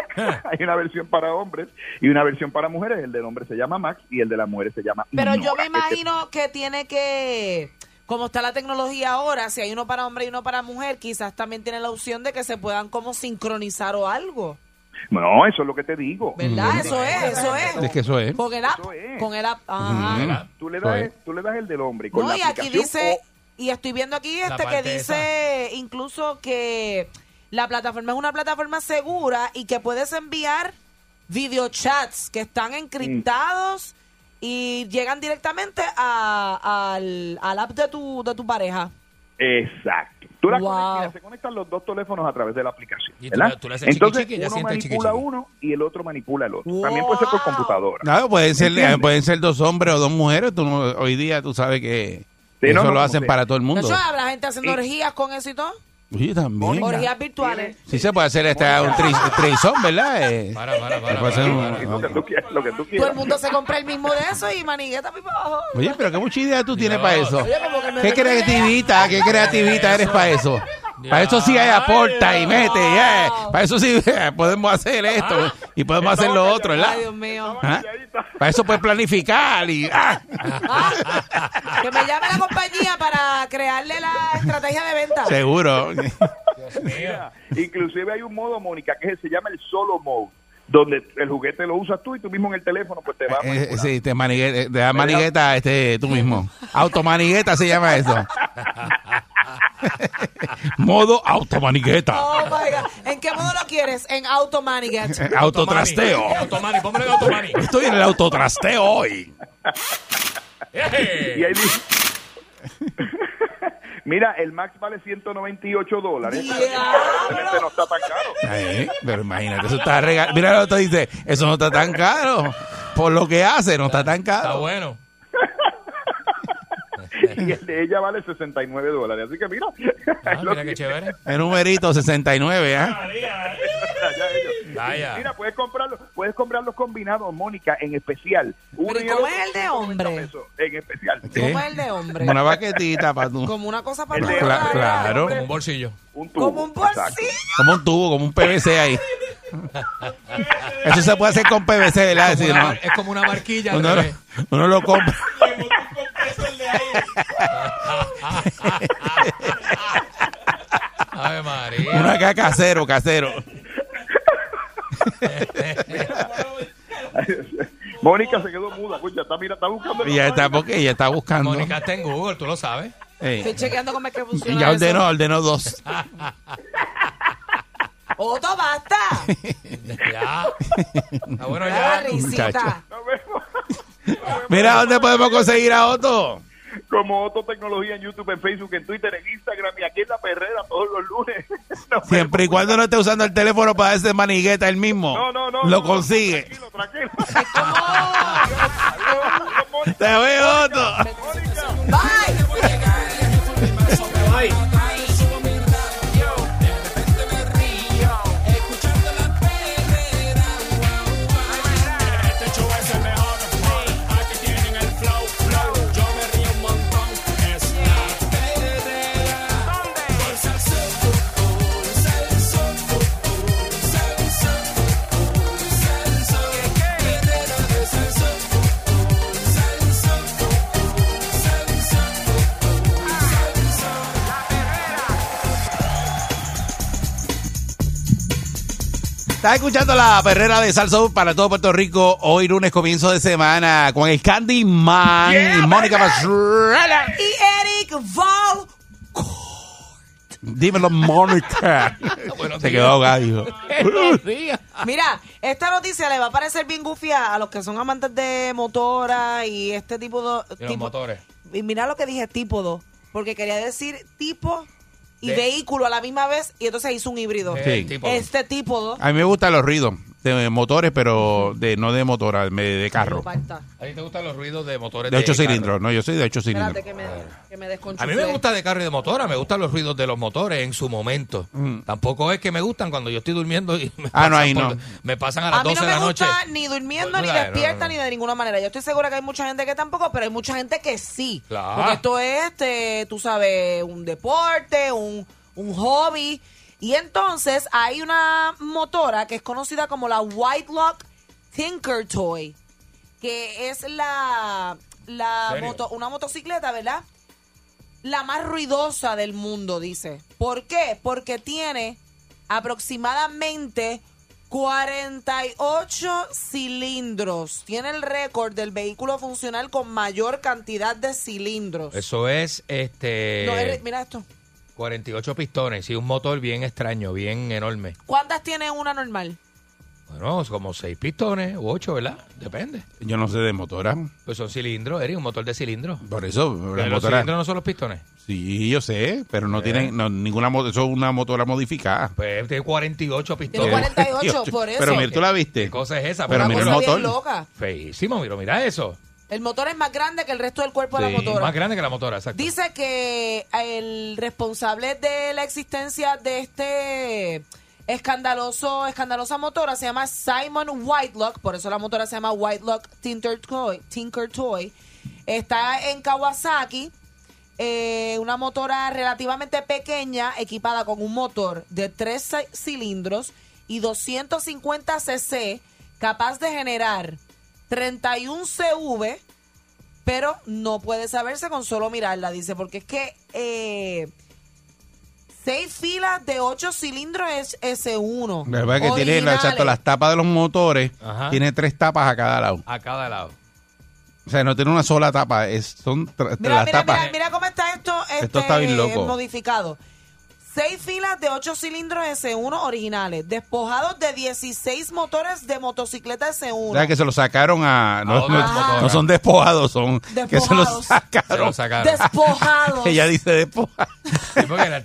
Speaker 15: (laughs) Hay una versión para hombres y una versión para mujeres. El del hombre se llama Max y el de las mujeres se llama
Speaker 5: Pero yo
Speaker 15: Nora.
Speaker 5: me imagino que tiene que, como está la tecnología ahora, si hay uno para hombre y uno para mujer, quizás también tiene la opción de que se puedan como sincronizar o algo.
Speaker 15: No, eso es lo que te digo.
Speaker 5: ¿Verdad? Eso es, eso es.
Speaker 3: Es que eso es.
Speaker 5: Con el app. Con el app. Ah. Ajá.
Speaker 15: Tú le, das, tú le das el del hombre y con
Speaker 5: No,
Speaker 15: la
Speaker 5: y aquí
Speaker 15: aplicación
Speaker 5: dice, y estoy viendo aquí
Speaker 15: La
Speaker 5: este que
Speaker 15: parte
Speaker 5: dice incluso que la plataforma es una plataforma
Speaker 15: Mm.
Speaker 5: segura y que puedes enviar videochats que están encriptados y llegan directamente a- al, al app de tu, de tu pareja.
Speaker 15: Exacto. Tú la
Speaker 5: Wow.
Speaker 15: conectas, se conectan los dos teléfonos a través de la aplicación.
Speaker 4: Y tú
Speaker 15: ¿verdad?
Speaker 4: le- tú le haces
Speaker 15: Entonces,
Speaker 4: chiqui, chiqui, ya
Speaker 15: uno
Speaker 4: siente
Speaker 15: manipula
Speaker 4: chiqui, chiqui.
Speaker 15: uno y el otro manipula el otro. También puede ser por computadora.
Speaker 3: Claro, pueden ser,
Speaker 15: ¿Entiendes?
Speaker 3: pueden ser dos hombres o dos mujeres. Tú no- hoy día tú sabes que
Speaker 15: Sí,
Speaker 3: eso
Speaker 15: no, no,
Speaker 3: lo
Speaker 15: como
Speaker 3: hacen
Speaker 15: sea.
Speaker 3: para todo el mundo.
Speaker 5: Eso habrá gente haciendo
Speaker 15: Eh.
Speaker 5: orgías con eso y todo.
Speaker 3: Sí, también.
Speaker 5: Orgías virtuales.
Speaker 3: Sí se puede hacer este, un tri, trisón, ¿verdad? Eh, se puede hacer un-
Speaker 5: Todo el mundo se compra el mismo de eso y manigueta pipa
Speaker 3: (laughs)
Speaker 5: abajo.
Speaker 3: Oye, pero qué mucha idea tú tienes para eso.
Speaker 5: Oye, como que me
Speaker 3: Qué
Speaker 5: meto en
Speaker 3: creativita, qué creativita eres para eso. Para eso sí hay aporta y mete, yeah. Para eso sí eh, podemos hacer esto y podemos hacer lo otro, ¿verdad?
Speaker 5: Ay, Dios mío.
Speaker 3: ¿Ah? Para eso puedes planificar y... ah.
Speaker 5: Que me llame la compañía para crearle la estrategia de venta.
Speaker 3: (laughs)
Speaker 5: (laughs)
Speaker 3: Seguro. eh,
Speaker 15: Mira, Inclusive hay un modo, Mónica, que se llama el solo mode, donde el juguete lo usas tú y tú mismo en el teléfono pues te va a
Speaker 3: Eh, sí, te, manigue- eh, te da manigueta este, tú mismo. Automanigueta se llama eso. Modo automanigueta.
Speaker 5: Oh my God. ¿En qué modo lo quieres? En Automanigat.
Speaker 3: Autotrasteo.
Speaker 4: Automani, póngale Automani.
Speaker 3: Estoy en el autotrasteo hoy.
Speaker 15: (laughs) Y ahí dice- (laughs) Mira, el Max vale 198 dólares. Realmente no está tan caro.
Speaker 3: Ay, Eh, pero imagínate, eso está regal. Mira lo que te dice, eso no está tan caro. Por lo que hace, no está tan caro.
Speaker 4: Está bueno.
Speaker 15: (laughs) Y el de ella vale 69 dólares. Así que mira. ahí (laughs) lo
Speaker 4: Ah, mira qué
Speaker 15: tienes.
Speaker 4: chévere.
Speaker 3: El numerito 69, ¿ah?
Speaker 15: Ya ellos.
Speaker 4: (laughs) Vaya.
Speaker 15: eh. Mira, puedes comprarlos, puedes comprarlos combinados, Mónica, en especial. Uno
Speaker 5: Pero ¿y
Speaker 15: y
Speaker 5: cómo
Speaker 15: otro,
Speaker 5: es el de
Speaker 15: 50
Speaker 5: hombre?
Speaker 15: pesos, En especial.
Speaker 3: ¿Qué?
Speaker 5: Como el de hombre.
Speaker 3: Una baquetita para tú.
Speaker 5: Como una cosa para
Speaker 3: Cla-
Speaker 5: tu cara.
Speaker 3: claro.
Speaker 4: Como un bolsillo.
Speaker 15: Un tubo.
Speaker 5: Como un bolsillo.
Speaker 3: Como un tubo, como un PVC ahí. Eso se puede hacer con PVC, ¿verdad?
Speaker 4: Como
Speaker 3: Sí,
Speaker 4: una-
Speaker 3: ¿no?
Speaker 4: Es como una barquilla. al
Speaker 3: uno, lo,
Speaker 4: revés.
Speaker 3: uno lo compra.
Speaker 4: (laughs) Ave María.
Speaker 3: Uno acá casero, casero.
Speaker 15: Mónica se quedó muda, escucha, está, mira, está buscando.
Speaker 3: Y ya está, porque ya está buscando.
Speaker 4: Mónica está en Google, tú lo sabes.
Speaker 3: Eh,
Speaker 5: Estoy chequeando cómo es que
Speaker 3: Y
Speaker 5: funciona.
Speaker 3: ya
Speaker 5: eso.
Speaker 3: ordenó, ordenó dos.
Speaker 5: (laughs) Otto, basta.
Speaker 3: (laughs)
Speaker 4: Ya. Está bueno
Speaker 5: Ah,
Speaker 4: ya.
Speaker 5: risita.
Speaker 3: Mira, ¿dónde podemos conseguir a Otto?
Speaker 15: Como Otto Tecnología en YouTube, en Facebook, en Twitter, en Instagram y aquí en La Perrera todos los lunes. Nos
Speaker 3: Siempre y cuando no esté usando el teléfono para hacer manigueta él mismo.
Speaker 15: pues, No, no, no,
Speaker 3: Lo
Speaker 15: no,
Speaker 3: consigue.
Speaker 15: vemos,
Speaker 2: (laughs)
Speaker 15: tranquilo.
Speaker 3: Te veo, Otto.
Speaker 2: Este show es el mejor, wow. Aquí tienen el flow, flow. Yo me río un montón, es la perrera. Por salsón, por salsón, por salsón, por salsón. Perrera de salsón, por salsón, por salsón, por salsón.
Speaker 3: Estás escuchando la perrera de Salso para todo Puerto Rico. Hoy lunes comienzo de semana con el Candyman y Mónica Pastrana.
Speaker 5: Y Eric Von.
Speaker 3: Dímelo,
Speaker 4: (laughs)
Speaker 3: Mónica. Se quedó ahogado, hijo.
Speaker 5: Mira, esta noticia le va a parecer bien gufia a los que son amantes de motora y este tipo de.
Speaker 4: Y los
Speaker 5: tipo-
Speaker 4: motores.
Speaker 5: y mira lo que dije, tipo 2. Porque quería decir tipo y
Speaker 4: De-
Speaker 5: vehículo a la misma vez y entonces hizo un híbrido.
Speaker 3: Sí.
Speaker 4: tipo.
Speaker 5: Este tipo 2.
Speaker 3: A mí me gustan los ruidos de motores, pero de no de motora, me- de carro.
Speaker 4: A ti te gustan los ruidos de motores
Speaker 3: De ocho
Speaker 4: carro.
Speaker 3: cilindros. No, yo soy de ocho cilindros.
Speaker 5: Espérate que me, que me
Speaker 4: A mí me gusta de carro y de motora, me gustan los ruidos de los motores en su momento. Tampoco es que me gustan cuando yo estoy durmiendo y me,
Speaker 3: Mm. Ah, no,
Speaker 4: pasan
Speaker 3: ahí no.
Speaker 4: me pasan a las
Speaker 5: A mí
Speaker 4: 12
Speaker 5: no
Speaker 4: de
Speaker 5: me
Speaker 4: la noche.
Speaker 5: gusta ni durmiendo, ni
Speaker 4: No, no, no,
Speaker 5: despierta,
Speaker 4: no.
Speaker 5: ni de ninguna manera. Yo estoy segura que hay mucha gente que tampoco, pero hay mucha gente que sí.
Speaker 4: Claro.
Speaker 5: Porque esto es, este, tú sabes, un deporte, un, un hobby. Y entonces hay una motora que es conocida como la White Lock Tinker Toy, que es la, la
Speaker 4: ¿Serio?
Speaker 5: moto, una motocicleta, ¿verdad? La más ruidosa del mundo, dice. ¿Por qué? Porque tiene aproximadamente 48 cilindros. Tiene el récord del vehículo funcional con mayor cantidad de cilindros.
Speaker 4: Eso es este
Speaker 5: No, eres- mira esto.
Speaker 4: 48 pistones y un motor bien extraño, bien enorme.
Speaker 5: ¿Cuántas tiene una normal?
Speaker 4: Bueno, Bueno, es como seis pistones u ocho, ¿verdad? Depende.
Speaker 3: Yo no sé de motora.
Speaker 4: Pues son cilindros, Eri, un motor de cilindro.
Speaker 3: Por eso,
Speaker 4: Pero
Speaker 3: la
Speaker 4: los
Speaker 3: motora-
Speaker 4: cilindros no son los pistones.
Speaker 3: Sí, yo sé, pero no
Speaker 4: Eh.
Speaker 3: tienen no, ninguna moto, eso es una motora modificada.
Speaker 4: Pues tiene 48 pistones.
Speaker 3: Tiene (laughs) 48, por eso. Pero mira, tú la viste.
Speaker 4: ¿Qué cosa es esa?
Speaker 3: Pero
Speaker 4: Una
Speaker 3: mira el
Speaker 4: cosa
Speaker 3: motor.
Speaker 4: bien
Speaker 5: loca.
Speaker 4: Feísimo, mira, mira eso.
Speaker 5: El motor es más grande que el resto del cuerpo de
Speaker 4: Sí,
Speaker 5: la motora.
Speaker 4: Más grande que la motora, exacto.
Speaker 5: Dice que el responsable de la existencia de este escandaloso, escandalosa motora se llama Simon Whitelock, por eso la motora se llama Whitelock Tinker Toy. Tinker Toy. Está en Kawasaki, eh, una motora relativamente pequeña equipada con un motor de tres ci- cilindros y 250 cc capaz de generar 31 CV pero no puede saberse con solo mirarla, dice, porque es que eh, seis filas de ocho cilindros es S1.
Speaker 3: La verdad que tiene, la-
Speaker 5: originales.
Speaker 3: exacto, las tapas de los motores,
Speaker 4: Ajá.
Speaker 3: tiene tres tapas a cada lado.
Speaker 4: A cada lado.
Speaker 3: O sea, no tiene una sola tapa, es, son tra-
Speaker 5: Mira,
Speaker 3: las
Speaker 5: mira,
Speaker 3: tapas.
Speaker 5: mira, mira cómo está esto, este,
Speaker 3: Esto está bien loco.
Speaker 5: modificado. Seis filas de ocho cilindros S1 originales, despojados de 16 motores de motocicleta S1.
Speaker 3: O sea, que se lo sacaron a...
Speaker 4: Ah,
Speaker 3: No,
Speaker 5: otra
Speaker 3: no-
Speaker 5: motora.
Speaker 3: no son despojados, son... Que se lo
Speaker 5: Despojados.
Speaker 3: sacaron.
Speaker 4: Se lo sacaron.
Speaker 5: Despojados.
Speaker 3: (laughs) Ella dice despojados.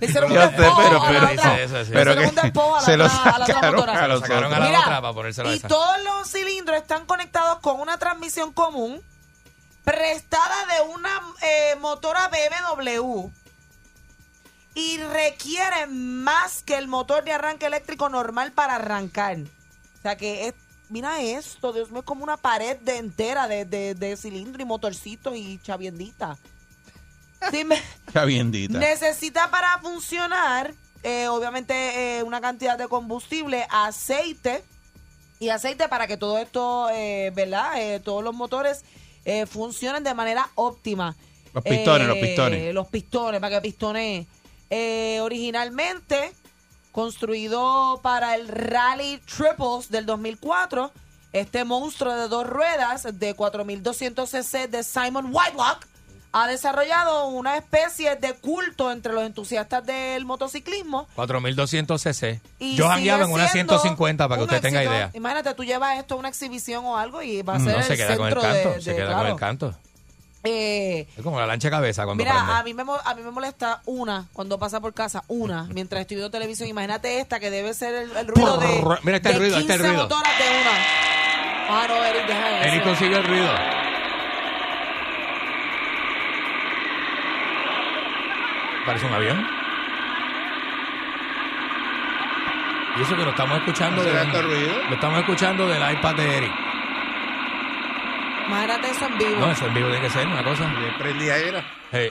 Speaker 5: (laughs) hicieron
Speaker 3: Yo
Speaker 5: un
Speaker 3: sé,
Speaker 5: despojo
Speaker 3: pero-
Speaker 5: a
Speaker 3: pero-
Speaker 5: la otra.
Speaker 3: pero que-
Speaker 5: Hicieron un despojo a la
Speaker 3: (laughs) se lo
Speaker 5: otra- a la otra
Speaker 3: sacaron
Speaker 5: motora.
Speaker 3: a los
Speaker 4: Sacaron a la
Speaker 5: Mira,
Speaker 4: otra para ponérsela a
Speaker 5: Y
Speaker 4: esa.
Speaker 5: todos los cilindros están conectados con una transmisión común prestada de una eh, motora BMW y requiere más que el motor de arranque eléctrico normal para arrancar. O sea que es- mira esto, Dios mío, es como una pared de entera de, de, de cilindro y motorcito y chaviendita. Sí, me-
Speaker 3: Está biendita.
Speaker 5: Necesita para funcionar, eh, obviamente, eh, una cantidad de combustible, aceite y aceite para que todo esto, eh, ¿verdad? Eh, todos los motores eh, funcionen de manera óptima. Eh,
Speaker 3: Los pistones, los pistones.
Speaker 5: Los pistones, para que pistone. originalmente construido para el Rally Triples del 2004, este monstruo de dos ruedas de 4.200 cc de Simon Whitelock ha desarrollado una especie de culto entre los entusiastas del motociclismo
Speaker 4: 4200 cc.
Speaker 5: y
Speaker 4: Yo
Speaker 5: sigue
Speaker 4: jangueaba en una
Speaker 5: siendo
Speaker 4: 150 para que
Speaker 5: un
Speaker 4: usted tenga
Speaker 5: éxito.
Speaker 4: idea. Mm,
Speaker 5: Imagínate, tú llevas esto a una exhibición o algo y va a ser
Speaker 4: No
Speaker 5: el
Speaker 4: se queda con el
Speaker 5: centro
Speaker 4: canto,
Speaker 5: de, de-
Speaker 4: se queda con
Speaker 5: claro.
Speaker 4: el canto.
Speaker 5: Eh,
Speaker 4: Es como la lancha de cabeza cuando
Speaker 5: mira,
Speaker 4: prende.
Speaker 5: a mí, me, mo- a mí me molesta una cuando pasa por casa,
Speaker 4: (laughs)
Speaker 5: una, mientras estoy viendo televisión. Imagínate esta que debe ser el, el ruido de,
Speaker 4: Prrr, mira, está el
Speaker 5: de
Speaker 4: este ruido, está el
Speaker 5: 15
Speaker 4: ruido.
Speaker 5: motoras de una. Ah, no, Eric, deja
Speaker 4: Eric
Speaker 5: eso.
Speaker 4: consiguió el ruido. Parece un avión. Y eso que lo estamos escuchando
Speaker 3: ¿Será
Speaker 4: del-
Speaker 3: este ruido?
Speaker 4: Lo estamos escuchando del iPad de Eric.
Speaker 5: Imagínate eso en vivo.
Speaker 4: No, eso en vivo tiene que ser una cosa.
Speaker 3: Prendí aire.
Speaker 4: Hey.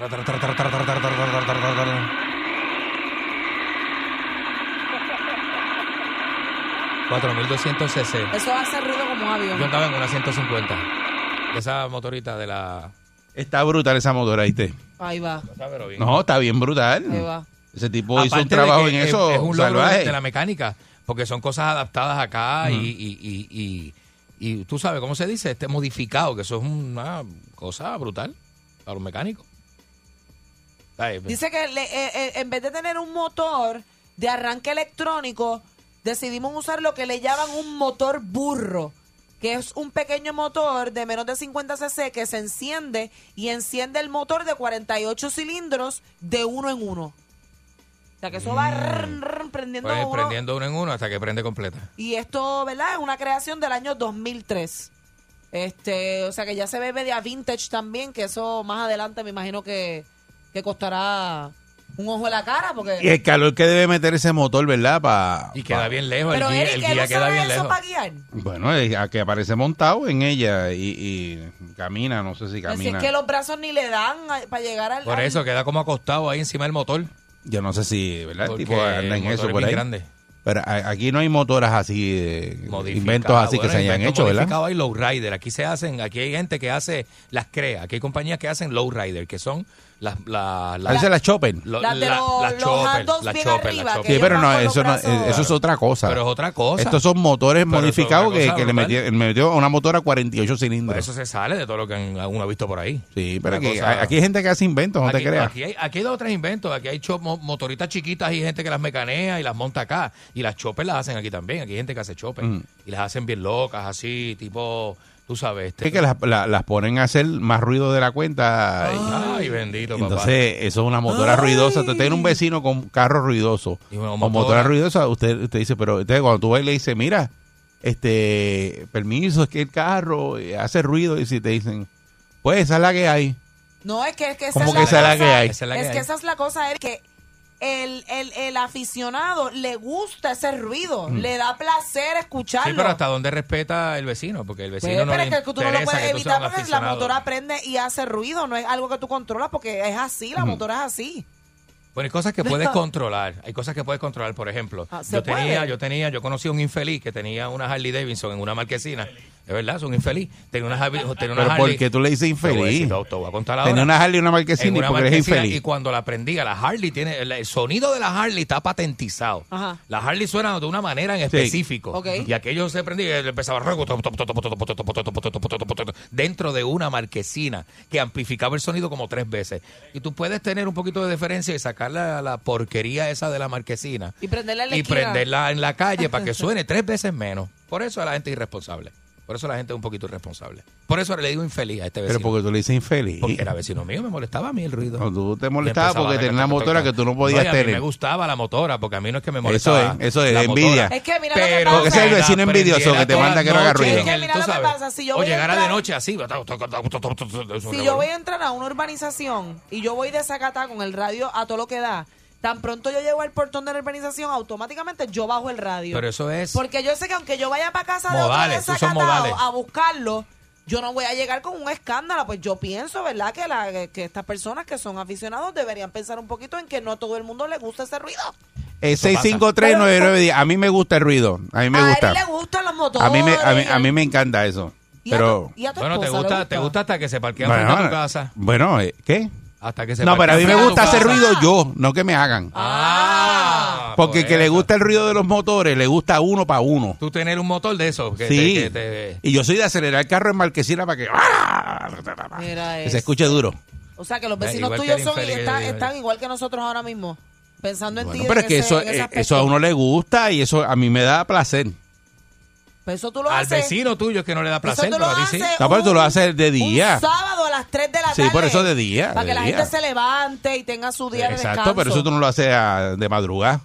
Speaker 4: Ra, tra, tra, tra, tra, tra, tra, tra, tra, tra, tra, tra. 4200 cc.
Speaker 5: Eso hace ruido como un avión.
Speaker 4: Yo andaba en una 150. De esa motorita de la.
Speaker 3: Está brutal esa motora, ¿viste?
Speaker 5: Ahí va.
Speaker 3: No, está bien brutal.
Speaker 5: Ahí va.
Speaker 3: Ese tipo hizo un
Speaker 4: Aparte de
Speaker 3: trabajo
Speaker 4: que
Speaker 3: en
Speaker 4: es-
Speaker 3: eso
Speaker 4: Es un logro
Speaker 3: salvaje.
Speaker 4: de, de la mecánica. Porque son cosas adaptadas acá y,
Speaker 3: Ujú.
Speaker 4: y, y, y, y tú sabes cómo se dice, este modificado, que eso es una cosa brutal para los mecánicos. Ay,
Speaker 5: Dice que le- eh, eh, en vez de tener un motor de arranque electrónico, decidimos usar lo que le llaman un motor burro, que es un pequeño motor de menos de 50 cc que se enciende y enciende el motor de 48 cilindros de uno en uno. O sea que eso va rrrn, rrrn, prendiendo
Speaker 4: pues,
Speaker 5: uno.
Speaker 4: prendiendo uno en uno hasta que prende completa.
Speaker 5: Y esto, ¿verdad? Es una creación del año 2003. Este, o sea que ya se ve media vintage también, que eso más adelante me imagino que, que costará un ojo de la cara porque
Speaker 3: Y el calor que debe meter ese motor, ¿verdad? Pa-
Speaker 4: Y queda bien lejos,
Speaker 5: Pero
Speaker 4: el guía,
Speaker 5: Eric,
Speaker 4: el
Speaker 5: él
Speaker 4: guía
Speaker 5: no
Speaker 4: queda
Speaker 5: sabe
Speaker 4: bien
Speaker 5: eso
Speaker 4: lejos.
Speaker 5: para guiar.
Speaker 3: Bueno, eh, a que aparece montado en ella y, y camina, no sé si
Speaker 5: Pero Pues Si
Speaker 3: camina.
Speaker 5: es que los brazos ni le dan para llegar al...
Speaker 4: Por
Speaker 5: al-
Speaker 4: eso queda como acostado ahí encima del motor.
Speaker 3: Yo no sé si, ¿verdad? El
Speaker 4: Porque
Speaker 3: tipo anda en
Speaker 4: el motor
Speaker 3: eso
Speaker 4: es
Speaker 3: por
Speaker 4: bien
Speaker 3: ahí.
Speaker 4: grande.
Speaker 3: Pero a- aquí no hay motoras así, eh,
Speaker 4: Modificado,
Speaker 3: inventos así que
Speaker 4: bueno,
Speaker 3: se hayan
Speaker 4: invento
Speaker 3: hecho, ¿verdad?
Speaker 4: modificado, Hay low rider, aquí se hacen, aquí hay gente que hace las crea, aquí hay compañías que hacen low rider, que son Las, la,
Speaker 3: A veces las chopen.
Speaker 4: Lo-
Speaker 5: Las de
Speaker 4: la-
Speaker 5: los-
Speaker 4: las
Speaker 5: los
Speaker 4: chopen,
Speaker 5: handles
Speaker 4: las
Speaker 5: bien
Speaker 4: chopen,
Speaker 5: arriba,
Speaker 4: las
Speaker 5: que
Speaker 4: chopen.
Speaker 3: Sí, pero no, eso, no, eh, eso es otra cosa.
Speaker 4: Pero es otra cosa.
Speaker 3: Estos son motores
Speaker 4: Pero eso es otra
Speaker 3: modificados que,
Speaker 4: cosa
Speaker 3: que le
Speaker 4: brutal.
Speaker 3: metió, le metió a una motora 48
Speaker 4: Pero
Speaker 3: cilindros.
Speaker 4: eso se sale de todo lo que han- uno ha visto por ahí.
Speaker 3: Sí, pero
Speaker 4: Una
Speaker 3: aquí,
Speaker 4: cosa-
Speaker 3: aquí hay gente que hace inventos, no
Speaker 4: aquí,
Speaker 3: te creas.
Speaker 4: Aquí hay, aquí hay dos o tres inventos. Aquí hay chop- mo- motoritas chiquitas y gente que las mecanea y las monta acá. Y las choppers las hacen aquí también. Aquí hay gente que hace choppers.
Speaker 3: Mm.
Speaker 4: Y las hacen bien locas, así, tipo, tú sabes. Este,
Speaker 3: Es que las, la- las ponen a hacer más ruido de la cuenta. y-
Speaker 4: Ay, bendito, papá.
Speaker 3: Entonces, eso es una motora ruidosa. Usted tiene un vecino con carro ruidoso.
Speaker 4: Y una
Speaker 3: o
Speaker 4: motora.
Speaker 3: motora. ruidosa, usted, usted dice, pero entonces cuando tú vas y le dices, mira, este, permiso, es que el carro eh, hace ruido. Y si te dicen, pues esa es la que hay.
Speaker 5: No, es que, es que esa
Speaker 3: ¿Cómo
Speaker 5: es
Speaker 3: que
Speaker 5: la
Speaker 3: esa es la
Speaker 5: cosa-
Speaker 3: que hay?
Speaker 5: Es
Speaker 3: Esa es la que
Speaker 5: que
Speaker 3: hay.
Speaker 5: esa es la cosa, Eric, que el, el, el aficionado le gusta ese ruido,
Speaker 4: Mm.
Speaker 5: le da placer escucharlo.
Speaker 4: Sí, pero hasta dónde respeta el vecino, porque el
Speaker 5: Pues,
Speaker 4: vecino no
Speaker 5: pero
Speaker 4: le
Speaker 5: es que tú no lo
Speaker 4: interesa
Speaker 5: puedes
Speaker 4: que tú seas
Speaker 5: evitar
Speaker 4: un
Speaker 5: porque la
Speaker 4: aficionado.
Speaker 5: motora prende y hace ruido, no es algo que tú controlas porque es así, la
Speaker 4: Ujú.
Speaker 5: motora es así.
Speaker 4: Bueno, hay cosas
Speaker 5: (laughs)
Speaker 4: que puedes controlar. Hay cosas que puedes controlar. Por ejemplo,
Speaker 5: Ah, ¿se
Speaker 4: yo tenía,
Speaker 5: puede?
Speaker 4: yo tenía, yo conocí a un infeliz que tenía una Harley Davidson en una marquesina. Es verdad, es un infeliz. Tenía una, Harley- tenía una
Speaker 3: Pero
Speaker 4: Harley.
Speaker 3: porque tú le dices
Speaker 4: Te voy a decir,
Speaker 3: infeliz.
Speaker 4: te- te voy a contar ahora.
Speaker 3: Tenía una Harley y una marquesina
Speaker 4: En
Speaker 3: y
Speaker 4: una
Speaker 3: porque eres
Speaker 4: marquesina,
Speaker 3: infeliz.
Speaker 4: Y cuando la prendía, la Harley tiene. El, el sonido de la Harley está patentizado.
Speaker 5: Ajá.
Speaker 4: La Harley suena de una manera en específico.
Speaker 5: Ah. Ok.
Speaker 4: Y aquello se prendía y empezaba dentro de una marquesina que amplificaba el sonido como tres veces. Y tú puedes tener un poquito de deferencia y sacar la, la porquería esa de la marquesina
Speaker 5: Y prenderla en la
Speaker 4: y
Speaker 5: esquina.
Speaker 4: prenderla en la calle
Speaker 5: (laughs)
Speaker 4: para que suene tres veces menos. Por eso la gente es irresponsable. Por eso la gente es un poquito irresponsable. Por eso le digo infeliz a este
Speaker 3: Pero
Speaker 4: vecino.
Speaker 3: porque tú le dices infeliz.
Speaker 4: Porque era vecino mío, me molestaba a mí el ruido.
Speaker 3: No, tú te
Speaker 4: Y
Speaker 3: molestabas
Speaker 4: empezaba
Speaker 3: porque
Speaker 4: a
Speaker 3: tenía una
Speaker 4: taca,
Speaker 3: motora
Speaker 4: taca.
Speaker 3: que tú no podías
Speaker 4: y a mí
Speaker 3: tener.
Speaker 4: me gustaba la motora, porque a mí no es que me
Speaker 3: Eso
Speaker 4: molestaba.
Speaker 3: es, eso es,
Speaker 4: la
Speaker 3: envidia.
Speaker 4: motora.
Speaker 5: Es que mira lo que
Speaker 4: Pero
Speaker 5: pasa.
Speaker 3: Porque ese es el vecino envidioso que te
Speaker 4: todas
Speaker 3: manda que no
Speaker 4: las
Speaker 3: haga
Speaker 4: noches
Speaker 3: ruido.
Speaker 4: en el-
Speaker 5: Mira
Speaker 4: tú
Speaker 5: lo que
Speaker 4: sabes,
Speaker 5: pasa, si yo
Speaker 4: o
Speaker 5: voy a
Speaker 4: llegara de
Speaker 5: entrar-
Speaker 4: noche así.
Speaker 5: Si yo voy a entrar a una urbanización y yo voy de Zacatá con el radio a todo lo que da, tan pronto yo llego al portón de la urbanización, automáticamente yo bajo el radio.
Speaker 4: Pero eso es-
Speaker 5: Porque yo sé que aunque yo vaya para casa
Speaker 4: Modales,
Speaker 5: de
Speaker 4: esos
Speaker 5: otro
Speaker 4: son modales.
Speaker 5: desacatado a buscarlo, yo no voy a llegar con un escándalo. Pues yo pienso, ¿verdad?, que, la, que- que estas personas que son aficionados deberían pensar un poquito en que no a todo el mundo le gusta ese ruido.
Speaker 3: Eh,
Speaker 4: Eso pasa.
Speaker 3: 6539910. A mí me gusta el ruido. A mí me
Speaker 5: A
Speaker 3: gusta.
Speaker 5: él le gustan los motores.
Speaker 3: A mí me, a mí, a mí me encanta eso.
Speaker 5: a tu-
Speaker 3: Pero.
Speaker 5: y a tu
Speaker 4: Bueno, te
Speaker 5: esposa le
Speaker 4: gusta, te gusta hasta que se parquea
Speaker 3: Bueno,
Speaker 4: frente a tu casa.
Speaker 3: Bueno, eh, ¿qué?
Speaker 4: Hasta que se
Speaker 3: No, pero a mí
Speaker 4: parquea
Speaker 3: me
Speaker 4: frente
Speaker 3: gusta
Speaker 4: tu
Speaker 3: hacer
Speaker 4: casa.
Speaker 3: ruido yo, no que me hagan.
Speaker 4: Ah,
Speaker 3: Porque el
Speaker 4: por
Speaker 3: que le
Speaker 4: eso.
Speaker 3: gusta el ruido de los motores, le gusta uno para uno.
Speaker 4: Tú tener un motor de esos. que
Speaker 3: Sí.
Speaker 4: te- que te-
Speaker 3: Y yo soy de acelerar el carro en marquesina para que, ¡ah!
Speaker 5: Mira
Speaker 3: que se
Speaker 5: eso.
Speaker 3: escuche duro.
Speaker 5: O sea, que los
Speaker 4: Ya,
Speaker 5: vecinos
Speaker 4: igual que
Speaker 5: tuyos
Speaker 4: el
Speaker 5: son,
Speaker 4: infeliz que
Speaker 5: están,
Speaker 4: yo digo.
Speaker 5: están igual que nosotros ahora mismo, pensando en
Speaker 3: Bueno,
Speaker 5: ti.
Speaker 3: pero
Speaker 5: en
Speaker 3: es que
Speaker 5: ese-
Speaker 3: eso,
Speaker 5: en ese
Speaker 3: eh,
Speaker 5: aspecto.
Speaker 3: eso a uno le gusta y eso a mí me da placer.
Speaker 5: Pero eso tú lo
Speaker 4: Al
Speaker 5: haces.
Speaker 4: vecino tuyo es que no le da placer,
Speaker 5: tú
Speaker 4: pero
Speaker 5: lo
Speaker 4: a ti sí.
Speaker 5: haces
Speaker 3: No, pero tú lo haces de
Speaker 5: Un
Speaker 3: día.
Speaker 5: sábado a las 3 de la
Speaker 3: Sí,
Speaker 5: tarde.
Speaker 3: por eso de día,
Speaker 5: Para
Speaker 3: de
Speaker 5: que la
Speaker 3: día.
Speaker 5: gente se levante y tenga su día de descanso.
Speaker 3: Exacto, pero eso tú no lo haces a- de madrugada.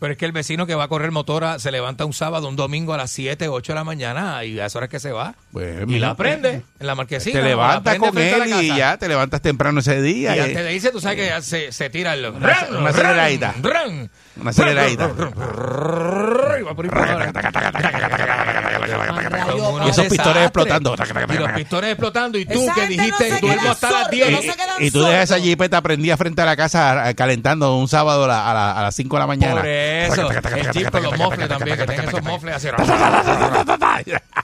Speaker 4: Pero es que el vecino que va a correr motora se levanta un sábado, un domingo a las 7, 8 de la mañana y a esa hora es que se va.
Speaker 3: Pues,
Speaker 4: y
Speaker 3: mira,
Speaker 4: la prende en la marquesina.
Speaker 3: te
Speaker 4: la
Speaker 3: levantas
Speaker 4: prende
Speaker 3: con
Speaker 4: frente a la
Speaker 3: él y
Speaker 4: casa.
Speaker 3: ya te levantas temprano ese
Speaker 4: Y
Speaker 3: día. eh.
Speaker 4: antes de irse, tú sabes que ya se, se tira el.
Speaker 3: Una-
Speaker 4: ran,
Speaker 3: una
Speaker 4: ran,
Speaker 3: aceleradita.
Speaker 4: ran.
Speaker 3: Una
Speaker 4: (laughs)
Speaker 3: aceleradita.
Speaker 4: Y va por ahí por ahora. Como unos
Speaker 3: Y esos pistones
Speaker 4: desastres.
Speaker 3: explotando.
Speaker 4: Y los pistones explotando. Y tú
Speaker 5: Esa
Speaker 4: que
Speaker 5: gente no
Speaker 4: dijiste,
Speaker 5: se
Speaker 4: duermo
Speaker 5: queda
Speaker 4: hasta las
Speaker 5: sordo,
Speaker 4: 10.
Speaker 5: no se quedan
Speaker 3: Y tú dejas esa jipeta prendida frente a la casa a- calentando un sábado a, la- a la- a las 5 de la mañana.
Speaker 4: Por eso. El chip con los mofles también, que tengan esos mofles
Speaker 3: (laughs)
Speaker 4: así.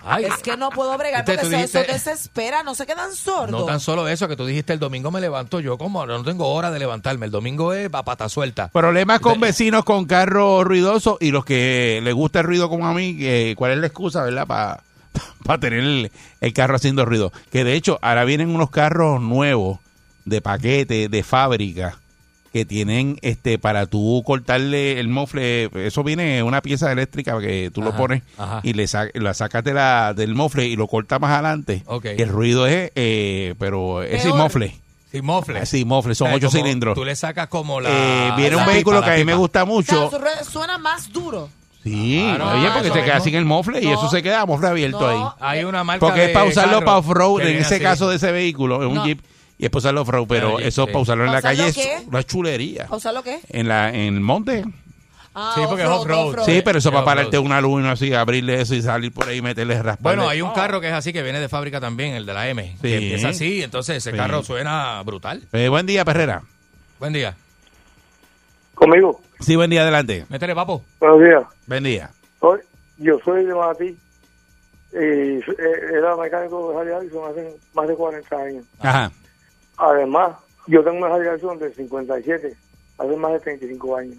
Speaker 4: Ay,
Speaker 5: Es que no puedo bregar
Speaker 3: este,
Speaker 4: Usted,
Speaker 5: porque
Speaker 4: tú
Speaker 5: eso, eso
Speaker 4: dijiste-
Speaker 5: desespera, no se quedan sordos.
Speaker 4: No tan solo eso, que tú dijiste el domingo me levanto yo, como no tengo hora de levantarme, el domingo es a pata suelta.
Speaker 3: Problemas con vecinos con carros ruidosos y los que les gusta el ruido como a mí, que- ¿cuál es la excusa, verdad? (laughs) Para tener el, el carro haciendo ruido. Que de hecho, ahora vienen unos carros nuevos de paquete, de fábrica, que tienen este para tú cortarle el mofle. Eso viene en una pieza eléctrica que tú lo
Speaker 4: Ajá,
Speaker 3: pones
Speaker 4: ajá.
Speaker 3: y le sa- la sacas de la, del mofle y lo cortas más adelante.
Speaker 4: Ok.
Speaker 3: Y el ruido es, eh, pero es sin
Speaker 4: Peor.
Speaker 3: mofle.
Speaker 4: Sin mofle.
Speaker 3: Sin mofle, son
Speaker 4: O sea,
Speaker 3: ocho
Speaker 4: como
Speaker 3: cilindros.
Speaker 4: Tú le sacas como la.
Speaker 3: Eh, viene
Speaker 4: la
Speaker 3: un
Speaker 4: pipa,
Speaker 3: vehículo
Speaker 4: la
Speaker 3: que a mí me
Speaker 4: pipa.
Speaker 3: gusta
Speaker 5: O sea,
Speaker 3: mucho.
Speaker 5: su re- suena más duro.
Speaker 3: Sí,
Speaker 4: Claro,
Speaker 3: oye, porque
Speaker 4: eso
Speaker 3: se queda
Speaker 4: mismo.
Speaker 3: sin el mofle y
Speaker 5: No.
Speaker 3: eso se queda mofle abierto
Speaker 5: No.
Speaker 3: ahí.
Speaker 4: Hay una marca.
Speaker 3: Porque es
Speaker 4: de
Speaker 3: para usarlo
Speaker 4: carro
Speaker 3: para
Speaker 4: que
Speaker 3: off-road, en
Speaker 4: viene
Speaker 3: ese
Speaker 4: así.
Speaker 3: caso de ese vehículo, es un
Speaker 5: No.
Speaker 3: jeep, y es para usarlo off-road, pero
Speaker 4: Claro,
Speaker 3: eso
Speaker 4: sí.
Speaker 3: para usarlo en la
Speaker 5: ¿Para
Speaker 3: calle
Speaker 5: usarlo
Speaker 3: es
Speaker 5: qué?
Speaker 3: una chulería.
Speaker 5: ¿O sea, lo que?
Speaker 3: En, la, en el monte.
Speaker 5: Ah,
Speaker 4: Sí, porque es off-road.
Speaker 3: Sí, pero eso
Speaker 4: Sí,
Speaker 3: para
Speaker 4: off-road.
Speaker 3: pararte una luna así, abrirle eso y salir por ahí y meterle raspar.
Speaker 4: Bueno, hay un carro que es así, que viene de fábrica también, el de la M.
Speaker 3: Sí.
Speaker 4: Que empieza así, entonces ese
Speaker 3: Sí.
Speaker 4: carro suena brutal.
Speaker 3: Eh, buen día, Perrera.
Speaker 4: Buen día.
Speaker 18: Conmigo,
Speaker 3: Sí, buen día, adelante.
Speaker 4: Métele, papo.
Speaker 18: buenos días.
Speaker 3: Buen día.
Speaker 18: Soy- yo soy de Mati y eh, era mecánico de Harley Davidson hace más de 40 años.
Speaker 3: Ajá.
Speaker 18: Además, Yo tengo una radiación de 57, hace más de 35 años.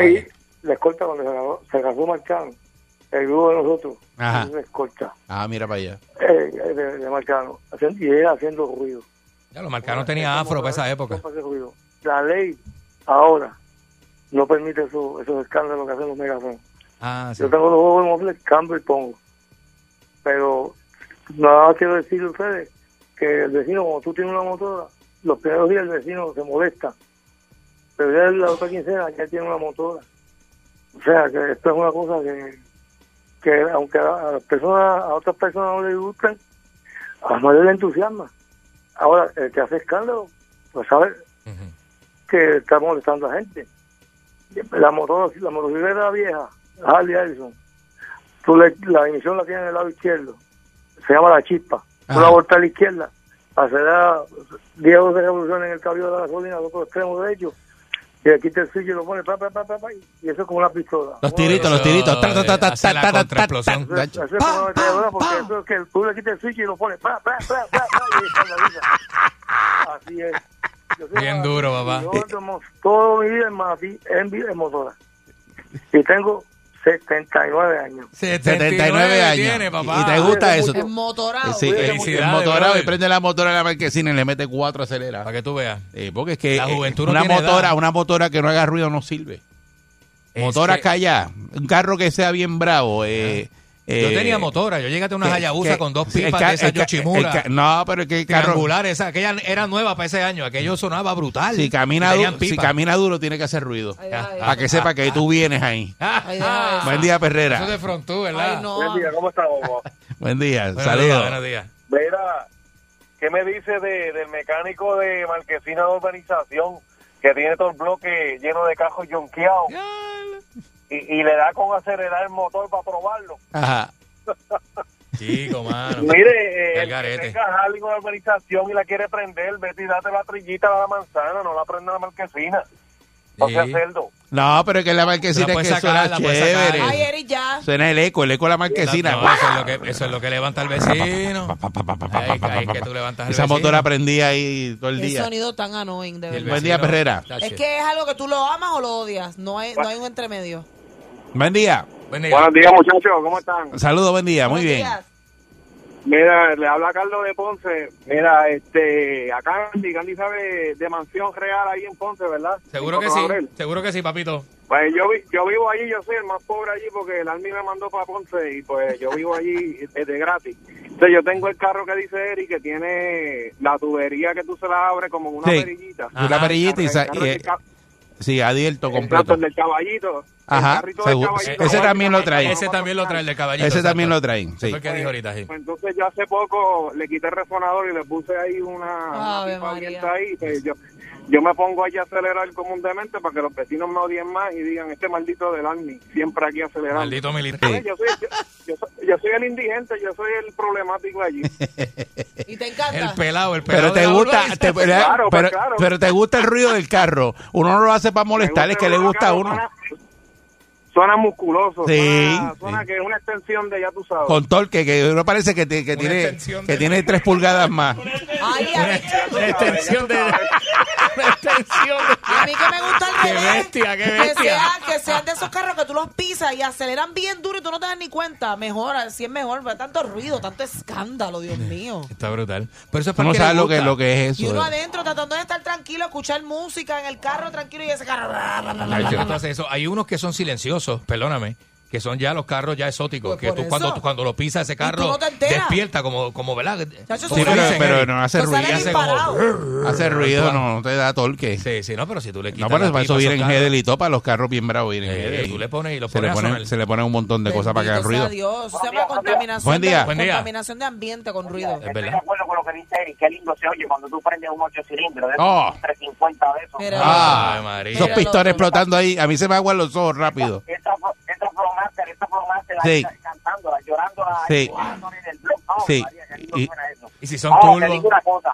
Speaker 18: Y la escolta cuando se grabó- se casó Marcano, el grupo de nosotros,
Speaker 3: Ajá.
Speaker 18: es una escolta
Speaker 3: Ah, mira para allá.
Speaker 18: eh, de, de Marcano, haciendo- y era haciendo ruido.
Speaker 4: Ya, lo marcaron tenía afro para esa época.
Speaker 18: hace ruido. La ley ahora no permite eso- esos escándalos que hacen los megáfonos.
Speaker 4: Ah, sí.
Speaker 18: Yo tengo los juegos de mofles, cambio y pongo. Pero nada más quiero decirle a ustedes que el vecino, cuando tú tienes una motora, los primeros días el vecino se molesta. Pero ya en la otra quincena ya tiene una motora. O sea, que esto es una cosa que, que aunque a, a las personas, a otras personas no les gustan, a nadie le entusiasma. Ahora, el que hace escándalo, pues sabe que está molestando a gente. La motora, la motocicleta vieja, Harley Davidson, tú le- la emisión la tienes en el lado izquierdo, se llama la chispa. Tú la vuelta a la izquierda, hacerá 10 o 12 revoluciones en el cabello de la gasolina, al otro extremo derecho, y aquí te sigue y lo pone, pa, pa, pa, pa, pa, y eso es como una pistola.
Speaker 3: Los tiritos, los tiritos. Ta, ta, ta, ta, ta, ta, ta, ta,
Speaker 18: Eso es-
Speaker 3: ta.
Speaker 18: eso es como una ametralladora, porque eso es que tú le quitas el switch y lo pones, pa, pa, pa, pa, pa, y ahí está la
Speaker 3: (laughs)
Speaker 18: vida. Así es. Yo soy
Speaker 4: Bien duro, papá.
Speaker 3: Eh,
Speaker 18: yo tomo toda mi vida en Manatí, en, vi- en motora. Y tengo 79 años.
Speaker 3: 79 años.
Speaker 4: tiene, papá.
Speaker 3: Y te gusta eso.
Speaker 5: Es motorado.
Speaker 3: eh, Sí,
Speaker 4: Cuídate
Speaker 3: es-
Speaker 4: mucho.
Speaker 3: es motorado y ah, prende la motora de la marquesina y le mete cuatro aceleradas.
Speaker 4: Para que tú veas.
Speaker 3: porque es que
Speaker 4: La
Speaker 3: eh,
Speaker 4: juventud no
Speaker 3: una
Speaker 4: tiene
Speaker 3: motora,
Speaker 4: edad.
Speaker 3: una motora que no haga ruido no sirve.
Speaker 4: Es
Speaker 3: Motora
Speaker 4: que-
Speaker 3: callada, un carro que sea bien bravo. eh,
Speaker 4: Yo
Speaker 3: eh,
Speaker 4: tenía motora, yo llegué a tener una
Speaker 3: que-
Speaker 4: Hayabusa
Speaker 3: que-
Speaker 4: con dos
Speaker 3: sí, el
Speaker 4: pipas
Speaker 3: ca-
Speaker 4: de esas
Speaker 3: el ca-
Speaker 4: Yoshimura.
Speaker 3: el ca- no, pero es que el carro-
Speaker 4: triangular, esa, aquella era nueva para ese año, aquello sonaba brutal.
Speaker 3: Si camina,
Speaker 4: Tenían
Speaker 3: duro, si
Speaker 4: pipa.
Speaker 3: camina duro, tiene que hacer ruido. Para que sepa que tú vienes ahí.
Speaker 4: (laughs) Ay,
Speaker 5: deja
Speaker 3: Buen día, Perrera.
Speaker 4: Ah, Eso es de frontú, ¿verdad?
Speaker 2: Buen día, ¿cómo está, Bobo?
Speaker 3: Buen día,
Speaker 4: Buenos días,
Speaker 3: saludos.
Speaker 4: buenos días.
Speaker 2: Mira, ¿qué me dice de, del mecánico de Marquesina de Urbanización que tiene todo el bloque lleno de cajos yonqueados y, y le da con acelerar el motor para probarlo?
Speaker 3: Ajá.
Speaker 4: Chico, mano.
Speaker 2: Mire, eh,
Speaker 4: Al
Speaker 2: el que
Speaker 4: garete.
Speaker 2: tenga Harley con la urbanización y la quiere prender, vete y date la trillita a la manzana, no la prenda la Marquesina. O sea,
Speaker 3: Sí.
Speaker 2: cerdo.
Speaker 3: No, pero es que la marquesina
Speaker 4: La
Speaker 3: es que
Speaker 4: puedes
Speaker 3: suena
Speaker 4: sacar, la puedes sacar.
Speaker 3: chévere.
Speaker 5: Ay, Eric, ya.
Speaker 3: Suena el eco, el eco de la marquesina.
Speaker 4: No, eso, es lo que, eso es lo que levanta el vecino. Ahí, ahí que tú levantas el
Speaker 3: Esa
Speaker 4: vecino.
Speaker 3: motora prendía ahí todo el
Speaker 5: Qué
Speaker 3: día.
Speaker 5: sonido tan annoying, de
Speaker 3: El
Speaker 5: verdad.
Speaker 3: Buen día, Perrera.
Speaker 5: Es que es algo que tú lo amas o lo odias. No hay, no hay un entremedio.
Speaker 3: Buen día.
Speaker 2: Buenos días, muchachos. ¿Cómo están?
Speaker 3: Saludos, buen día. Muy bien.
Speaker 8: Mira, le habla Carlos de Ponce. Mira, este, a Candy, Candy sabe de mansión real ahí en Ponce, ¿verdad?
Speaker 4: Seguro
Speaker 8: En
Speaker 4: que
Speaker 8: Coto
Speaker 4: sí,
Speaker 8: Gabriel.
Speaker 4: seguro que sí, papito.
Speaker 8: Pues yo, vi- yo vivo allí, yo soy el más pobre allí porque el Army me mandó para Ponce y pues yo vivo allí eh, de gratis. Entonces yo tengo el carro que dice Eric que tiene la tubería que tú se la abres como una
Speaker 3: Sí.
Speaker 8: perillita.
Speaker 3: Una perillita y
Speaker 8: El
Speaker 3: sa-
Speaker 8: carro
Speaker 3: y,
Speaker 8: del ca-
Speaker 3: Sí, adierto
Speaker 8: Exacto,
Speaker 3: completo.
Speaker 8: el del caballito. El
Speaker 3: Ajá,
Speaker 8: carrito del
Speaker 3: seguro.
Speaker 8: caballito.
Speaker 3: Ese también lo traen.
Speaker 4: Ese también lo trae el de caballito.
Speaker 3: Ese
Speaker 4: exacto.
Speaker 3: también lo traen, sí.
Speaker 4: Fue el que dijo ahorita, sí.
Speaker 8: Pues entonces yo hace poco le quité el resonador y le puse ahí una, una pipa abierta ahí. Pues yo, yo me pongo ahí a acelerar como un demente para que los vecinos me odien más y digan, este maldito del Army, siempre aquí acelerando.
Speaker 4: Maldito militar.
Speaker 8: Oye, Yo soy, yo, yo soy, yo soy el indigente, yo soy el problemático allí.
Speaker 5: ¿Y te encanta?
Speaker 4: El pelado, el pelado.
Speaker 3: Pero te
Speaker 4: de la
Speaker 3: gusta,
Speaker 4: urbanización.
Speaker 3: te- pero,
Speaker 8: pues,
Speaker 2: pues,
Speaker 3: pero- pero te gusta el ruido del carro. Uno no lo hace para molestar, es que le gusta a uno.
Speaker 8: Suena musculoso.
Speaker 3: Sí,
Speaker 8: Suena, suena que es una extensión de ya tú sabes.
Speaker 3: Con torque, que uno parece que, te- que tiene
Speaker 8: extensión
Speaker 3: que tiene tres pulgadas más.
Speaker 5: Ay, a mí,
Speaker 4: La
Speaker 5: (laughs)
Speaker 4: extensión de. (laughs) La extensión de.
Speaker 5: a mí que me gusta el
Speaker 4: Qué
Speaker 5: bebé.
Speaker 4: bestia, qué
Speaker 5: Que
Speaker 4: bestia.
Speaker 5: sean que sean de esos carros que tú los pisas y aceleran bien duro y tú no te das ni cuenta. Mejor, así es mejor. ¿verdad? Tanto ruido, tanto escándalo, Dios mío.
Speaker 4: Está brutal. Pero eso es
Speaker 3: Tú
Speaker 4: para
Speaker 3: no
Speaker 4: el que le
Speaker 3: sabes lo
Speaker 4: gusta.
Speaker 3: que, lo que es
Speaker 5: Y uno
Speaker 3: eso. eh.
Speaker 5: adentro tratando de estar tranquilo, escuchar música en el carro tranquilo y ese carro.
Speaker 4: Ay, yo no sé eso. Hay unos que son silenciosos, perdóname, que son ya los carros ya exóticos,
Speaker 5: Pues
Speaker 4: que
Speaker 5: por
Speaker 4: tú
Speaker 5: eso.
Speaker 4: cuando, cuando lo pisas ese
Speaker 5: tú
Speaker 4: carro
Speaker 5: no te enteras.
Speaker 4: despierta como, como ¿verdad?
Speaker 5: Chacho,
Speaker 4: Como
Speaker 3: Sí, pero,
Speaker 4: dicen, eh,
Speaker 3: pero
Speaker 4: Eric.
Speaker 3: no hace
Speaker 5: Eso sale
Speaker 3: ruido. Hace,
Speaker 5: disparado.
Speaker 3: hace ruido, no, no te da torque.
Speaker 4: Sí, sí, no, pero si tú le
Speaker 3: No,
Speaker 4: quitas
Speaker 3: pero
Speaker 4: la
Speaker 3: para eso
Speaker 4: pipa,
Speaker 3: vienen
Speaker 4: esos
Speaker 3: Hedel y todo, para los carros bien bravos vienen
Speaker 4: Eh,
Speaker 3: Hedel.
Speaker 4: tú le pones y lo
Speaker 3: se le
Speaker 4: pones a
Speaker 3: ponen,
Speaker 4: sonar.
Speaker 3: se le ponen un montón de cosas para que hagan ruido.
Speaker 5: Dios, se llama contaminación,
Speaker 3: Buen día.
Speaker 5: De,
Speaker 3: Buen día.
Speaker 5: contaminación de ambiente con ruido.
Speaker 3: Es
Speaker 5: verdad.
Speaker 3: verdad.
Speaker 13: de acuerdo con lo que dice Eric, qué lindo se oye cuando tú prendes un 8 cilindros, de esos
Speaker 3: Oh.
Speaker 13: 350 de esos.
Speaker 3: Ah,
Speaker 4: Ay, María.
Speaker 3: esos pistones explotando ahí. A mí se me aguan los ojos rápido.
Speaker 13: Esa fue- esa fue Master, esa fue Master,
Speaker 3: Sí.
Speaker 13: ahí cantándola, llorándola,
Speaker 3: Sí.
Speaker 13: llorándola en el blog. Oh,
Speaker 3: Sí.
Speaker 13: María, qué lindo
Speaker 3: Y,
Speaker 13: suena eso.
Speaker 4: Y si
Speaker 13: Oh, te digo una cosa,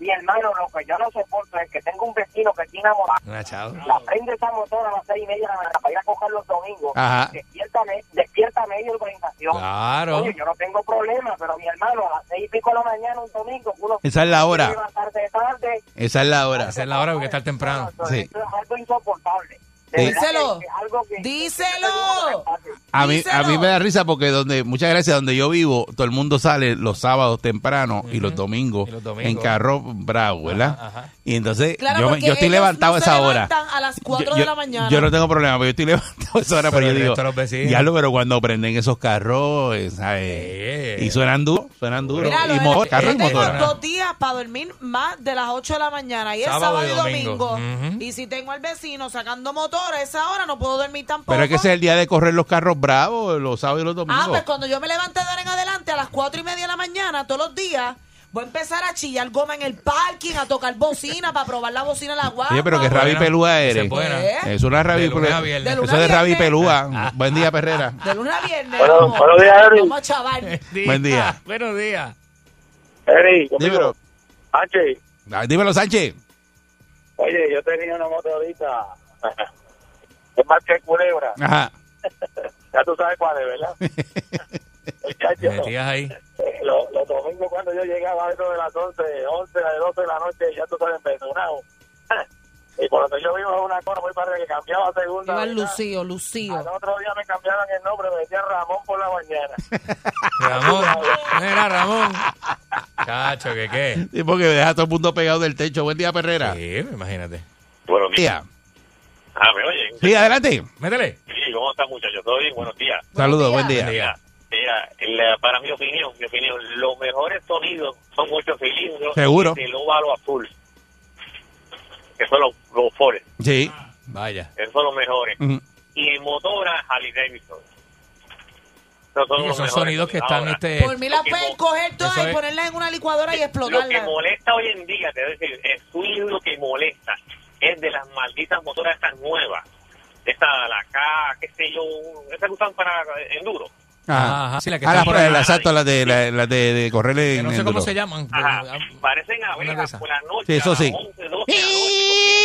Speaker 12: Mi hermano, lo que yo no soporto es que tengo un vecino que tiene amor.
Speaker 4: Una chao.
Speaker 12: La prende esa motora a las seis y media de la mañana para ir a coger los domingos.
Speaker 4: Ajá.
Speaker 12: Despiértame, despierta media urbanización.
Speaker 4: Claro.
Speaker 12: Oye, yo no tengo problema, pero mi hermano, a las seis y pico de la mañana un domingo, uno
Speaker 3: Esa es la hora.
Speaker 12: se levanta tarde, tarde,
Speaker 3: Esa es la hora.
Speaker 4: Esa es la hora porque está temprano.
Speaker 3: Sí.
Speaker 12: esto es algo insoportable.
Speaker 3: Sí.
Speaker 12: verdad
Speaker 5: Díselo.
Speaker 12: que es algo que-
Speaker 5: Díselo.
Speaker 3: A mí, a mí me da risa porque donde, muchas gracias, donde yo vivo, todo el mundo sale los sábados temprano y, los domingos,
Speaker 4: domingos.
Speaker 3: en carro bravo, ¿verdad? Y entonces
Speaker 5: Claro,
Speaker 3: Eh, yo, me-
Speaker 5: porque
Speaker 3: yo estoy
Speaker 5: ellos
Speaker 3: levantado
Speaker 5: no
Speaker 3: a
Speaker 5: se
Speaker 3: esa hora.
Speaker 5: levantan A las 4
Speaker 3: yo,
Speaker 5: de
Speaker 3: yo-
Speaker 5: la mañana.
Speaker 3: yo no tengo problema, pero yo estoy (laughs) levantado a esa hora, pero,
Speaker 4: Pero el
Speaker 3: yo
Speaker 4: resto de los
Speaker 3: digo,
Speaker 4: vecinos.
Speaker 3: ya lo, pero cuando prenden esos carros, eh, ¿sabes? Y suenan duro, suenan duro.
Speaker 5: Mira, lo
Speaker 3: y
Speaker 5: de-
Speaker 3: motor, carro y
Speaker 5: yo tengo
Speaker 3: motora.
Speaker 5: dos días para dormir más de las 8 de la mañana y es sábado,
Speaker 3: Sábado y
Speaker 5: y domingo.
Speaker 3: domingo.
Speaker 5: Y si tengo al vecino sacando motor a esa hora no puedo dormir tampoco.
Speaker 3: Pero es que ese es el día de correr los carros bravos, los sábados y los domingos.
Speaker 5: Ah, pues cuando yo me levante de ahora en adelante a las cuatro y media de la mañana, todos los días, voy a empezar a chillar goma en el parking, a tocar bocina para probar la bocina en la ¿Eh? guapa.
Speaker 3: Oye, pero que rabi pelúa eres. Es una rabi
Speaker 4: De Ah, lunes
Speaker 3: pelúa.
Speaker 4: a viernes.
Speaker 5: pues. De
Speaker 3: Eso
Speaker 5: lunes
Speaker 3: es
Speaker 5: a
Speaker 3: de rabi
Speaker 5: viernes.
Speaker 3: pelúa. Buen día, Perrera.
Speaker 4: ah.
Speaker 5: De lunes a viernes.
Speaker 3: Bueno,
Speaker 5: vamos.
Speaker 3: buenos días, Eric.
Speaker 5: Vamos, chaval.
Speaker 3: Buen día.
Speaker 4: Buenos días.
Speaker 13: Eri,
Speaker 3: Dímelo,
Speaker 13: H,
Speaker 3: Ah, dímelo
Speaker 4: (laughs)
Speaker 3: Sánchez.
Speaker 13: oye, yo tenía una moto ahorita. Es más que culebra.
Speaker 3: Ajá.
Speaker 13: (laughs) Ya tú sabes cuál es,
Speaker 3: (laughs)
Speaker 13: ¿verdad? Chacho,
Speaker 4: Metías ahí.
Speaker 13: Eh, lo- los domingos cuando yo llegaba a eso de las 11, 11, de 12 de la noche, ya tú sabes, empezonado. (laughs) y cuando yo vivo en una cosa muy padre que cambiaba a segunda.
Speaker 5: Iba
Speaker 13: ¿verdad?
Speaker 5: Lucío, Lucío.
Speaker 13: Al otro día me cambiaron el nombre, me decían Ramón por la mañana.
Speaker 4: Ramón.
Speaker 3: (laughs)
Speaker 4: Mira, Ramón. Chacho, que qué.
Speaker 3: Sí, porque deja a todo el mundo pegado del techo. Buen día, Perrera.
Speaker 4: Sí, imagínate.
Speaker 13: Buenos
Speaker 3: días.
Speaker 13: Ah, me oyen.
Speaker 3: Sí, adelante.
Speaker 4: Métele.
Speaker 13: Sí, ¿cómo están, muchachos? ¿Todo bien? Buenos días.
Speaker 3: Saludos, buen día.
Speaker 13: Mira, mira, la- para mi opinión, mi opinión, los mejores sonidos son ocho cilindros
Speaker 3: Seguro.
Speaker 13: del óvalo azul. Que son los, los Ford,
Speaker 3: Sí. Vaya.
Speaker 13: esos son los mejores.
Speaker 3: Ujú.
Speaker 13: Y en motora, Harley Davidson. Esos son,
Speaker 4: Sí, esos
Speaker 13: los mejores
Speaker 4: sonidos que están, este-
Speaker 5: Por mí las pueden coger todas
Speaker 13: eso
Speaker 5: y
Speaker 13: es-
Speaker 5: ponerlas en una licuadora y
Speaker 13: Lo que
Speaker 5: explotarlas.
Speaker 13: molesta hoy en día, te voy a decir, el ruido que molesta es de las malditas motoras estas nuevas. Esta, la K, qué sé yo, esas que usan para eh, enduro.
Speaker 3: Ajá.
Speaker 4: Ajá, sí, la que
Speaker 3: ah,
Speaker 4: está
Speaker 3: las
Speaker 4: por
Speaker 3: la,
Speaker 4: ahí.
Speaker 3: la- exacto, las de, la, las de, de correr en
Speaker 4: No sé
Speaker 3: en
Speaker 4: cómo
Speaker 3: duro.
Speaker 4: se llaman.
Speaker 13: Ajá,
Speaker 4: ah,
Speaker 13: parecen abejas por la noche.
Speaker 3: Sí, eso
Speaker 13: a las
Speaker 3: sí.
Speaker 13: 11, 12,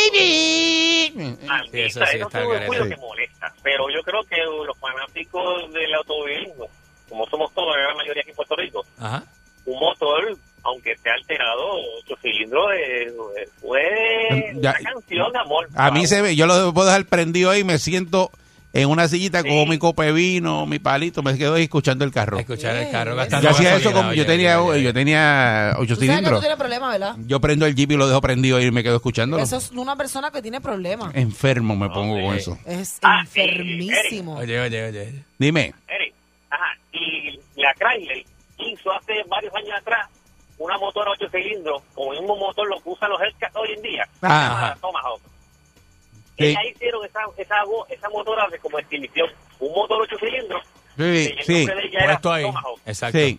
Speaker 13: a las 12. Maldita,
Speaker 4: Sí, eso sí
Speaker 13: eso
Speaker 4: está
Speaker 13: es un
Speaker 4: al
Speaker 13: ruido
Speaker 4: garete.
Speaker 13: que molesta. Pero yo creo que los fanáticos del automovilismo, como somos todos, la gran mayoría aquí en Puerto Rico,
Speaker 4: Ajá.
Speaker 13: un motor, aunque esté alterado, ocho cilindros, eh, fue
Speaker 3: Eh, Ya-
Speaker 13: Eh, una canción de amor.
Speaker 3: A mí se ve, yo lo puedo dejar prendido ahí, me siento en una sillita con mi copa de vino, mi palito, me quedo ahí escuchando el carro.
Speaker 4: Escuchar el carro gastando.
Speaker 3: Yo hacía
Speaker 4: gasolina,
Speaker 3: eso como yo
Speaker 4: oye,
Speaker 3: tenía,
Speaker 4: oye, oye.
Speaker 3: yo tenía
Speaker 5: Tú
Speaker 3: ocho
Speaker 5: sabes que tú
Speaker 3: cilindros.
Speaker 5: tienes problemas, ¿verdad?
Speaker 3: Yo prendo el jeep y lo dejo prendido ahí y me quedo escuchándolo.
Speaker 5: Eso es una persona que tiene problemas.
Speaker 3: Enfermo me pongo con eso.
Speaker 5: Es enfermísimo.
Speaker 4: Oye, oye, oye.
Speaker 3: Dime.
Speaker 13: Eric, ajá, y la Chrysler hizo hace varios años atrás una motora ocho cilindros con el mismo motor lo que usan los Hellcats hoy en día.
Speaker 3: Ajá.
Speaker 13: Toma,
Speaker 3: Sí.
Speaker 13: Ella hicieron esa, esa, vo- esa motora de como exhibición, un motor ocho cilindros.
Speaker 3: Sí, sí.
Speaker 4: Puesto ahí. Exacto.
Speaker 3: Sí.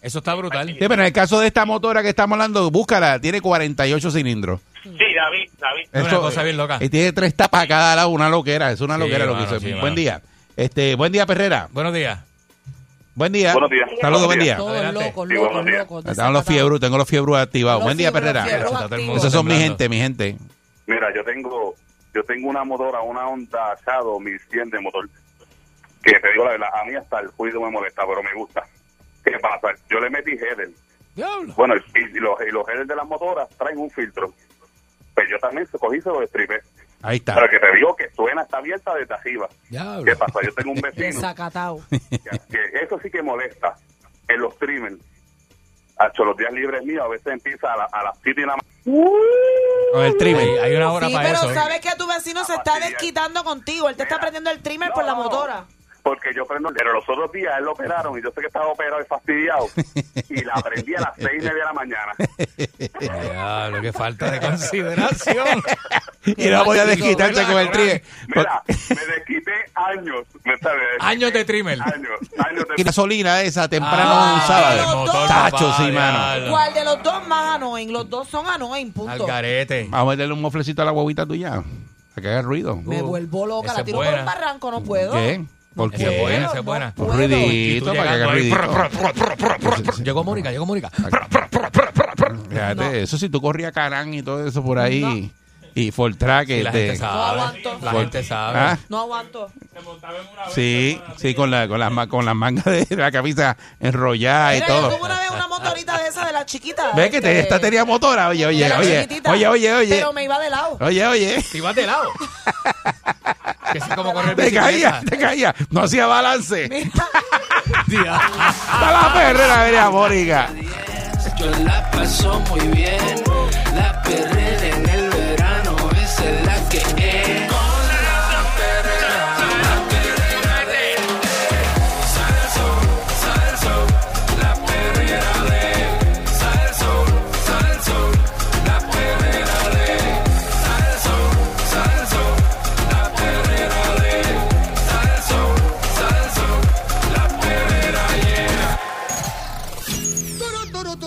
Speaker 4: Eso está brutal.
Speaker 3: Sí, pero en el caso de esta motora que estamos hablando, búscala, tiene 48 cilindros.
Speaker 13: Sí, David, David.
Speaker 4: Es una
Speaker 3: Eso-
Speaker 4: cosa bien loca.
Speaker 3: Y tiene tres tapas a cada lado, una loquera, es una
Speaker 4: Sí,
Speaker 3: loquera lo que
Speaker 4: mano,
Speaker 3: hizo.
Speaker 4: sí,
Speaker 3: buen
Speaker 4: mano.
Speaker 3: día. Este, buen día, Perrera.
Speaker 4: Buenos días.
Speaker 3: Buen día.
Speaker 4: Buenos días.
Speaker 3: Saludos,
Speaker 4: Buenos
Speaker 3: buen
Speaker 4: días.
Speaker 3: día.
Speaker 4: Todos Adelante. locos,
Speaker 3: Sí, buenos días. Estaban los fiebros, tengo los fiebros activados.
Speaker 9: Los
Speaker 3: buen día,
Speaker 9: fiebros,
Speaker 3: Perrera.
Speaker 9: los fiebros Está todo el activos. mundo
Speaker 3: Esos son mi
Speaker 9: temblando.
Speaker 3: gente, mi gente.
Speaker 9: Mira, yo tengo yo tengo una motora, una Honda Shadow 1100 de motor, que te digo la verdad, a mí hasta el ruido me molesta, pero me gusta. ¿Qué pasa? Yo le metí header. Bueno, y, y los, y los headers de las motoras traen un filtro. Pues yo también se cogí y se lo destripé.
Speaker 3: Ahí está.
Speaker 9: Pero que te digo que suena, está abierta desde arriba.
Speaker 4: Diablo.
Speaker 9: ¿Qué pasa? Yo tengo un
Speaker 3: (laughs)
Speaker 9: vecino
Speaker 5: Desacatado.
Speaker 9: que eso sí que molesta en los streamers. Hacho, los días libres míos a veces empieza a, la- a las 7 de la
Speaker 4: Con el trimmer. Hay una hora
Speaker 5: Sí,
Speaker 4: para
Speaker 5: pero
Speaker 4: eso.
Speaker 5: sabes que tu vecino se está desquitando contigo. Él te está prendiendo el trimmer por la motora.
Speaker 9: Porque yo prendo, pero los otros días él lo operaron y yo sé que estaba operado y fastidiado. Y la aprendí a las seis y media de la mañana.
Speaker 4: Diablo, qué falta de
Speaker 3: (laughs)
Speaker 4: consideración.
Speaker 9: Y no voy a desquitarse con el trimmer.
Speaker 4: Mira,
Speaker 9: me desquité años. ¿me sabes?
Speaker 4: Años de trimmer.
Speaker 9: Años.
Speaker 3: Y gasolina esa temprano
Speaker 4: Ah,
Speaker 3: un sábado.
Speaker 4: los dos.
Speaker 3: Tacho, sí,
Speaker 4: Papá,
Speaker 3: mano.
Speaker 5: ¿Cuál de los dos más annoying? Los dos son annoying, punto.
Speaker 4: garete.
Speaker 3: Vamos a meterle un moflecito a la huevita tuya. A que haga ruido.
Speaker 5: Me vuelvo loca,
Speaker 3: Esa
Speaker 5: la
Speaker 3: es
Speaker 5: tiro por
Speaker 3: buena.
Speaker 5: un barranco, no puedo.
Speaker 3: ¿Qué? Porque
Speaker 4: Esa es buena, esa es buena.
Speaker 3: Un ruidito,
Speaker 4: Y tú
Speaker 3: para que haga
Speaker 4: llegando ahí,
Speaker 3: ruidito.
Speaker 4: prr, prr, prr, prr, prr, prr. Llegó Mónica, llegó Mónica. Prr, prr, prr, prr, prr, prr.
Speaker 3: Fíjate, eso si tú corrías Canán y todo eso por ahí. Y Fortrack.
Speaker 4: Sí, la
Speaker 3: este,
Speaker 4: gente sabe. No aguanto. La gente sabe.
Speaker 3: ¿Ah?
Speaker 5: No aguanto.
Speaker 3: Sí, sí, con, la, con, las ma- con las mangas de la camisa enrollada y
Speaker 5: Mira, yo
Speaker 3: todo.
Speaker 5: tuve una vez una motorita de esa de este, la chiquita.
Speaker 3: ¿Ves que te, esta tenía motora? Oye, oye,
Speaker 5: Era
Speaker 3: oye.
Speaker 5: chiquitita,
Speaker 3: Oye, oye, oye.
Speaker 5: Pero me iba de lado.
Speaker 3: Oye, oye.
Speaker 4: Te ibas de lado. que sí, como
Speaker 3: (laughs)
Speaker 4: correr
Speaker 3: Te
Speaker 4: bicicleta.
Speaker 3: caía, te caía. No hacía balance. (laughs) Está la perrera, eh.
Speaker 11: perrera
Speaker 3: vería Mónica.
Speaker 11: Yo la paso muy bien. La perrera en el verano, esa es la que es.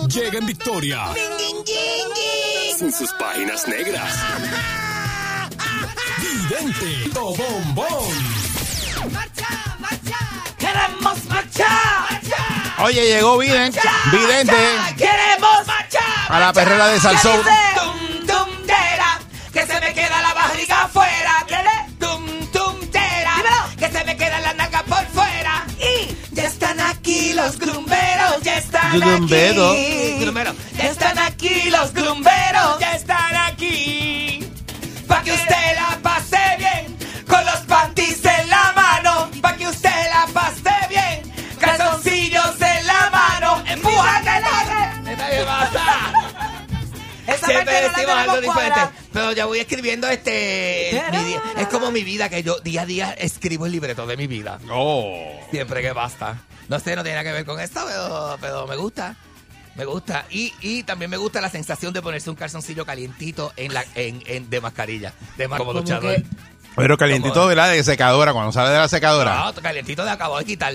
Speaker 1: Llega en victoria. Sin sus páginas negras. Vidente Tobombón.
Speaker 2: Queremos marchar.
Speaker 3: Oye, llegó Vidente. Vidente
Speaker 2: Queremos marchar.
Speaker 3: a (laughs) la perrera de Salsón.
Speaker 2: Tum tum tera, que se me queda la barriga afuera. Lele, tum tum tera, que se me queda la naga por fuera. Y ya están aquí los grumberos, ya están
Speaker 3: Grumbero.
Speaker 2: aquí. Ya están aquí los grumberos, ya están aquí. Pa' que usted la pase bien, con los panties en la mano. Pa' que usted la pase bien, calzoncillos en la mano. Empújatela. Nadie pasa.
Speaker 5: Esa
Speaker 2: Siempre
Speaker 5: parte no la
Speaker 2: decimos
Speaker 5: tenemos
Speaker 2: algo diferente.
Speaker 5: cuadrada.
Speaker 4: Pero ya voy escribiendo este. mi día- es como mi vida, que yo día a día escribo el libreto de mi vida. Siempre que basta. No sé, no tiene nada que ver con esto, pero, pero me gusta. Me gusta. Y, y también me gusta la sensación de ponerse un calzoncillo calientito en la, en, en- de mascarilla. De ma- como luchador.
Speaker 3: Pero calientito, ¿verdad? De secadora, cuando sale de la secadora.
Speaker 4: No, calientito de acabado de quitar.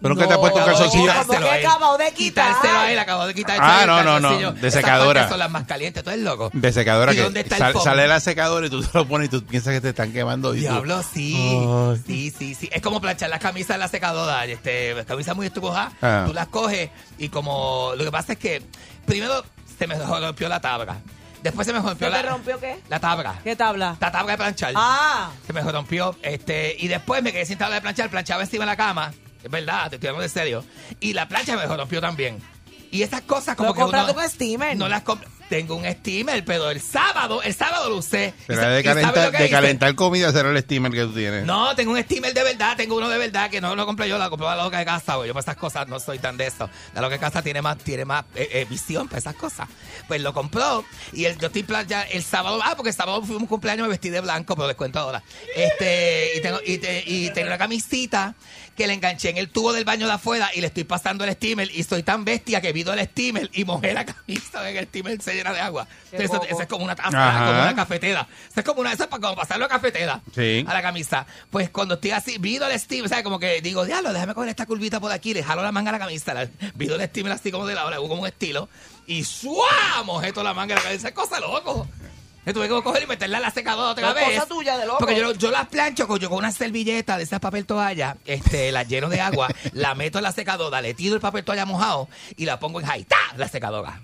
Speaker 3: ¿Pero nunca te has puesto un calzoncillo?
Speaker 5: Porque acabo de quitar.
Speaker 4: Quitárselo a él, acabo de quitar.
Speaker 3: Ah, no, no, no, de secadora.
Speaker 4: Son las más calientes, tú eres loco.
Speaker 3: De secadora
Speaker 4: ¿Y dónde
Speaker 3: que
Speaker 4: está el
Speaker 3: sal-
Speaker 4: fondo?
Speaker 3: sale de la secadora y tú te lo pones y tú piensas que te están quemando. y tú-
Speaker 4: Diablo, sí.
Speaker 3: Ay.
Speaker 4: Sí, sí, sí. Es como planchar las camisas en la secadora. Este, camisas muy estrujadas,
Speaker 3: Ah.
Speaker 4: tú las coges y como... Lo que pasa es que primero se me rompió la tabla. Después se me rompió
Speaker 5: ¿Se
Speaker 4: la,
Speaker 5: te rompió qué?
Speaker 4: la tabla.
Speaker 5: ¿Qué tabla?
Speaker 4: La tabla de planchar.
Speaker 5: Ah.
Speaker 4: Se me rompió. Este, y después me quedé sin tabla de planchar. Planchaba encima de la cama. Es verdad, te estoy hablando de serio. Y la plancha me rompió también. Y esas cosas como
Speaker 5: Lo
Speaker 4: que uno...
Speaker 5: compraste con steamer.
Speaker 4: No las comp- Tengo un steamer, pero el sábado, el sábado lo usé.
Speaker 3: Pero
Speaker 4: ¿Y sa-
Speaker 3: de
Speaker 4: y sabes
Speaker 3: calentar,
Speaker 4: lo que
Speaker 3: de
Speaker 4: hice?
Speaker 3: calentar comida será el steamer que tú tienes.
Speaker 4: No, tengo un steamer de verdad, tengo uno de verdad que no lo compré yo, la compré la loca de casa, güey. Yo para esas cosas no soy tan de eso. La loca de casa tiene más, tiene más eh, eh, visión para esas cosas. Pues lo compró y el, yo estoy plan- ya el sábado, ah, porque el sábado fuimos un cumpleaños, me vestí de blanco, pero les cuento ahora. Este, y tengo, y, te- y tengo una camisita que le enganché en el tubo del baño de afuera y le estoy pasando el steamer y soy tan bestia que vido el steamer y mojé la camisa (laughs) en el steamer se llena de agua.
Speaker 5: Qué
Speaker 4: Eso,
Speaker 5: bobo.
Speaker 4: eso es como una
Speaker 3: Ajá.
Speaker 4: taza, como una cafetera. Eso es como una, eso es para como pasarlo a cafetera
Speaker 3: Sí.
Speaker 4: a la camisa. Pues cuando estoy así, vido el steamer, ¿sabes? Como que digo, diablo, déjame coger esta curvita por aquí, le jalo la manga a la camisa, la, vido el steamer así como de la hora, como un estilo, y ¡suá! Mojé toda la manga a la camisa, cosa loco. Me tuve que coger y meterla a la secadora otra
Speaker 5: La
Speaker 4: vez.
Speaker 5: cosa tuya de loco.
Speaker 4: Porque yo, yo las plancho con, yo con una servilleta de esas papel toalla, este, la lleno
Speaker 5: (laughs)
Speaker 4: de agua, la meto en la secadora, le tiro el papel toalla mojado y la pongo en high. ¡tá! La secadora.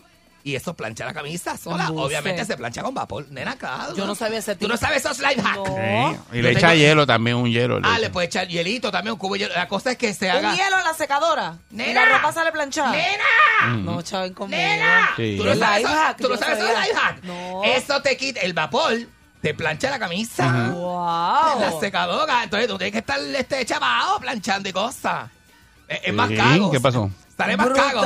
Speaker 4: Y eso plancha la camisa sola.
Speaker 5: Embuste.
Speaker 4: Obviamente se plancha con vapor. Nena, claro.
Speaker 5: Yo no sabía ese
Speaker 4: Tú no sabes esos life hacks.
Speaker 3: Sí. Y
Speaker 4: Yo
Speaker 3: le echa
Speaker 4: tengo-
Speaker 3: hielo también, un hielo. le
Speaker 4: Ah,
Speaker 3: echa.
Speaker 4: le puede echar hielito también, un cubo de hielo. La cosa es que se haga.
Speaker 5: Un hielo en la secadora.
Speaker 4: ¡Nena!
Speaker 5: Y la ropa sale planchada.
Speaker 4: ¡Ah!
Speaker 3: Mm.
Speaker 5: No, chaval, conmigo.
Speaker 3: Sí.
Speaker 4: Tú no sabes
Speaker 5: Life
Speaker 4: eso,
Speaker 5: hack,
Speaker 4: tú no
Speaker 5: yo
Speaker 4: sabes eso de
Speaker 5: sabía.
Speaker 4: life hack. Eso te quita el vapor, te plancha la camisa.
Speaker 5: Wow.
Speaker 4: en La secadora. Entonces tú tienes que estar este chavado planchando y cosas. Es, es más
Speaker 3: Sí,
Speaker 4: caro.
Speaker 3: ¿Qué pasó?
Speaker 4: Sale más caro.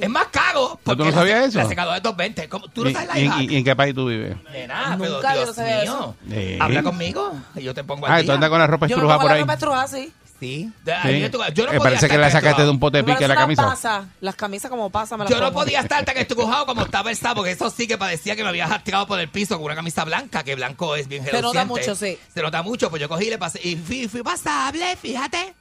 Speaker 4: Es más caro.
Speaker 3: ¿Pero tú no
Speaker 4: porque la-
Speaker 3: sabías eso?
Speaker 4: La secadora es 220. ¿Cómo? ¿Tú no
Speaker 3: ¿Y-
Speaker 4: sabes
Speaker 3: y-
Speaker 4: life hack?
Speaker 3: y- y en qué país tú vives?
Speaker 4: Nena, pero
Speaker 5: Nunca yo
Speaker 4: Dios
Speaker 5: no sabía
Speaker 4: mío.
Speaker 3: Sí.
Speaker 4: Habla conmigo y yo te pongo al
Speaker 3: Ah,
Speaker 4: día.
Speaker 3: tú andas con la ropa
Speaker 5: Yo
Speaker 3: estrujada
Speaker 5: no
Speaker 3: por
Speaker 5: la
Speaker 3: ahí.
Speaker 5: ropa estrujada así.
Speaker 3: Sí.
Speaker 4: Sí. Yo, yo no
Speaker 3: Eh,
Speaker 4: podía
Speaker 3: parece que
Speaker 4: estar
Speaker 3: la
Speaker 4: tan
Speaker 3: sacaste de un pote de
Speaker 5: Me
Speaker 3: pique
Speaker 5: parece
Speaker 3: la
Speaker 5: una
Speaker 3: camisa.
Speaker 5: pasa. Las camisas como pasa me las
Speaker 4: Yo no
Speaker 5: pongo.
Speaker 4: podía estar tan estrujado como estaba el sábado, porque eso sí que parecía que me había jastrado por el piso con una camisa blanca, que blanco es bien
Speaker 5: Se nota
Speaker 4: reluciente.
Speaker 5: mucho, sí.
Speaker 4: Se nota mucho, pues yo cogí y le pasé, y fui, fui pasable, fíjate.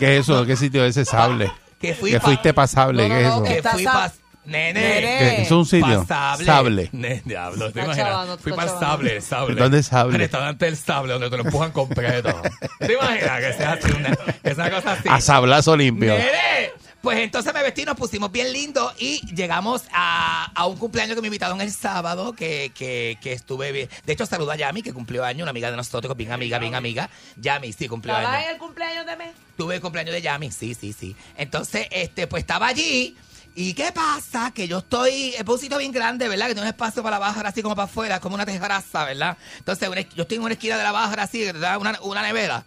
Speaker 3: ¿Qué es eso? ¿Qué sitio es ese sable?
Speaker 4: Que fui
Speaker 3: Que
Speaker 4: pa-
Speaker 3: fuiste pasable. ¿Qué es eso?
Speaker 4: Que fui pas- Nene.
Speaker 3: ¿Qué? ¿Es un sitio?
Speaker 4: Pa' Sable.
Speaker 3: Sable.
Speaker 4: Nene, diablo, te
Speaker 5: Está
Speaker 4: imaginas.
Speaker 5: chavando,
Speaker 4: Fui
Speaker 5: está
Speaker 4: para
Speaker 5: chavando.
Speaker 4: Sable, Sable.
Speaker 3: ¿Dónde es Sable?
Speaker 4: El restaurante del Sable, donde te lo
Speaker 3: (laughs)
Speaker 4: empujan completo. ¿Te imaginas que sea así una, que sea una cosa así?
Speaker 3: A sablazo limpio.
Speaker 4: Nene, Pues entonces me vestí, nos pusimos bien lindo y llegamos a, a un cumpleaños que me invitaron el sábado, que, que, que estuve bien. De hecho, saludo a Yami, que cumplió año, una amiga de nosotros, bien amiga, bien amiga. Yami, sí, cumplió año.
Speaker 5: ¿Trabajas en el cumpleaños de mes?
Speaker 4: Tuve el cumpleaños de Yami, sí, sí, sí. Entonces, este, pues estaba allí. ¿Y qué pasa? Que yo estoy, es un sitio bien grande, ¿verdad? Que tiene un espacio para la barra así como para afuera, como una terraza, ¿verdad? Entonces, una es- yo estoy en una esquina de la barra así, ¿verdad? Una, una nevera.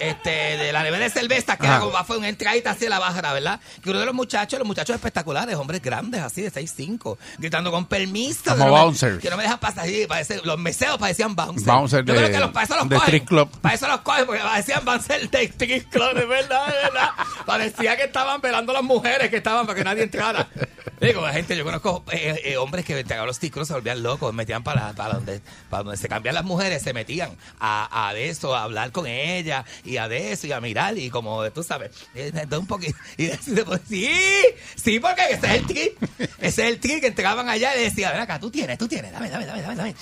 Speaker 4: Este, de la nevera de cerveza que
Speaker 3: Ajá.
Speaker 4: era como para afuera, una entradita así de la barra, ¿verdad? Que uno de los muchachos, los muchachos espectaculares, hombres grandes, así de 6'5", gritando con permiso.
Speaker 3: Como
Speaker 4: que no me-
Speaker 3: bouncers.
Speaker 4: Que no me dejan pasar allí, parece- los meseos parecían bouncers.
Speaker 3: Bouncer
Speaker 4: yo
Speaker 3: de-
Speaker 4: creo que los, para eso los
Speaker 3: de
Speaker 4: cogen.
Speaker 3: strip club.
Speaker 4: Para eso los cogen, porque parecían van a ser de strip club, de verdad, de verdad. Parecía que estaban velando las mujeres que estaban para que nadie entrara. Digo, gente, yo conozco eh, eh, hombres que entregaban los strip clubs, se volvían locos, metían para, para, donde, para donde se cambian las mujeres, se metían a, a de eso, a hablar con ella, y a de eso, y a mirar, y como tú sabes, eh, de un poquito. (laughs) Y de- de- pues, sí, sí, porque ese es el trick. Ese es el trick que entregaban allá y le decían, ven acá, tú tienes, tú tienes, dame, dame, dame, dame. dame.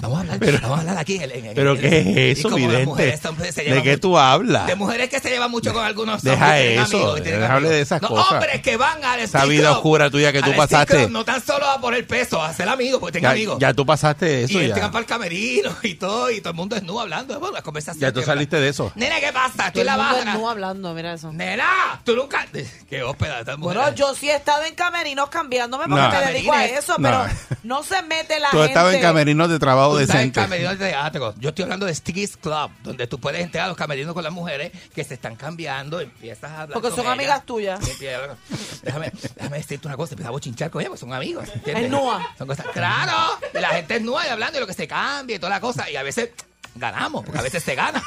Speaker 4: Vamos a hablar, vamos a hablar aquí. en el- en el-
Speaker 3: ¿Pero qué es
Speaker 4: y
Speaker 3: eso,
Speaker 4: como las
Speaker 3: vidente?
Speaker 4: mujeres son- se
Speaker 3: ¿De
Speaker 4: llevan
Speaker 3: qué
Speaker 4: mucho-
Speaker 3: tú hablas?
Speaker 4: de mujeres que se llevan mucho con algunos
Speaker 3: Deja
Speaker 4: hombres que tienen
Speaker 3: eso,
Speaker 4: amigos y tienen
Speaker 3: deja hable
Speaker 4: amigos.
Speaker 3: de esas
Speaker 4: No,
Speaker 3: cosas.
Speaker 4: hombres que van al
Speaker 3: Esa
Speaker 4: strip
Speaker 3: vida
Speaker 4: club,
Speaker 3: oscura tuya que
Speaker 4: al
Speaker 3: tú
Speaker 4: strip
Speaker 3: pasaste.
Speaker 4: club, no tan solo a poner peso, a ser amigos, porque tengo
Speaker 3: Ya,
Speaker 4: amigos.
Speaker 3: ya tú pasaste eso.
Speaker 4: y
Speaker 3: Ya,
Speaker 4: entran para el camerino y todo, y todo el mundo desnudo hablando. Bueno, las conversaciones.
Speaker 3: ya tú
Speaker 4: que-
Speaker 3: saliste de eso.
Speaker 4: Nena, ¿qué pasa? Estoy
Speaker 5: Todo
Speaker 4: en la
Speaker 5: el mundo
Speaker 4: barra.
Speaker 5: desnudo hablando, mira eso.
Speaker 4: Nena, tú nunca. (laughs) Qué hóspeda, estas mujeres.
Speaker 5: Bueno, yo sí he estado en camerinos cambiándome porque
Speaker 3: No.
Speaker 5: me dedico a
Speaker 4: Camerines.
Speaker 5: eso,
Speaker 3: No.
Speaker 5: pero no se mete la
Speaker 3: Tú
Speaker 5: gente.
Speaker 3: estabas en camerinos de trabajo
Speaker 4: Tú estás en
Speaker 3: decente.
Speaker 4: camerinos de teatro. Yo estoy hablando de Sticky's Club, donde tú puedes entrar a los camerinos con las mujeres que se están cambiando, empiezas a hablar.
Speaker 5: Porque
Speaker 4: con
Speaker 5: son
Speaker 4: ellas.
Speaker 5: amigas tuyas.
Speaker 4: Sí, tía, Déjame, déjame decirte una cosa, empezamos a chinchar con ella, porque son amigos. ¿entiendes?
Speaker 5: Es nua.
Speaker 4: Son cosas. Claro, y la gente es nua y hablando de lo que se cambia y toda la cosa. Y a veces ganamos, porque a veces se gana.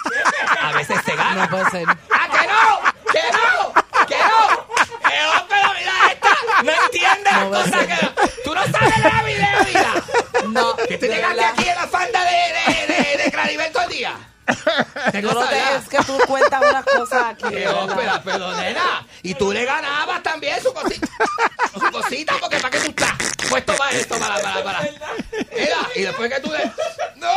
Speaker 4: A veces se gana. No puede ser. ¡Ah, que no! ¡Que no! ¡Que no! ¡Que no! Pero mira esta! ¡No entiendes las cosas que no- ¡Tú no sabes la vida, vida! No. Que tú
Speaker 5: de
Speaker 4: llegaste
Speaker 5: verdad.
Speaker 4: aquí en la falda de, de, de, de Claribel todo el día.
Speaker 5: Yo no te- es que tú cuentas unas cosas aquí. de
Speaker 4: Qué
Speaker 5: verdad.
Speaker 4: ópera, pero oh, nena. Y tú le ganabas también su cosita. Su cosita, porque para qué tú estás. Pues toma esto, para, para, para. Mira, y después que tú le. No,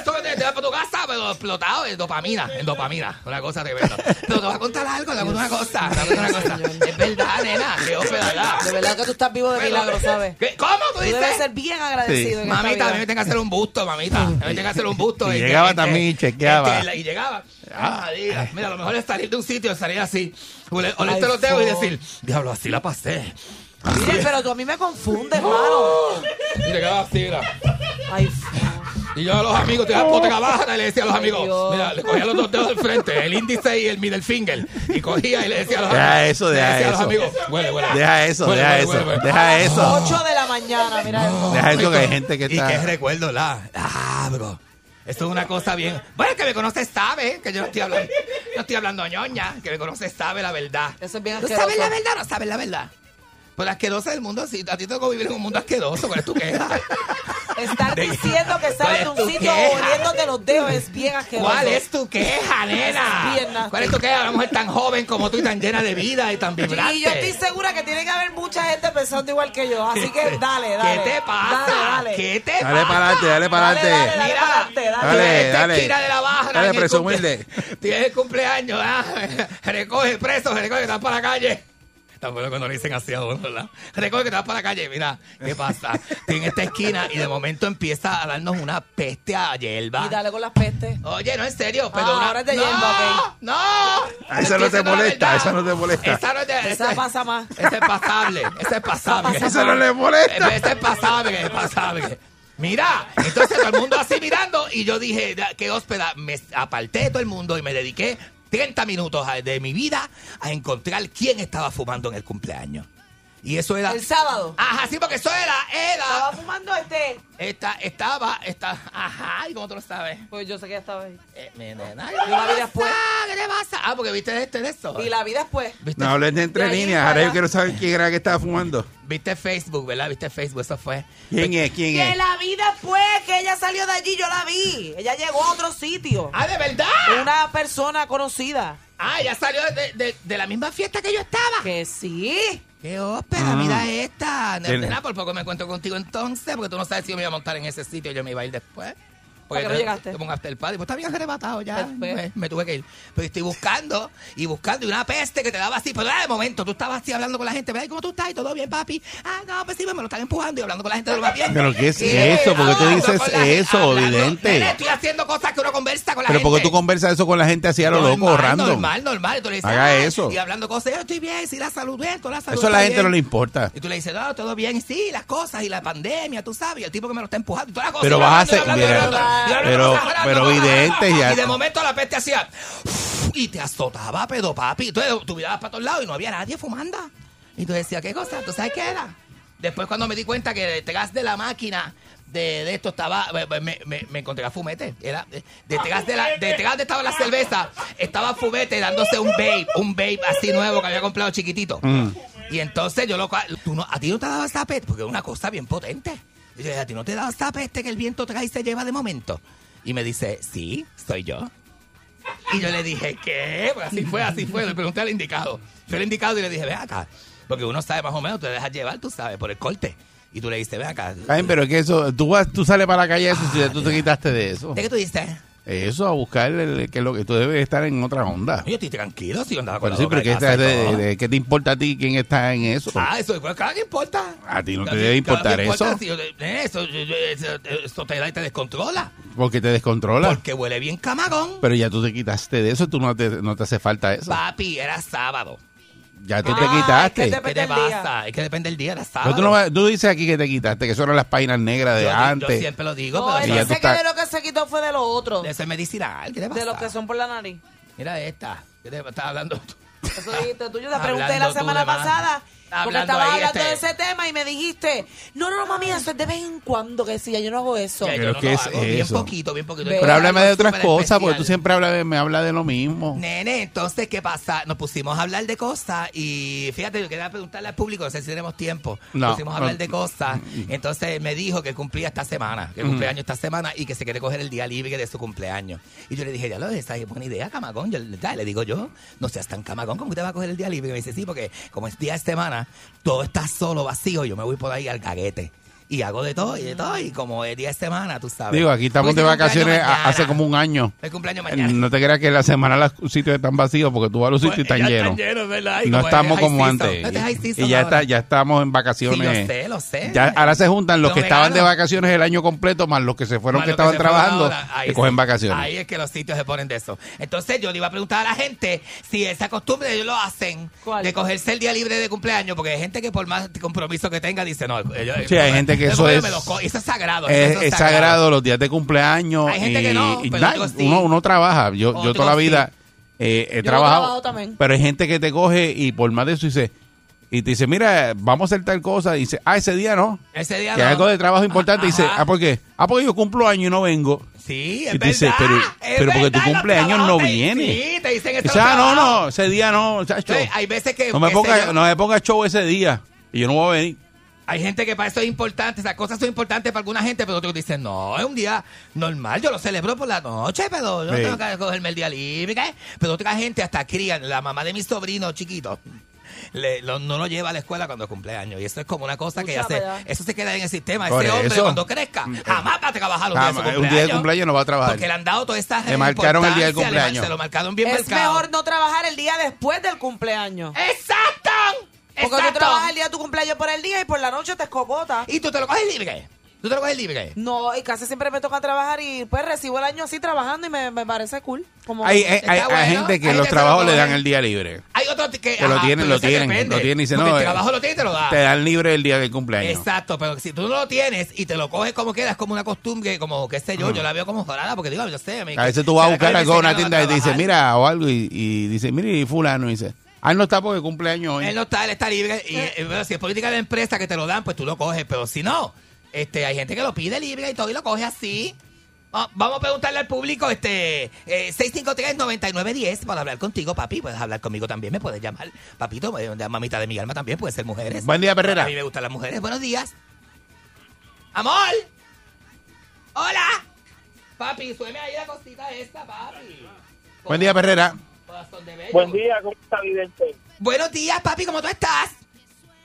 Speaker 4: eso que te, te vas para tu casa, pero explotado en dopamina, en dopamina. Una cosa
Speaker 5: (laughs)
Speaker 4: tremenda. Pero te voy a contar algo, te voy a contar una cosa. Te voy a contar una cosa. Es verdad, nena. Qué ópera, ¿verdad?
Speaker 5: De verdad que tú estás vivo de
Speaker 4: Pero- eh,
Speaker 5: milagro, ¿sabes?
Speaker 4: ¿Qué? ¿Cómo tú
Speaker 5: Tú
Speaker 4: dices?
Speaker 5: debes ser bien agradecido. en esta
Speaker 4: Mamita, a
Speaker 5: vida.
Speaker 4: mí me tengo que hacer un busto, mamita. A mí me tengo que hacer un busto. este,
Speaker 3: Y llegaba también y chequeaba.
Speaker 4: y llegaba. Ah, diga. Mira, a lo mejor es salir de un sitio, salir así, ole-
Speaker 5: Ay,
Speaker 4: olerte los dedos y
Speaker 5: so.
Speaker 4: decir, diablo, así la pasé.
Speaker 5: Mire, pero tú a mí me confundes, mano.
Speaker 4: Y llegaba así, (laughs) mira.
Speaker 5: Ay,
Speaker 4: Y yo a los amigos, te la poteca baja, y le decía a los
Speaker 5: Oh. Ay,
Speaker 4: amigos,
Speaker 5: Dios.
Speaker 4: mira, le cogía los dos dedos del frente, el índice y el middle finger. Y cogía y le decía a los
Speaker 3: Deja
Speaker 4: amigos.
Speaker 3: eso,
Speaker 4: le
Speaker 3: deja
Speaker 4: decía a los
Speaker 3: eso.
Speaker 4: amigos, huele, huele.
Speaker 3: Deja eso,
Speaker 4: Huele,
Speaker 3: deja
Speaker 4: huele,
Speaker 3: eso,
Speaker 4: huele, huele.
Speaker 3: deja eso.
Speaker 5: 8 de la mañana, mira eso.
Speaker 3: Deja eso que hay gente que
Speaker 4: Y
Speaker 3: está.
Speaker 4: qué recuerdo, la. Ah, bro. Esto es una cosa bien. Bueno, el que me conoce sabe que yo no estoy hablando. No estoy hablando ñoña. El que me conoce sabe la verdad.
Speaker 5: Eso es bien
Speaker 4: ¿Tú
Speaker 5: asqueroso.
Speaker 4: sabes la verdad o no sabes la verdad? Pues la asquerosa del mundo, sí. A ti te tocó vivir en un mundo asqueroso. ¿Cuál es tu queja? (laughs)
Speaker 5: Estar
Speaker 4: De-
Speaker 5: diciendo que sales de
Speaker 4: ¿Cuál
Speaker 5: un
Speaker 4: es tu
Speaker 5: sitio
Speaker 4: queja?
Speaker 5: oliéndote los dedos es bien asqueroso.
Speaker 4: ¿Cuál es tu queja,
Speaker 5: Es bien
Speaker 4: nena?
Speaker 5: nasty.
Speaker 4: ¿Cuál es tu queja? Una mujer tan joven como tú y tan llena de vida y tan vibrante.
Speaker 5: Y yo estoy segura que tiene que haber mucha gente pensando igual que yo. Así que dale, dale.
Speaker 4: (laughs) ¿Qué te pasa?
Speaker 5: Dale, dale.
Speaker 4: ¿Qué te
Speaker 3: Dale
Speaker 4: pasa?
Speaker 3: para adelante, dale para adelante.
Speaker 5: Dale, pa'lante, dale.
Speaker 3: Dale,
Speaker 4: Esta
Speaker 3: dale.
Speaker 4: esquina Este de la barra,
Speaker 3: Dale,
Speaker 4: en el
Speaker 3: presumirle.
Speaker 4: cumple- Tienes el cumpleaños, ah, recoge preso, recoge que estás para la calle. Tampoco cuando le dicen así a uno, ¿verdad? Recoge que estás para la calle, mira, ¿qué pasa? Estoy en esta esquina y de momento empieza a darnos una peste a hierba.
Speaker 5: Y dale con las pestes.
Speaker 4: Oye, no, en serio, pero
Speaker 5: Ah,
Speaker 4: una-
Speaker 5: ahora es de
Speaker 4: ¡No!
Speaker 5: hierba, ok.
Speaker 4: ¡No!
Speaker 3: A esa no te
Speaker 4: Estoy diciendo la
Speaker 3: molesta,
Speaker 4: verdad.
Speaker 3: esa no te molesta.
Speaker 4: Esa no te-
Speaker 5: Esa pasa más.
Speaker 4: ese es pasable, ese es pasable.
Speaker 3: Ah, Eso no le molesta.
Speaker 4: Ese es pasable, es pasable. Mira, entonces todo el mundo así mirando y yo dije, "Da- qué hóspeda, me aparté de todo el mundo y me dediqué 30 minutos a- de mi vida a encontrar quién estaba fumando en el cumpleaños. Y eso era...
Speaker 5: El sábado.
Speaker 4: Ajá, sí, porque eso era,
Speaker 5: Estaba
Speaker 4: era...
Speaker 5: fumando este.
Speaker 4: Esta, estaba, esta, ajá, ¿y cómo tú lo sabes?
Speaker 5: Pues yo sé que ya estaba ahí.
Speaker 4: Eh, mi nena, ¿qué
Speaker 5: Yo la vi
Speaker 4: te
Speaker 5: después.
Speaker 4: pasa? ¿Qué te pasa? Ah, porque viste este de eso.
Speaker 5: Y la vi después.
Speaker 3: No hables de entre
Speaker 5: De ahí
Speaker 3: líneas.
Speaker 5: para
Speaker 3: Ahora yo
Speaker 5: allá.
Speaker 3: quiero saber quién era que estaba fumando.
Speaker 4: Viste Facebook, ¿verdad? Viste Facebook, eso fue.
Speaker 3: ¿Quién es? ¿Quién
Speaker 5: Que
Speaker 3: es?
Speaker 5: la vi después, que ella salió de allí, yo la vi. Ella llegó a otro sitio.
Speaker 4: ¡Ah, de verdad!
Speaker 5: Una persona conocida.
Speaker 4: Ah, ya salió de, de- de la misma fiesta que yo estaba.
Speaker 5: Que sí.
Speaker 4: Qué ópera,
Speaker 3: Ah.
Speaker 4: mira esta.
Speaker 3: Tiene-
Speaker 4: Nena, por poco me encuentro contigo entonces, porque tú no sabes si yo me iba a montar en ese sitio, yo me iba a ir después.
Speaker 5: ¿Para qué no
Speaker 4: te-
Speaker 5: llegaste?
Speaker 4: Te pongo hasta el padre. Pues está bien arrebatado ya. Me, me tuve que ir. Pero estoy buscando y buscando y una peste que te daba así. Pero ah, de momento tú estabas así hablando con la gente. ¿Verdad? ¿Y ¿Cómo tú estás? ¿Y todo bien, papi? Ah, no, pues sí, me lo están empujando y hablando con la gente de lo más bien.
Speaker 3: ¿Pero qué es
Speaker 4: (laughs) ¿Qué?
Speaker 3: eso? ¿Por qué tú
Speaker 4: Hablando
Speaker 3: dices
Speaker 4: con la gente,
Speaker 3: eso, evidente?
Speaker 4: Nena, estoy haciendo cosas que uno conversa con la
Speaker 3: Pero
Speaker 4: gente.
Speaker 3: porque tú conversas eso con la gente así a lo
Speaker 4: Normal,
Speaker 3: loco, random.
Speaker 4: Normal, normal. Y tú le dices,
Speaker 3: Haga
Speaker 4: "Ah",
Speaker 3: eso.
Speaker 4: Y hablando cosas, yo estoy bien, sí, la salud, bien, toda la salud.
Speaker 3: Eso a la
Speaker 4: está
Speaker 3: gente
Speaker 4: bien.
Speaker 3: no le importa.
Speaker 4: Y tú le dices, no, todo bien, y sí, las cosas y la pandemia, tú sabes, y el tipo que me lo está empujando y toda la cosa.
Speaker 3: Pero
Speaker 4: y
Speaker 3: vas a
Speaker 4: hablando,
Speaker 3: hacer.
Speaker 4: y hablando, y
Speaker 3: mira,
Speaker 4: hablando, y hablando,
Speaker 3: pero, pero evidente
Speaker 4: Y de
Speaker 3: ya.
Speaker 4: momento la peste hacía. Y te azotaba, pedo papi. Entonces tú mirabas para todos lados y no había nadie fumando. Y tú decías, ¿qué cosa? ¿Tú sabes qué era? Después, cuando me di cuenta que el gas de la máquina de, de esto estaba. Me, me- me- me encontré a fumete. Era, eh, detrás, de la, detrás de estaba la cerveza, estaba fumete dándose un vape, un vape así nuevo que había comprado chiquitito.
Speaker 3: Mm,
Speaker 4: Y entonces yo lo. cua- tú no- a ti no te ha dado esa peste, porque es una cosa bien potente. Y yo, a ti no te ha dado esa peste que el viento trae y se lleva de momento. Y me dice, sí, soy yo. Y yo le dije, ¿qué? Pues así fue, así fue. Le pregunté al indicado. Yo al indicado y le dije, ve acá. Porque uno sabe más o menos, te dejas llevar, tú sabes, por el corte. Y tú le dices, ve acá.
Speaker 3: Ay, pero es que eso, tú, vas, tú sales para la calle eso, si ya tú te quitaste de eso.
Speaker 4: ¿De qué tú dices?
Speaker 3: Eso, a buscar el- que lo que tú debes estar en otra onda.
Speaker 4: Yo estoy tranquilo si yo andaba con
Speaker 3: Pero
Speaker 4: la
Speaker 3: sí,
Speaker 4: boca
Speaker 3: pero que
Speaker 4: de
Speaker 3: esta es
Speaker 4: casa y
Speaker 3: de-
Speaker 4: todo.
Speaker 3: de- ¿qué te importa a ti quién está en eso?
Speaker 4: Ah, eso, pues, claro que importa.
Speaker 3: A ti no te
Speaker 4: Claro,
Speaker 3: debe importar
Speaker 4: claro que importa,
Speaker 3: eso,
Speaker 4: si yo- eh, eso, yo- yo- eso- eso te da y te descontrola.
Speaker 3: porque te descontrola.
Speaker 4: Porque huele bien camagón.
Speaker 3: Pero ya tú te quitaste de eso, tú no te, no te hace falta eso.
Speaker 4: Papi, era sábado.
Speaker 3: Ya Ah, tú te quitaste.
Speaker 4: ¿Qué te pasa? Es que depende del día, era
Speaker 3: Pero
Speaker 4: sábado.
Speaker 3: tú, no vas- tú dices aquí que te quitaste, que son las páginas negras de
Speaker 4: Yo- yo
Speaker 3: antes.
Speaker 4: siempre lo digo,
Speaker 5: No, él
Speaker 3: Y ya tú
Speaker 5: dice que
Speaker 3: estás-
Speaker 5: de lo que se quitó fue de lo otro. De
Speaker 4: eso es medicinal. ¿Qué te
Speaker 5: De los que son por la nariz.
Speaker 4: Mira esta. ¿Qué te estás hablando tú?
Speaker 5: Eso dijiste tú. Yo te
Speaker 4: Hablando
Speaker 5: pregunté la
Speaker 4: tú
Speaker 5: semana
Speaker 4: de más.
Speaker 5: pasada. Porque
Speaker 4: Hablando
Speaker 5: estabas
Speaker 4: ahí,
Speaker 5: hablando de
Speaker 4: este.
Speaker 5: ese tema y me dijiste, no, no, no, mami, eso es de vez en cuando que sí, ya yo no hago eso.
Speaker 3: Pero ¿qué es
Speaker 4: Bien
Speaker 3: eso?
Speaker 4: poquito, bien poquito.
Speaker 3: Pero háblame de
Speaker 4: Algo
Speaker 3: otras
Speaker 4: súper
Speaker 3: cosas, porque tú
Speaker 4: especial.
Speaker 3: siempre hablas de- me hablas de lo mismo.
Speaker 4: Nene, entonces, ¿qué pasa? Nos pusimos a hablar de cosas y fíjate, yo quería preguntarle al público, no sé si tenemos tiempo.
Speaker 3: No,
Speaker 4: Nos pusimos a hablar
Speaker 3: no.
Speaker 4: de cosas. Entonces me dijo que cumplía esta semana, que
Speaker 3: Mm.
Speaker 4: cumpleaños esta semana y que se quiere coger el día libre de su cumpleaños. Y yo le dije, ya lo esa es buena idea, camagón. Yo le le digo yo, no seas tan camagón, ¿cómo te vas a coger el día libre? Y me dice, sí, porque como es día de semana, todo está solo, vacío, yo me voy por ahí al caguete. Y hago de todo y de todo, y como es día de semana, tú sabes.
Speaker 3: Digo, aquí estamos
Speaker 4: Pues,
Speaker 3: de
Speaker 4: mi cumpleaños
Speaker 3: vacaciones a-
Speaker 4: mañana.
Speaker 3: hace como un año.
Speaker 4: El cumpleaños
Speaker 3: Eh,
Speaker 4: mañana.
Speaker 3: No te creas que la semana los sitios están vacíos porque tú vas a los sitios y están
Speaker 4: ya
Speaker 3: llenos.
Speaker 4: ¿verdad? Y
Speaker 3: No
Speaker 4: como
Speaker 3: estamos
Speaker 4: es high
Speaker 3: como
Speaker 4: season.
Speaker 3: antes.
Speaker 4: Este es high season
Speaker 3: Y ya
Speaker 4: ahora.
Speaker 3: está, ya estamos en vacaciones.
Speaker 4: Sí, lo sé, lo sé.
Speaker 3: Ya, ahora se juntan los
Speaker 4: Los
Speaker 3: que estaban de
Speaker 4: veganos.
Speaker 3: vacaciones el año completo más los que se fueron
Speaker 4: Más
Speaker 3: que
Speaker 4: lo
Speaker 3: estaban
Speaker 4: se fueron
Speaker 3: trabajando
Speaker 4: ahora, ahí
Speaker 3: que cogen
Speaker 4: sí.
Speaker 3: vacaciones.
Speaker 4: Ahí es que los sitios se ponen de eso. Entonces yo le iba a preguntar a la gente si esa costumbre ellos lo hacen de cogerse el día libre de cumpleaños, porque hay gente que por más compromiso que tenga dice, no, pues, ellos-
Speaker 3: Sí, hay gente que
Speaker 4: el
Speaker 3: eso
Speaker 4: cumpleaños
Speaker 3: es-
Speaker 4: me lo co- eso es sagrado.
Speaker 3: es,
Speaker 4: eso
Speaker 3: es sagrado. los días de cumpleaños.
Speaker 4: Hay gente
Speaker 3: y,
Speaker 4: que no,
Speaker 3: y
Speaker 4: pero
Speaker 3: nada,
Speaker 4: otros sí.
Speaker 3: uno, uno trabaja. Yo, yo
Speaker 4: Otros
Speaker 3: toda la
Speaker 4: sí.
Speaker 3: vida eh, he
Speaker 5: Yo
Speaker 3: trabajado.
Speaker 5: trabajo también.
Speaker 3: Pero hay gente que te coge y por más de eso dice, y te dice, mira, vamos a hacer tal cosa. Y dice, ah, ese día no.
Speaker 4: Ese
Speaker 3: Que
Speaker 4: día
Speaker 3: hay
Speaker 4: no.
Speaker 3: algo de trabajo importante. Y dice, ah, ¿por qué? Ah, porque yo cumplo año y no vengo.
Speaker 4: Sí,
Speaker 3: y te dice, pero, pero porque tu cumpleaños no viene.
Speaker 4: Sí, te dicen
Speaker 3: Y
Speaker 4: eso.
Speaker 3: dice, ah, no, no, ese día no, chacho.
Speaker 4: Entonces, hay veces que...
Speaker 3: No me,
Speaker 4: qué sé
Speaker 3: ponga,
Speaker 4: yo,
Speaker 3: no me ponga show ese día. Y yo no voy a venir.
Speaker 4: Hay gente que para eso es importante, esas cosas son importantes para alguna gente, pero otros dicen, no, es un día normal, yo lo celebro por la noche, pero yo no
Speaker 3: Sí.
Speaker 4: tengo que cogerme el día libre. ¿qué? Pero otra gente hasta crían, la mamá de mis sobrinos chiquitos, le- lo- no lo lleva a la escuela cuando cumple años. Y eso es como una cosa que ya
Speaker 5: Escucha
Speaker 4: se,
Speaker 5: para allá.
Speaker 4: eso se queda en el sistema.
Speaker 3: Por
Speaker 4: Ese hombre
Speaker 3: eso. Mm, eh,
Speaker 4: cuando crezca, jamás va a trabajar un día de su
Speaker 3: Jamás, un día de cumpleaños no va a trabajar.
Speaker 4: Porque le han dado todas estas
Speaker 3: Le marcaron el día del
Speaker 4: importancias, le mar-
Speaker 3: cumpleaños.
Speaker 4: Se lo marcaron bien
Speaker 5: es
Speaker 4: marcado.
Speaker 5: mejor no trabajar el día después del cumpleaños.
Speaker 4: ¡Exacto!
Speaker 5: Porque
Speaker 4: Exacto.
Speaker 5: tú trabajas el día de tu cumpleaños por el día y por la noche te escopota.
Speaker 4: ¿Y tú te lo coges libre? ¿Tú te lo coges libre?
Speaker 5: No, y casi siempre me toca trabajar y pues recibo el año así trabajando y me, me parece cool. Como
Speaker 3: Hay,
Speaker 4: eh,
Speaker 3: hay, hay-
Speaker 5: Está
Speaker 3: hay
Speaker 5: bueno.
Speaker 3: gente que
Speaker 5: Hay
Speaker 3: los
Speaker 5: se lo
Speaker 3: trabajos le
Speaker 5: cogen.
Speaker 3: dan el día libre.
Speaker 4: Hay otros que,
Speaker 3: Que lo tienen,
Speaker 4: pero
Speaker 3: lo
Speaker 4: eso
Speaker 3: tienen,
Speaker 4: depende.
Speaker 3: lo tienen y dicen,
Speaker 4: Porque
Speaker 3: no,
Speaker 4: el
Speaker 3: eh,
Speaker 4: trabajo lo tiene y te lo da.
Speaker 3: Te dan libre el día del cumpleaños.
Speaker 4: Exacto, pero si tú no lo tienes y te lo coges como quieras, como una costumbre, como qué sé yo, yo la veo como jorada, porque digo, yo sé. me-
Speaker 3: Mm. A veces tú vas a
Speaker 4: ¿será que
Speaker 3: buscar
Speaker 4: me
Speaker 3: algo en una
Speaker 4: enseñaron a
Speaker 3: tienda y te dice,
Speaker 4: trabajar?
Speaker 3: mira, o algo, y, y dice, mire, y fulano, y dice, ah, él no está porque cumpleaños hoy.
Speaker 4: Él no está, él está libre. Y eh, bueno, si es política de la empresa que te lo dan, pues tú lo coges. Pero si no, este, hay gente que lo pide libre y todo y lo coge así. Ah, Vamos a preguntarle al público, este, eh, 653-9910, para hablar contigo, papi. Puedes hablar conmigo también, me puedes llamar. Papito, eh, mamita de mi alma también, puede ser mujeres.
Speaker 3: Buen día, Perrera.
Speaker 4: A mí me gustan las mujeres. Buenos días. Amor. Hola. Papi, sueme ahí la cosita esta, papi.
Speaker 3: Buen día, Perrera.
Speaker 4: Corazón de bello.
Speaker 12: día, ¿cómo está, vidente?
Speaker 4: Buenos días, papi, ¿cómo tú estás?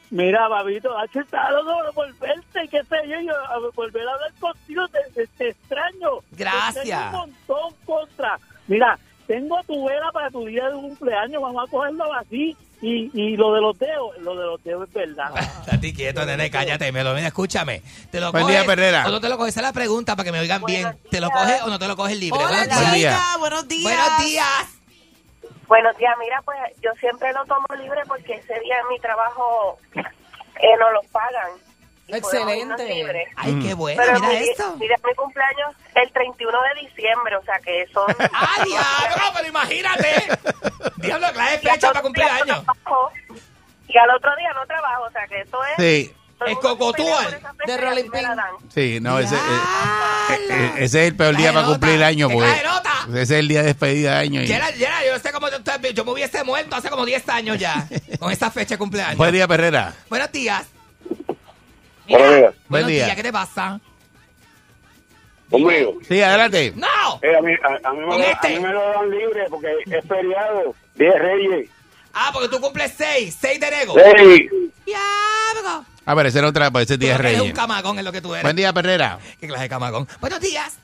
Speaker 13: Mira, babito, ha chutado no volverte, qué sé yo, yo, a volver a hablar contigo, te, te- te extraño.
Speaker 2: Gracias.
Speaker 13: Te extraño un montón contra. Mira, tengo a tu vela para tu día de cumpleaños, vamos a cogerlo así. Y, y lo de los dedos, lo de los dedos es verdad.
Speaker 4: Tati, quieto, nene, cállate. Me lo, mira, escúchame. Te lo
Speaker 3: Buen
Speaker 4: coges,
Speaker 3: día, Perrera.
Speaker 4: O no (laughs) te lo coges, esa es la pregunta para que me oigan bien. ¿Te lo coges o no te lo coges libre?
Speaker 5: Hola,
Speaker 4: ¿verdad?
Speaker 5: chica, ah, buenos días. Buenos días.
Speaker 13: Buenos días, mira, pues yo siempre lo tomo libre porque ese día en mi trabajo eh, no lo pagan. Y podemos irnos libres.
Speaker 4: Ay,
Speaker 5: Mm.
Speaker 4: qué bueno,
Speaker 13: Pero
Speaker 4: mira
Speaker 13: mi,
Speaker 4: esto.
Speaker 13: Mira, mi cumpleaños el 31 de diciembre, o sea que son...
Speaker 4: (laughs) ¡Ah, diablo! Pero imagínate. Diablo, clave fecha para cumpleaños.
Speaker 13: (laughs) Y al otro día no trabajo, o sea que eso es...
Speaker 3: Sí.
Speaker 13: Es
Speaker 5: cocotúa. De Rolling Pin.
Speaker 3: Sí, no, ese, eh, eh, ese es el peor día para cumplir el año, porque ese es el día de despedida de año. y-
Speaker 4: Gerard, Gerard, yo no sé cómo tú estás, yo me hubiese muerto hace como 10
Speaker 3: (laughs)
Speaker 4: años ya, con esta fecha de cumpleaños.
Speaker 3: Buen día, Perrera.
Speaker 4: Buenos días.
Speaker 3: Buenos días. Buen
Speaker 4: Buenos
Speaker 3: día.
Speaker 4: días, ¿qué te pasa?
Speaker 19: Conmigo.
Speaker 3: Sí, adelante.
Speaker 4: ¡No!
Speaker 19: Eh,
Speaker 4: este.
Speaker 19: a, mí, a, a mí me, lo- a mí me lo dan libre porque es feriado. Día de Reyes.
Speaker 4: Ah, porque tú cumples 6, 6 de enero.
Speaker 3: Sí.
Speaker 4: ¡Diablo!
Speaker 3: A ver, ese era otra, pues ese día es
Speaker 4: Eres un
Speaker 3: reyes.
Speaker 4: camagón en lo que tú eres.
Speaker 3: Buen día, Perrera.
Speaker 4: ¿Qué clase de camagón? Buenos días.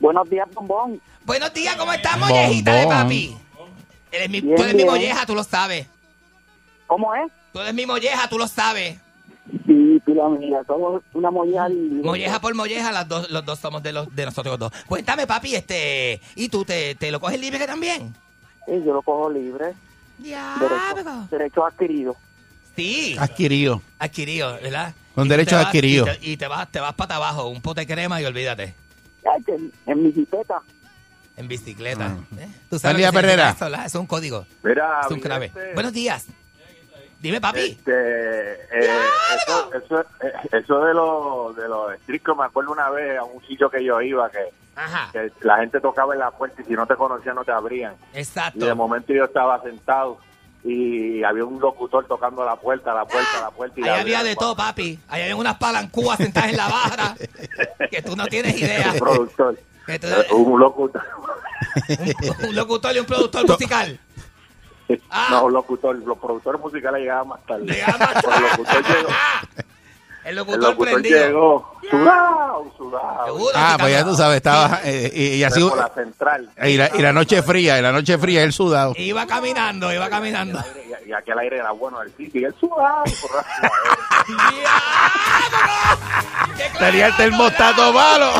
Speaker 13: Buenos días, bombón.
Speaker 4: Buenos días, ¿cómo estamos, mollejita de
Speaker 3: Bombón.
Speaker 4: papi? Eres mi,
Speaker 13: Bien,
Speaker 4: tú eres mi
Speaker 13: bien.
Speaker 4: molleja, tú lo sabes.
Speaker 13: ¿Cómo es?
Speaker 4: Tú eres mi molleja, tú lo sabes.
Speaker 13: Sí, tú la mía, somos una molleja.
Speaker 4: Molleja por molleja, las dos, los dos somos de, los, de nosotros dos. Cuéntame, papi, este, ¿y tú te, te lo coges libre también?
Speaker 13: Sí, yo lo cojo libre. Derecho, derecho adquirido.
Speaker 4: Sí.
Speaker 3: Adquirido.
Speaker 4: Adquirido, ¿verdad?
Speaker 3: Con
Speaker 4: Y tú
Speaker 3: derechos
Speaker 4: te vas-
Speaker 3: adquiridos.
Speaker 4: Y te, y te vas, te vas para abajo, un pote de crema y olvídate.
Speaker 13: Ay, que en, en mi jipeta.
Speaker 4: En bicicleta. ¿eh?
Speaker 3: Ah. Buen
Speaker 4: Tú sabes
Speaker 3: día,
Speaker 4: lo que
Speaker 3: Perrera.
Speaker 4: significa eso, ¿verdad? Eso es un código.
Speaker 8: Mira,
Speaker 4: Este es un clave.
Speaker 8: Vicente.
Speaker 4: Buenos días. Dime, papi.
Speaker 8: Este, eh, eso, eso, eh, eso de los de los estricos, me acuerdo una vez a un sitio que yo iba que, que la gente tocaba en la puerta y si no te conocían no te abrían. Y de
Speaker 4: Exacto.
Speaker 8: momento yo estaba sentado y había un locutor tocando la puerta, la puerta, la puerta. Y
Speaker 4: Ahí
Speaker 8: la
Speaker 4: había
Speaker 8: abrían.
Speaker 4: de todo, papi. Ahí había unas palancúas sentadas en la barra (laughs) que tú no tienes
Speaker 13: (laughs)
Speaker 4: idea.
Speaker 8: Un productor.
Speaker 4: Que tú-
Speaker 8: Un locutor.
Speaker 4: un locutor y
Speaker 8: (laughs)
Speaker 4: un productor musical. Ah.
Speaker 8: No, un locutor. Los productores musicales llegaban más tarde. Pero el locutor llegó.
Speaker 4: El
Speaker 8: El
Speaker 4: locutor
Speaker 8: locutor
Speaker 4: prendido.
Speaker 8: llegó. Sudado, sudado.
Speaker 3: (laughs) Ah, pues ya tú sabes, estaba. eh, y, y así.
Speaker 8: Por la central.
Speaker 3: Y la, y la noche fría, y la noche fría, el sudado.
Speaker 4: Iba caminando, iba caminando.
Speaker 8: Y aquí al aire era bueno del sitio. Y el sudado.
Speaker 4: (laughs)
Speaker 8: correcto.
Speaker 3: Tenía el termostato
Speaker 4: (laughs)
Speaker 3: malo.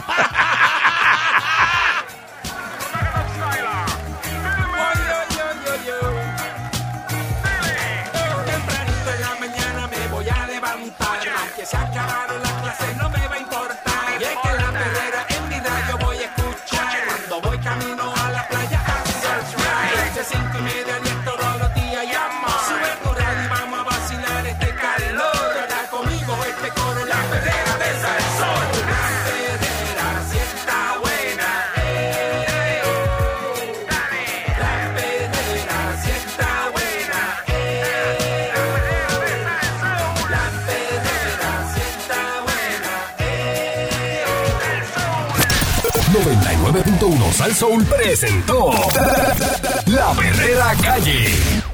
Speaker 2: Tempranito en la mañana me voy a levantar. Aunque se acabaron las clases, no me va a importar. Y es que la perrera en vida yo voy a escuchar. Cuando voy camino a la playa, a surfear. Entre cinco y media, diez todos los días y amor. Sube tu radio y vamos a vacilar este calor. Está conmigo este coro, la perrera de Salsón. La perrera si está buena. eh, oh. La perrera si está buena.
Speaker 1: Soul. 99.1 Sal Soul presentó La Verdadera Calle.